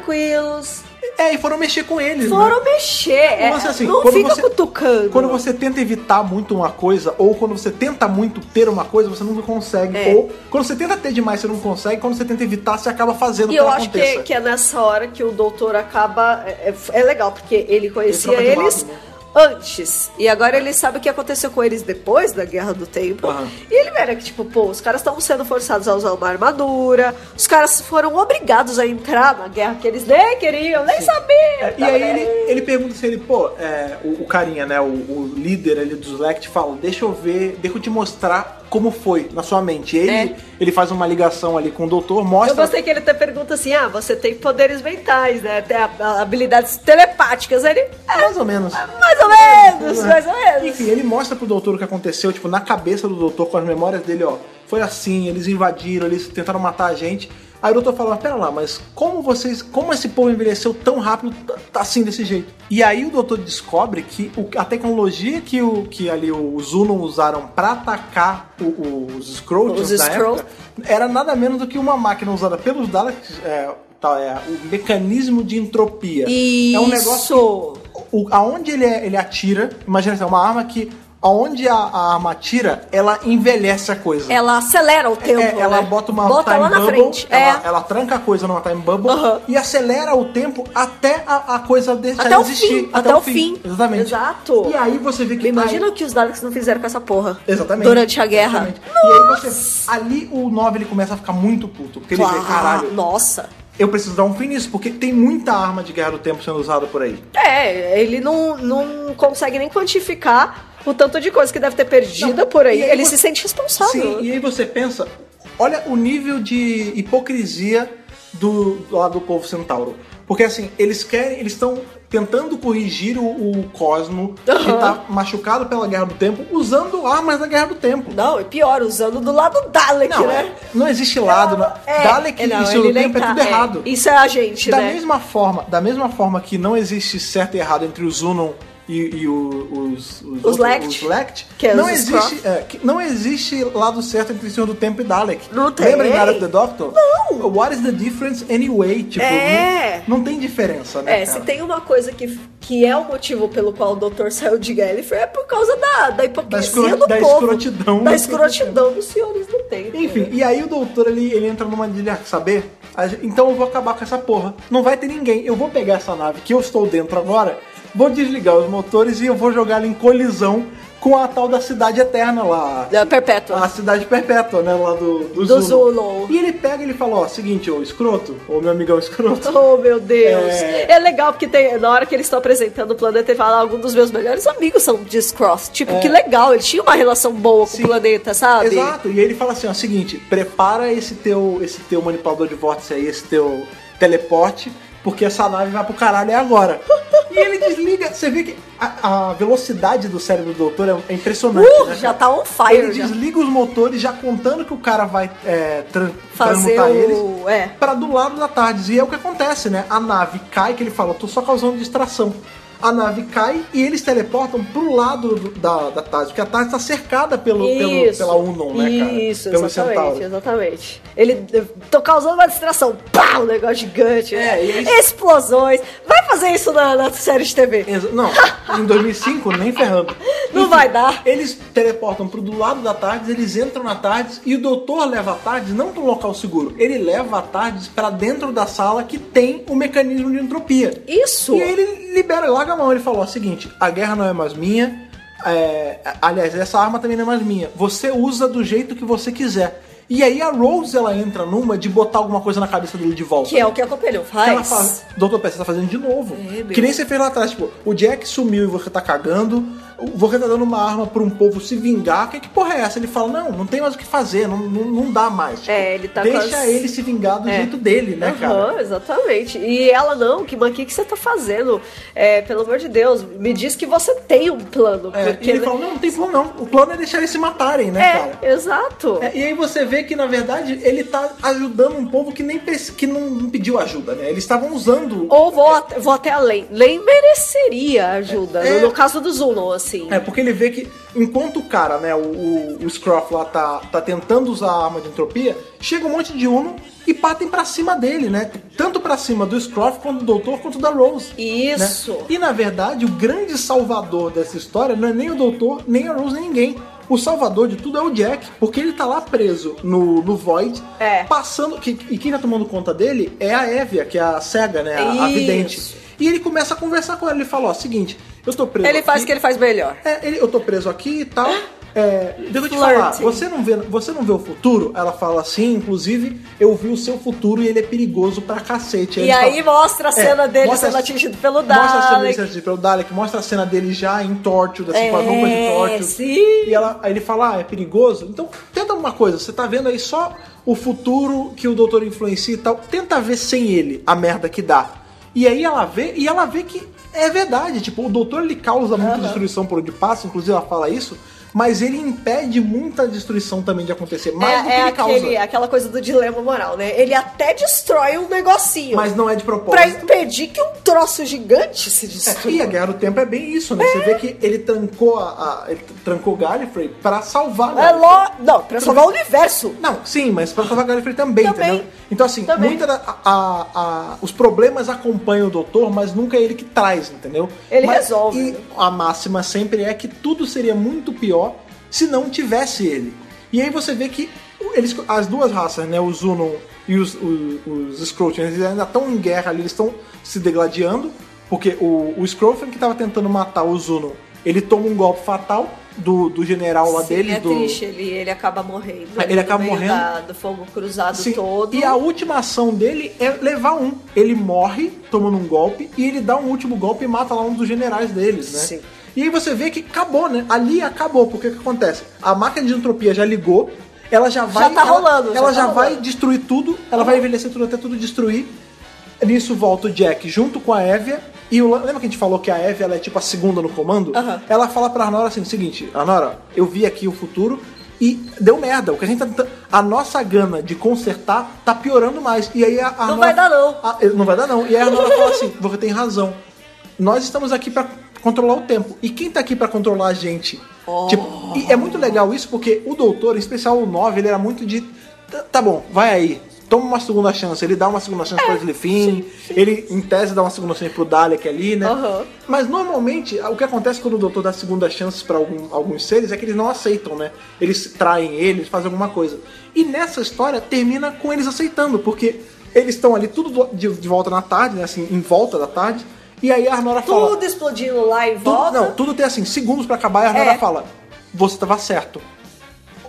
tranquilos.
É, e foram mexer com eles. né?
Foram mexer. é,
Mas, assim,
não
quando
fica
você-
cutucando.
Quando você tenta evitar muito uma coisa, ou quando você tenta muito ter uma coisa, você nunca consegue.
É.
Ou quando você tenta ter demais, você não consegue. Quando você tenta evitar, você acaba fazendo
E
que
eu
ela
acho que,
aconteça.
que é nessa hora que o doutor acaba. É, é- é legal, porque ele conhecia
troca de lado,
eles
né?
antes. E agora ele sabe o que aconteceu com eles depois da Guerra do Tempo.
Aham.
E ele era que, tipo, pô, os caras estão sendo forçados a usar uma armadura. Os caras foram obrigados a entrar na guerra que eles nem queriam, nem sabiam.
É, E aí ele, ele pergunta se ele, pô, é, o, o carinha, né? O, o líder ali dos Lect fala, deixa eu ver, deixa eu te mostrar como foi na sua mente. E ele,
É.
ele faz uma ligação ali com o doutor,
Eu
mostra.
gostei que ele até pergunta assim: ah, você tem poderes mentais, né? Tem a- a- habilidades telepáticas. Ele, "Ah,
Mais ou menos.
mais ou
É.
menos, mais ou menos.
Enfim, ele mostra pro doutor o que aconteceu, tipo, na cabeça do doutor, com as memórias dele, ó. Foi assim, eles invadiram, eles tentaram matar a gente. Aí o doutor fala, pera lá, mas como vocês. Como esse povo envelheceu tão rápido, tá- tá assim desse jeito? E aí o doutor descobre que o- a tecnologia que, o, que ali os Unon usaram pra atacar o- o- os Scrolls
Os
na
Skrull.
época era nada menos do que uma máquina usada pelos Daleks, é, tal, é, o mecanismo de entropia. É um negócio
Isso.
o- aonde ele, é- ele atira, imagina assim, é uma arma que aonde a, a arma atira, ela envelhece a coisa.
Ela acelera o tempo.
É, ela
né?
bota uma
bota
time
lá na
bubble,
frente.
ela,
é.
ela tranca a coisa numa time bubble
Aham.
e acelera o tempo até a, a coisa deixar de
Até o
existir.
fim, até o fim.
Exatamente.
Exato.
E aí você vê que.
Imagina o que os Daleks não fizeram com essa porra.
Exatamente.
Durante a guerra.
Exatamente. E aí você. Ali o 9 ele começa a ficar muito puto. Porque ele vê,
Ah,
caralho,
Nossa.
eu preciso dar um fim nisso, porque tem muita arma de guerra do tempo sendo usada por aí.
É, ele não, não consegue nem quantificar o tanto de coisa que deve ter perdido
Não,
por aí.
e aí
Ele
você-
se sente responsável.
Sim, e aí você pensa, olha o nível de hipocrisia do, do lado do povo centauro. Porque assim, eles querem, eles estão tentando corrigir o, o cosmo que
Aham.
tá machucado pela guerra do tempo usando armas da guerra do tempo.
Não, e pior, usando do lado Dalek,
Não,
né?
não existe lado. não-
É,
Dalek
é, não,
e seu
ele nem
tempo é
tá-
tudo errado.
Isso é a gente,
da
né?
mesma forma, da mesma forma que não existe certo e errado entre os Unon e, e o- os os, outros-
Lect.
os Lect,
Que é
não
os
existe,
Scruff.
é, que não existe lado certo entre o Senhor do Tempo e Dalek.
Não tem.
Lembra em Night of the Doctor? Não. What is the difference anyway? Tipo,
É.
não, não tem diferença, né?
É, se
cara?
tem uma coisa que, que é o motivo pelo qual o doutor saiu de Gallifrey é por causa da, da
Da
hipocrisia
escro-
do
da
povo.
escrotidão.
Da escrotidão dos senhores né? do tempo.
Enfim, e aí o doutor ele, ele entra numa de ah, quer saber? A gen- Então eu vou acabar com essa porra. Não vai ter ninguém. Eu vou pegar essa nave que eu estou dentro agora, vou desligar os motores e eu vou jogar ela em colisão com a tal da cidade eterna lá.
Da Perpétua.
A cidade perpétua, né? Lá do, do,
Do
Zuno.
Zuno.
E ele pega e ele fala, ó, seguinte, ô escroto, ô meu amigão escroto.
Oh, meu Deus.
É.
É, legal porque tem, na hora que eles estão apresentando o planeta, ele fala: algum dos meus melhores amigos são de Scroff. Tipo, que legal, ele tinha uma relação boa com
É. Sim.
o planeta, sabe?
Exato. E ele fala assim, ó, seguinte, prepara esse teu, esse teu manipulador de vórtice aí, esse teu teleporte, porque essa nave vai pro caralho é
[laughs]
agora. e ele desliga. Você vê que a, a velocidade do cérebro do doutor é- é impressionante,
Uh,
né?
já tá on
Ele
fire. Já.
desliga os motores já contando que o cara vai é, tran-
Fazer
transmutar eles.
o. É.
Pra do lado da tarde. E é o que acontece, né? A nave cai, que ele fala, tô só causando distração. A nave cai e eles teleportam pro lado do- da, da Taz, porque a Taz tá cercada pelo, pelo,
Isso.
pela Unon, né, cara?
Isso,
pelo
exatamente,
Centauro.
exatamente. Ele. Tô causando uma distração. Pá! Um negócio gigante.
É, e eles-
Explosões. Vai fazer isso na, na série de TV.
Exa- Não, em 2005, nem ferrando.
[laughs] Não vai dar.
Eles teleportam pro do lado da Tardes, eles entram na Tardes e o doutor leva a Tardes não pra um local seguro, ele leva a Tardes pra dentro da sala que tem o mecanismo de entropia.
Isso.
E aí ele libera, larga a mão, ele falou o seguinte, a guerra não é mais minha, é, aliás, essa arma também não é mais minha, você usa do jeito que você quiser. E aí a Rose, ela entra numa de botar alguma coisa na cabeça dele de volta.
Que é o que a Copelho
Que ela
faz.
fala, Doutor Pé, você tá fazendo de novo.
É, meu.
que nem você fez lá atrás, tipo, o Jack sumiu e você tá cagando, você tá dando uma arma pra um povo se vingar, que, que porra é essa? Ele fala, não, não tem mais o que fazer, não, não, não dá mais. Tipo,
É, ele tá com
Deixa
as-
ele se vingar do
É.
jeito dele, né, cara?
Aham, exatamente. E ela, não, que o que você tá fazendo? É, pelo amor de Deus, me diz que você tem um plano.
É, e
porque-
ele fala, não, não tem plano não. O plano é deixar eles se matarem, né, cara?
é, exato.
É, e aí você vê que, na verdade, ele tá ajudando um povo que nem pes- que não, não pediu ajuda, né? Eles estavam usando.
Ou vou, at- vou até além. Lei mereceria ajuda.
É.
No, no caso do Zulon, assim.
É, porque ele vê que enquanto o cara, né, o, o, o Scruff lá tá, tá tentando usar a arma de entropia, chega um monte de Uno e batem pra cima dele, né? Tanto pra cima do Scruff, quanto do Doutor, quanto da Rose. né?
Isso.
E na verdade, o grande salvador dessa história não é nem o Doutor, nem a Rose, nem ninguém. O salvador de tudo é o Jack, porque ele tá lá preso no, no Void,
É.
passando. que- e quem tá tomando conta dele é a Evia, que é a cega, né? A, a
Isso.
vidente. E ele começa a conversar com ela. Ele fala: Ó, seguinte, eu tô preso.
Ele faz o
aqui,
que ele faz melhor.
é, ele- eu tô preso aqui e tal. É, deixa eu te
Flirting.
falar, você não, vê, você não vê o futuro? Ela fala assim, inclusive, eu vi o seu futuro e ele é perigoso pra cacete.
E
ele fala-
aí mostra a cena
É,
dele
mostra
sendo
a-
atingido pelo
Mostra a cena dele sendo
Dalek.
atingido pelo Dalek, mostra a cena dele já em Torture, assim, com a
É,
roupa de Torture.
sim.
E ela, aí ele fala, ah, é perigoso? Então, tenta uma coisa, você tá vendo aí só o futuro que o doutor influencia e tal, tenta ver sem ele a merda que dá. E aí ela vê, e ela vê que é verdade, tipo, o doutor ele causa muita destruição por onde passa, inclusive ela fala isso, mas ele impede muita destruição também de acontecer, mais do que
É, é
ele
aquele,
causa.
aquela coisa do dilema moral, né? Ele até destrói um negocinho.
Mas não é de propósito.
Pra impedir que um troço gigante se
É, e
destrua.
a Guerra do Tempo é bem isso, né? Você vê que ele trancou a, a- ele trancou Gallifrey pra salvar
É
Gallifrey.
lo... Não, pra salvar o universo.
Não, sim, mas pra salvar Gallifrey também,
Também.
entendeu? Então assim,
Também.
muita da- a- a- a- os problemas acompanham o doutor, mas nunca é ele que traz, entendeu?
Ele
Mas-
resolve,
E
né?
a máxima sempre é que tudo seria muito pior se não tivesse ele. E aí você vê que eles, as duas raças, né, os Unon e os, os, os Scrotians, eles ainda estão em guerra ali, eles estão se degladiando, porque o, o Scrotian que estava tentando matar os Unon, ele toma um golpe fatal do, do general lá
Sim,
dele,
é
do, Ah,
triste, ele, ele acaba morrendo.
Ele
no
acaba
meio
morrendo.
da- do fogo cruzado
Sim,
todo.
E a última ação dele é levar um. Ele morre tomando um golpe e ele dá um último golpe e mata lá um dos generais deles, né?
Sim.
E aí você vê que acabou, né? Ali acabou, porque o que acontece? A máquina de entropia já ligou, ela já vai.
tá
ela-
rolando, já
Ela
tá
já, vai
rolando. Uhum.
destruir tudo, ela vai envelhecer tudo até tudo destruir. Nisso volta o Jack junto com a Evia. E o, Lan- lembra que a gente falou que a Evia ela é tipo a segunda no comando?
Aham.
Ela fala pra Nora assim: o seguinte, Nora, eu vi aqui o futuro e deu merda. O que a gente tá tentando- A nossa gana de consertar tá piorando mais. E aí a, a
Não
Nora-
vai dar, não.
a- eh, não vai dar, não. E aí a Nora fala assim: [laughs] você tem razão. Nós estamos aqui pra controlar o tempo. E quem tá aqui pra controlar a gente?
Oh.
Tipo, e é muito legal isso porque o doutor, em especial o 9, ele era muito de. "Tá- Tá bom, vai aí. Toma uma segunda chance. Ele dá uma segunda chance
É,
pro Slifin. Ele, em tese, dá uma segunda chance pro Dalek ali, né?
Aham.
Mas normalmente, o que acontece quando o doutor dá segunda chance pra algum- alguns seres é que eles não aceitam, né? Eles traem eles, fazem alguma coisa. E nessa história termina com eles aceitando, porque eles estão ali tudo do- de, de volta na tarde, né? Assim, em volta da tarde. E aí a Arnora fala.
Tudo explodindo lá em
Tudo-
volta.
não, tudo tem assim, segundos pra acabar e a Arnora
É.
fala: Você tava certo.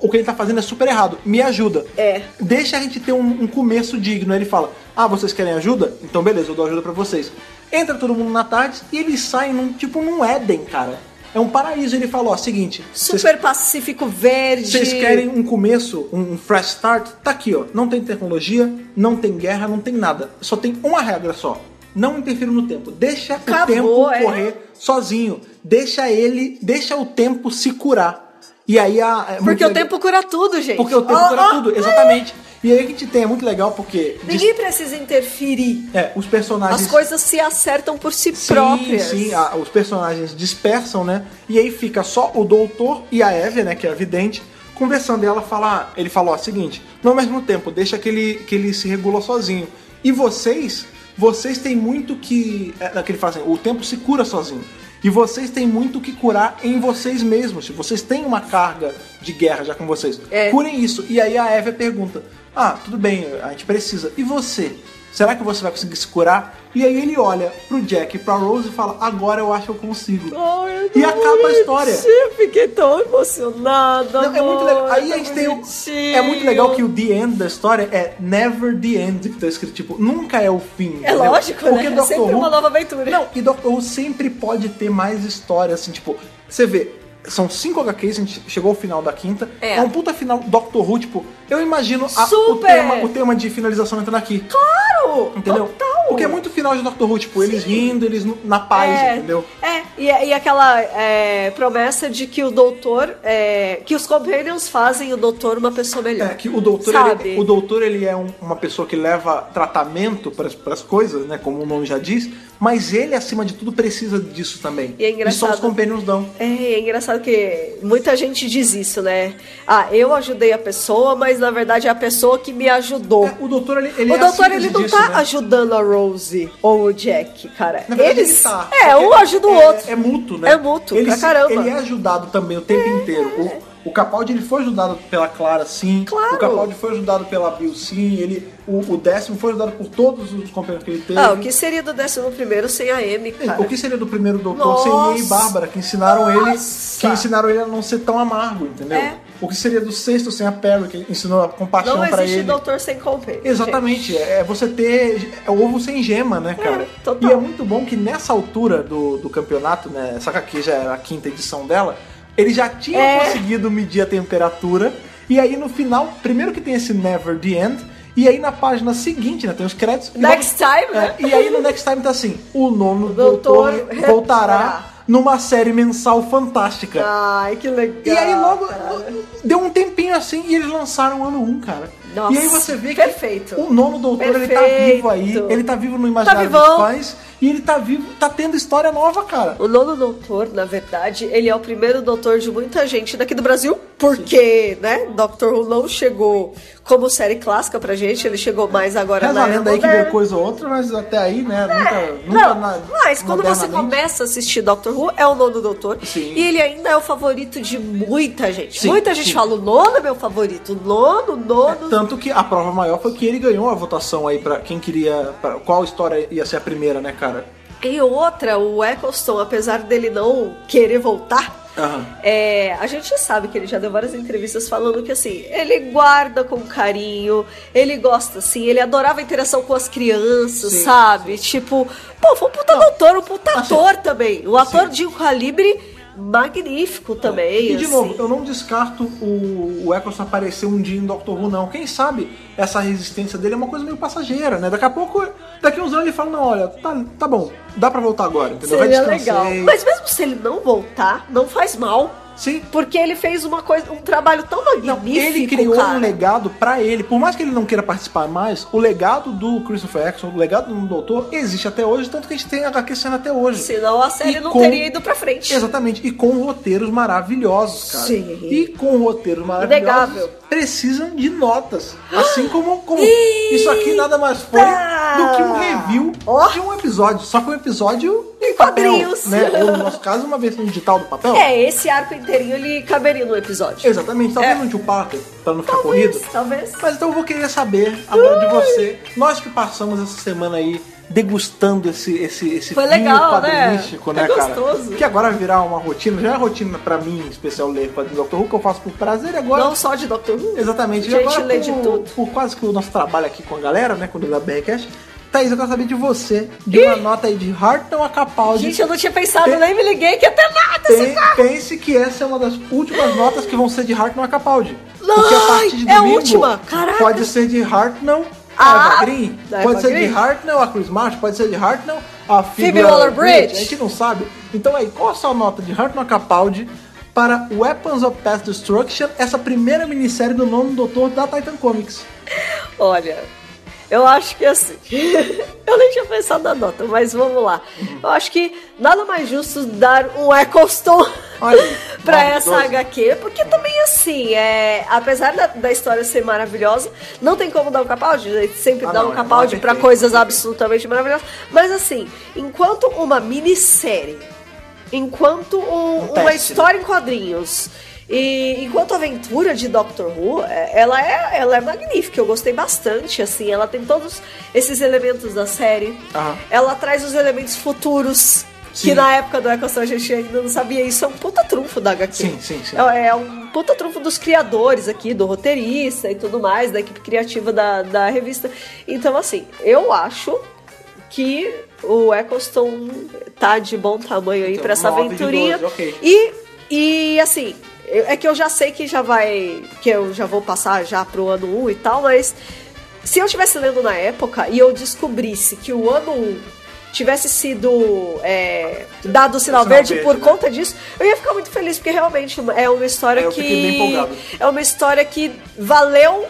O que ele tá fazendo é super errado. Me ajuda.
É.
Deixa a gente ter um, um começo digno. Aí Ele fala: Ah, vocês querem ajuda? Então beleza, eu dou ajuda pra vocês. Entra todo mundo na tarde e eles saem num tipo num Éden, cara. É um paraíso. Ele fala: Ó, seguinte. vocês-
Super Pacífico Verde.
vocês querem um começo, um um fresh start? Tá aqui, ó. Não tem tecnologia, não tem guerra, não tem nada. Só tem uma regra só. Não interfira no tempo. Deixa o
Acabou,
tempo
é.
correr sozinho. Deixa ele, deixa o tempo se curar. E aí a é muito
Porque o
legal-
tempo Oh, cura tudo, gente.
porque o tempo
Ó,
cura
ó,
tudo, exatamente. E aí o que a gente tem é muito legal porque diz-
Ninguém precisa interferir.
é, os personagens
As coisas se acertam por si
Sim,
próprias.
Sim, a- os personagens dispersam, né? E aí fica só o doutor e a Eve, né? Que é a vidente, conversando. E ela fala, ele falou, ó, seguinte, não ao mesmo tempo, deixa que ele, que ele se regula sozinho. E vocês vocês têm muito que. É, não, que ele fala assim, o tempo se cura sozinho. E vocês têm muito que curar em vocês mesmos. Se vocês têm uma carga de guerra já com vocês,
É.
curem isso. E aí a Eva pergunta: Ah, tudo bem, a gente precisa. E você? Será que você vai conseguir se curar? E aí ele olha pro Jack e pra Rose e fala: Agora eu acho que eu consigo.
Oh,
E acaba a história.
Eu fiquei tão emocionada.
Não, é muito legal. Aí a gente tem o. É muito legal que o The End da história é Never the End, que tá escrito, tipo, nunca é o fim.
É
entendeu?
lógico,
Porque
né? É
Doctor
sempre
Who-
uma nova aventura.
Não, e Doctor Who sempre pode ter mais história, assim, tipo, você vê. São cinco HQs, a gente chegou ao final da quinta.
É.
um puta final Doctor Who, tipo, eu imagino a- o,
Super!
tema, o tema de finalização entrando aqui.
Claro!
Entendeu?
Total.
Porque é muito final de Doctor Who, tipo, eles rindo, eles no- na paz,
é,
entendeu?
É, e, e aquela é, promessa de que o doutor. é, que os Companions fazem o doutor uma pessoa
É,
melhor.
que o doutor,
Sabe?
ele, o doutor ele é um- uma pessoa que leva tratamento para as coisas, né? Como o nome já diz, mas ele, acima de tudo, precisa disso também.
E é
só os
engraçado.
companheiros dão.
É, é engraçado que muita gente diz isso, né? Ah, eu ajudei a pessoa, mas na verdade é a pessoa que me ajudou.
É, O doutor, ele, ele
o
é a
doutor,
síntese
ele não
disso,
tá
né?
ajudando a Rose ou o Jack, cara.
Na verdade,
Eles.
ele tá.
É,
Porque
um ajuda o
é-
outro.
É, mútuo, né?
É mútuo,
ele,
pra
se-
caramba. É.
Ele é ajudado também o tempo inteiro. O, o Capaldi ele foi ajudado pela Clara, sim.
Claro.
O Capaldi foi ajudado pela Bill, sim. Ele, o, o décimo foi ajudado por todos os companheiros que ele teve.
Ah, o que seria do décimo primeiro sem a Amy,
Sim,
cara?
É, O que seria do primeiro doutor
Nossa.
sem Ian e Bárbara, que ensinaram ele
Nossa.
que ensinaram ele a não ser tão amargo, entendeu?
É.
O que seria do sexto sem a Perry, que ensinou a compaixão
Não
pra
existe
ele.
doutor sem companion.
Exatamente, é você ter é ovo sem gema, né, cara?
total.
E é muito bom que nessa altura do, do campeonato, né, essa aqui já era a quinta edição dela, eles já tinham
É.
conseguido medir a temperatura, e aí no final, primeiro que tem esse Never the End, e aí na página seguinte, né, tem os créditos. e
Next time, né?
é, e aí no Next Time tá assim, o nono doutor,
doutor
voltará
voltará.
numa série mensal fantástica.
Ai, que legal.
E aí logo
cara.
deu um tempinho assim e eles lançaram o ano 1, cara.
Nossa,
e aí você vê que
perfeito.
o nono doutor, ele tá
Perfeito.
vivo aí, ele tá vivo no imaginário
Tá vivão.
dos pais e ele tá vivo, tá tendo história nova, cara.
O nono doutor, na verdade, ele é o primeiro doutor de muita gente daqui do Brasil, porque, né, Doctor Who não chegou como série clássica pra gente, ele chegou mais agora
Reza
na
a
era
lenda aí que
moderna.
veio coisa ou outra, mas até aí, né, nunca, nunca
né? É. Não,
na-
mas quando você
modernamente.
começa a assistir Doctor Who, é o nono doutor.
Sim.
E ele ainda é o favorito de muita gente.
Sim,
muita gente
sim. É,
fala, o nono é meu favorito. o Nono, nono.
Tanto que a prova maior foi que ele ganhou a votação aí pra quem queria, pra qual história ia ser a primeira, né, cara?
E outra, o Eccleston, apesar dele não querer voltar,
Aham.
é, a gente sabe que ele já deu várias entrevistas falando que assim, ele guarda com carinho, ele gosta assim, ele adorava a interação com as crianças,
Sim,
sabe? Tipo, pô, foi um puta doutor, um puta
assim,
ator também. Um ator
sim. É.
de um calibre magnífico também.
E de
assim.
novo, eu não descarto o, o Eccleston aparecer um dia em Doctor Who, não. Quem sabe essa resistência dele é uma coisa meio passageira, né? Daqui a pouco, daqui a uns anos ele fala, não, olha, tá, tá bom, dá pra voltar agora, entendeu?
Seria
Vai descansar.
legal. Mas mesmo se ele não voltar, não faz mal.
Sim.
Porque ele fez uma coisa, um trabalho tão
Não,
magnífico.
ele criou
cara.
um legado pra ele. Por mais que ele não queira participar mais, o legado do Christopher Eccleston, o legado do Doutor, existe até hoje, tanto que a gente tem HQ sendo até hoje.
Senão a série
E
não
com-
teria ido pra frente.
Exatamente, e com roteiros maravilhosos, cara.
Sim.
E com roteiros maravilhosos
Inegável.
precisam de notas. Assim como, como isso aqui nada mais foi do que um review
Ó.
de um episódio. Só que um episódio em
Em
papel,
quadrinhos.
né? Ou no nosso caso, uma versão digital do papel.
É, esse arco inteirinho ele caberia no episódio.
Exatamente, talvez um tio Parker, pra não ficar corrido.
É. Talvez.
Mas então eu vou querer saber agora de você. Nós que passamos essa semana aí degustando esse esse esse
Foi
fio
legal, né?
quadrinístico, né,
É
cara?
gostoso.
Que agora virar uma rotina, já é rotina pra mim, em especial ler quadrinhos do Dr. Who, que eu faço por prazer e agora
Não só de Doctor Who.
Exatamente.
Gente,
e agora,
lê
por,
de tudo.
por quase que o nosso trabalho aqui com a galera, né, com o BRCast, Thaís, eu quero saber de você, de uma nota aí de Harton a Capaldi.
Gente, eu não tinha pensado,
Tem-
nem me liguei que até nada.
Pe- pense que essa é uma das últimas notas que vão ser de Hartnell a Capaldi.
Não,
Porque a partir de
é a
domingo,
última, caraca.
pode ser de Hartnell a
Ah,
Eva Green,
da Eva
pode ser
Green.
de Hartnell a Chris Martin, pode ser de Hartnell a Phoebe
Phoebe Waller-Bridge.
A gente não sabe. Então aí, qual a sua nota de Hartnell a Capaldi para Weapons of Past Destruction, essa primeira minissérie do nono doutor da Titan Comics?
Olha, eu acho que assim. [laughs] eu nem tinha pensado na nota, mas vamos lá. Eu acho que nada mais justo dar um Eccleston
Olha aí,
[laughs] pra essa
maravilhoso.
HQ, porque também assim, é, apesar da, da história ser maravilhosa, não tem como dar um capaldi, né? sempre
Ah,
dá
não,
um
é
capaldi pra
perfeito,
coisas
perfeito.
absolutamente maravilhosas. Mas assim, enquanto uma minissérie, enquanto um-
Um teste,
uma
né?
história em quadrinhos. E enquanto a aventura de Doctor Who, é, ela é, ela é magnífica, eu gostei bastante, assim, ela tem todos esses elementos da série,
Aham.
ela traz os elementos futuros, que
Sim.
na época do Eccleston a gente ainda não sabia, isso é um puta trunfo da HQ.
Sim, sim, sim.
É, é um puta trunfo dos criadores aqui, do roteirista e tudo mais, da equipe criativa da, da revista. Então, assim, eu acho que o Eccleston tá de bom tamanho aí
Então,
pra essa
nove de
aventurinha.
doze, ok.
E, e assim, eu- é que eu já sei que já vai. que eu já vou passar já pro ano 1 e tal, mas se eu estivesse lendo na época e eu descobrisse que o ano 1 tivesse sido é, dado o sinal,
Sinal
verde,
verde,
por
né?
conta disso, eu ia ficar muito feliz, porque realmente é uma história
É, eu
que.
fiquei bem empolgado.
é uma história que valeu.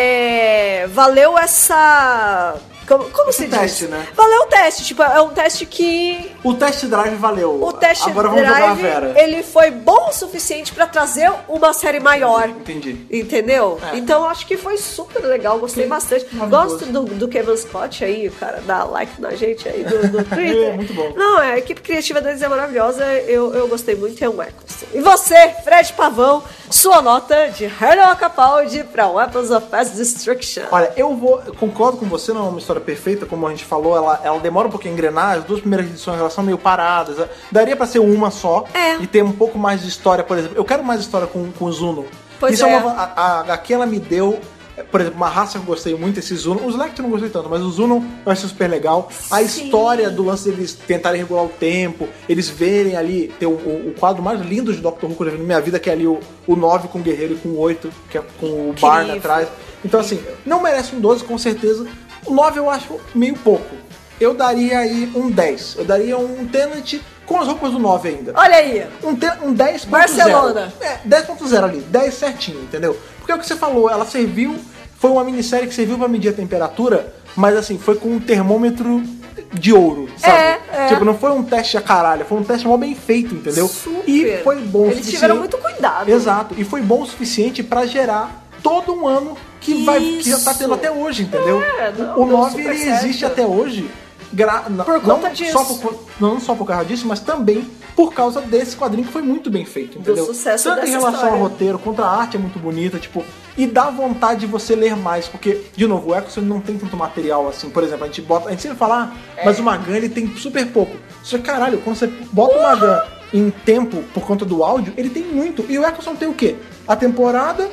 é, valeu essa. Como, como
Esse
se
teste,
diz?
né?
Valeu o teste, tipo, é um teste que
O test drive valeu.
o test
Agora vamos jogar a
drive é
Vera.
ele foi bom o suficiente pra trazer uma série maior.
Entendi.
Entendeu?
É.
Então eu acho que foi super legal, gostei
Sim,
bastante.
maravilhoso.
Gosto do, do Kevin Scott aí, o cara dá like na gente aí
[laughs]
do, do Twitter.
É, muito bom.
Não, é, a equipe criativa deles é maravilhosa, eu, eu gostei muito, é um Eccleston. E você, Fred Pavão, sua nota de Harold Capaldi pra Weapons of Mass Destruction.
Olha, eu vou. eu concordo com você, não é uma história perfeita, como a gente falou, ela, ela demora um pouquinho a engrenar, as duas primeiras edições elas são meio paradas. é, Daria pra ser uma só
É.
e ter um pouco mais de história, por exemplo. Eu quero mais história com, com o Zuno.
Pois
Isso
é.
uma, va- a, a HQ ela me deu. é, Por exemplo, uma raça que eu gostei muito, esse Zuno. Os Lecter eu não gostei tanto, mas o Zuno eu achei super legal. A
Sim.
história do lance deles tentarem regular o tempo, eles verem ali, ter o, o- o quadro mais lindo de Doctor Who que eu já vi na minha vida, que é ali o, o 9 com o Guerreiro e com o 8, que é com o Barn
Incrível.
atrás. Então, assim, não merece um 12, com certeza. O 9 eu acho meio pouco. Eu daria aí um 10. Eu daria um Tenant com as roupas do 9 ainda.
Olha aí.
Um, te, um 10.0.
Barcelona.
É, 10.0 ali. 10 certinho, entendeu? Porque é o que você falou, ela serviu. Foi uma minissérie que serviu pra medir a temperatura, mas assim, foi com um termômetro de ouro, sabe?
é.
Tipo, não foi um teste a caralho, foi um teste mó bem feito, entendeu?
Super.
E foi bom o
Eles tiveram
suficiente-
muito cuidado.
Exato. E foi bom o suficiente pra gerar todo um ano que, vai, que já tá
Isso.
tendo até hoje, entendeu?
É, não,
o
deu
9
super
ele
certo.
existe até hoje. gra- na-
Por conta
não
disso.
Só por, co- não só por causa disso, mas também por causa desse quadrinho que foi muito bem feito, entendeu?
sucesso
Tanto
dessa
em relação
história.
ao roteiro, quanto a arte é muito bonita, tipo, e dá vontade de você ler mais, porque, de novo, o Eccleston não tem tanto material assim. Por exemplo, a gente bota. A gente sempre fala, ah,
É.
mas o Magan ele tem super pouco. Só que, caralho, quando você bota o Magan em tempo por conta do áudio, ele tem muito. E o Eccleston tem o quê? A temporada,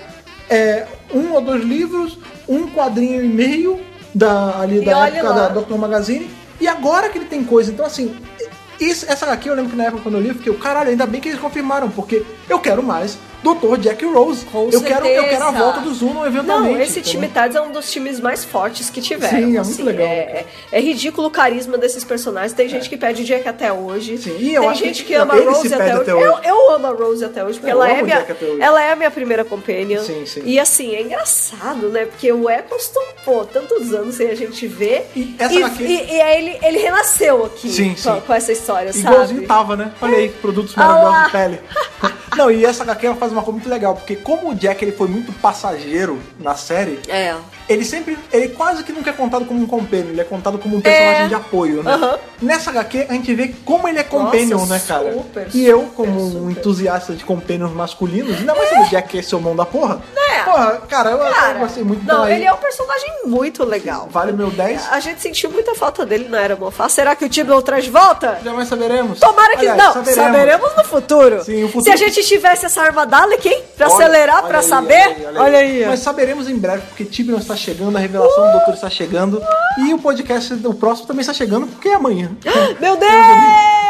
é, um ou dois livros, um quadrinho e meio da, ali
E
da
olha
época
lá.
da Doctor Magazine. E agora que ele tem coisa, então assim. Isso, essa HQ eu lembro que na época quando eu li, eu fiquei, caralho, ainda bem que eles confirmaram, porque eu quero mais Dr. Jack Rose.
Com
eu quero Eu quero a
certeza.
volta do Zuno eventualmente.
Não, esse
então.
time Tardes é um dos times mais fortes que tiveram.
Sim, é muito
assim,
legal, cara. É.
É, é- é ridículo o carisma desses personagens. Tem gente que pede o Jack até hoje.
Sim, e eu
Tem
acho
gente
que
que, ama a
ele se
Rose até
pede
hoje.
até
Eu,
hoje.
eu amo a Rose até hoje, porque
Eu
ela
amo
é,
o
minha,
Jack até hoje.
ela é a minha primeira companion.
Sim, sim.
E assim, é engraçado, né? Porque o Eccleston, pô, tantos anos sem a gente ver.
E essa
e,
daqui-
e- e aí ele, ele renasceu aqui
Sim,
com,
sim.
com essa história,
Igualzinho
sabe?
tava, né? Olha aí, que produtos
Ah lá.
maravilhosos de pele. [laughs] Não, e essa HQ ela faz uma coisa muito legal, porque como o Jack ele foi muito passageiro na série,
É.
ele sempre. Ele quase que nunca é contado como um companion, ele é contado como um personagem
É.
de apoio, né?
Aham.
Nessa HQ a gente vê como ele é companion,
Nossa,
né, cara?
super,
e eu,
super,
como um
super.
entusiasta de companions masculinos, ainda mais sendo o Jack que é seu mão da porra.
É.
Porra, cara, eu, eu
Cara,
gostei muito
não,
dela aí.
ele é um personagem muito legal.
Vale meu 10.
A gente sentiu muita falta dele na Era Mofá. Será que o Tibble traz de volta?
Jamais saberemos.
Tomara que
Aliás,
não. Saberemos. no futuro.
Sim, o futuro-
Se a gente tivesse essa arma Dalek, hein? Pra
Olha-
acelerar,
olha
pra
aí,
saber. Olha aí.
Mas saberemos em breve, porque Tibion está chegando, a revelação do Doutor está chegando. E o podcast do próximo também está chegando, porque é amanhã.
Meu Deus!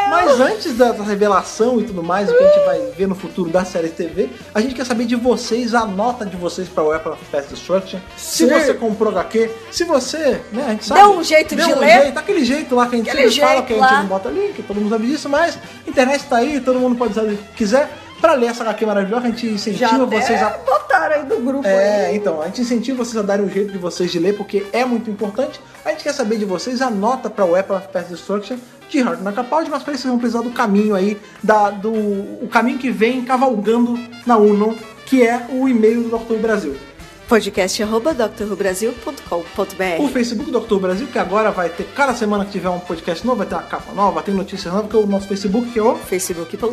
Mas antes da, da revelação e tudo mais, o que a gente vai ver no futuro da série TV, a gente quer saber de vocês, a nota de vocês para o Apple Pest Destruction. Se
Sim.
você comprou HQ, se você, né, a gente sabe.
Deu um jeito
deu
de
um
ler.
Jeito, aquele jeito lá que a gente
Aquele
sempre fala,
jeito
que a gente
lá.
não bota link, todo mundo sabe disso, mas a internet tá aí, todo mundo pode usar o que quiser. Pra ler essa HQ maravilhosa, a gente
Já
incentiva
até
vocês a
botaram aí no grupo.
é,
aí.
então, a gente incentiva vocês a darem um jeito de vocês de ler, porque é muito importante. A gente quer saber de vocês, anota para o Apple of Pass Destruction, de Hartman Capaldi, mas para isso vocês vão precisar do caminho aí, da, do o caminho que vem cavalgando na Uno, que é o e-mail do Dr. Brasil.
Podcast arroba drrubrasil.com.br
O Facebook do Dr. Brasil, que agora vai ter, cada semana que tiver um podcast novo, vai ter uma capa nova, tem notícias novas, que é o nosso Facebook, que é o
facebook.com.br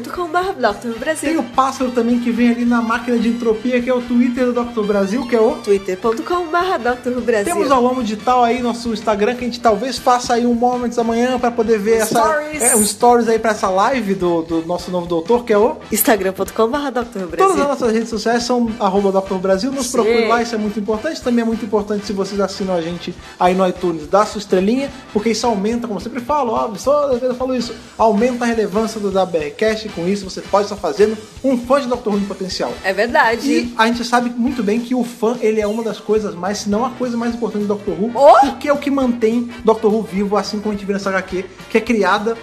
Tem
drrubrasil
o pássaro também que vem ali na máquina de entropia, que é o Twitter do Dr. Brasil, que é o.
twitter.com.br drrubrasil
Temos ao longo digital aí nosso Instagram, que a gente talvez faça aí um Moments amanhã pra poder ver essa.
Stories.
É, os stories aí pra essa live do, do nosso novo doutor, que é o.
instagram.com.br
Todas as
drrubrasil
nossas redes sociais são arroba Dr. Brasil, nos
Sim.
procure lá, isso é muito importante. Também é muito importante se vocês assinam a gente aí no iTunes, dá sua estrelinha, porque isso aumenta, como eu sempre falo, óbvio, toda vez eu falo isso, aumenta a relevância do WRCast, e com isso você pode estar fazendo um fã de Dr. Who em potencial.
é verdade
E a gente sabe muito bem que o fã ele é uma das coisas mais, se não a coisa mais importante do Doctor Who,
Oh!
porque é o que mantém Doctor Who vivo, assim como a gente vê nessa HQ, que é criada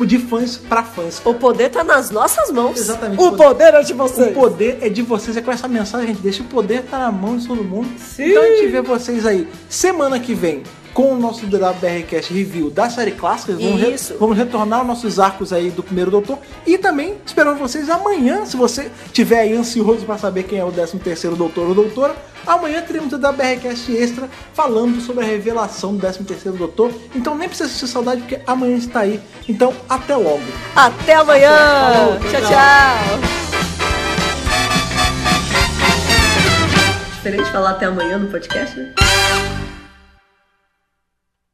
de fãs pra fãs.
o poder tá nas nossas mãos
Exatamente.
o poder é de vocês
O poder é de vocês, é com essa mensagem, gente. Deixa o poder estar na mão de todo mundo.
Sim.
Então a gente vê vocês aí semana que vem com o nosso DWRcast review da série clássica. Vamos, re-
Isso.
vamos retornar aos nossos arcos aí do primeiro doutor. E também esperando vocês amanhã, se você tiver aí ansioso para saber quem é o 13 terceiro doutor ou doutora. Amanhã teremos o DWRcast extra falando sobre a revelação do 13 terceiro doutor. Então nem precisa assistir saudade, porque amanhã está aí. Então até logo.
até amanhã
Falou, tchau,
tchau,
tchau.
tchau. Diferente falar até amanhã no podcast, né?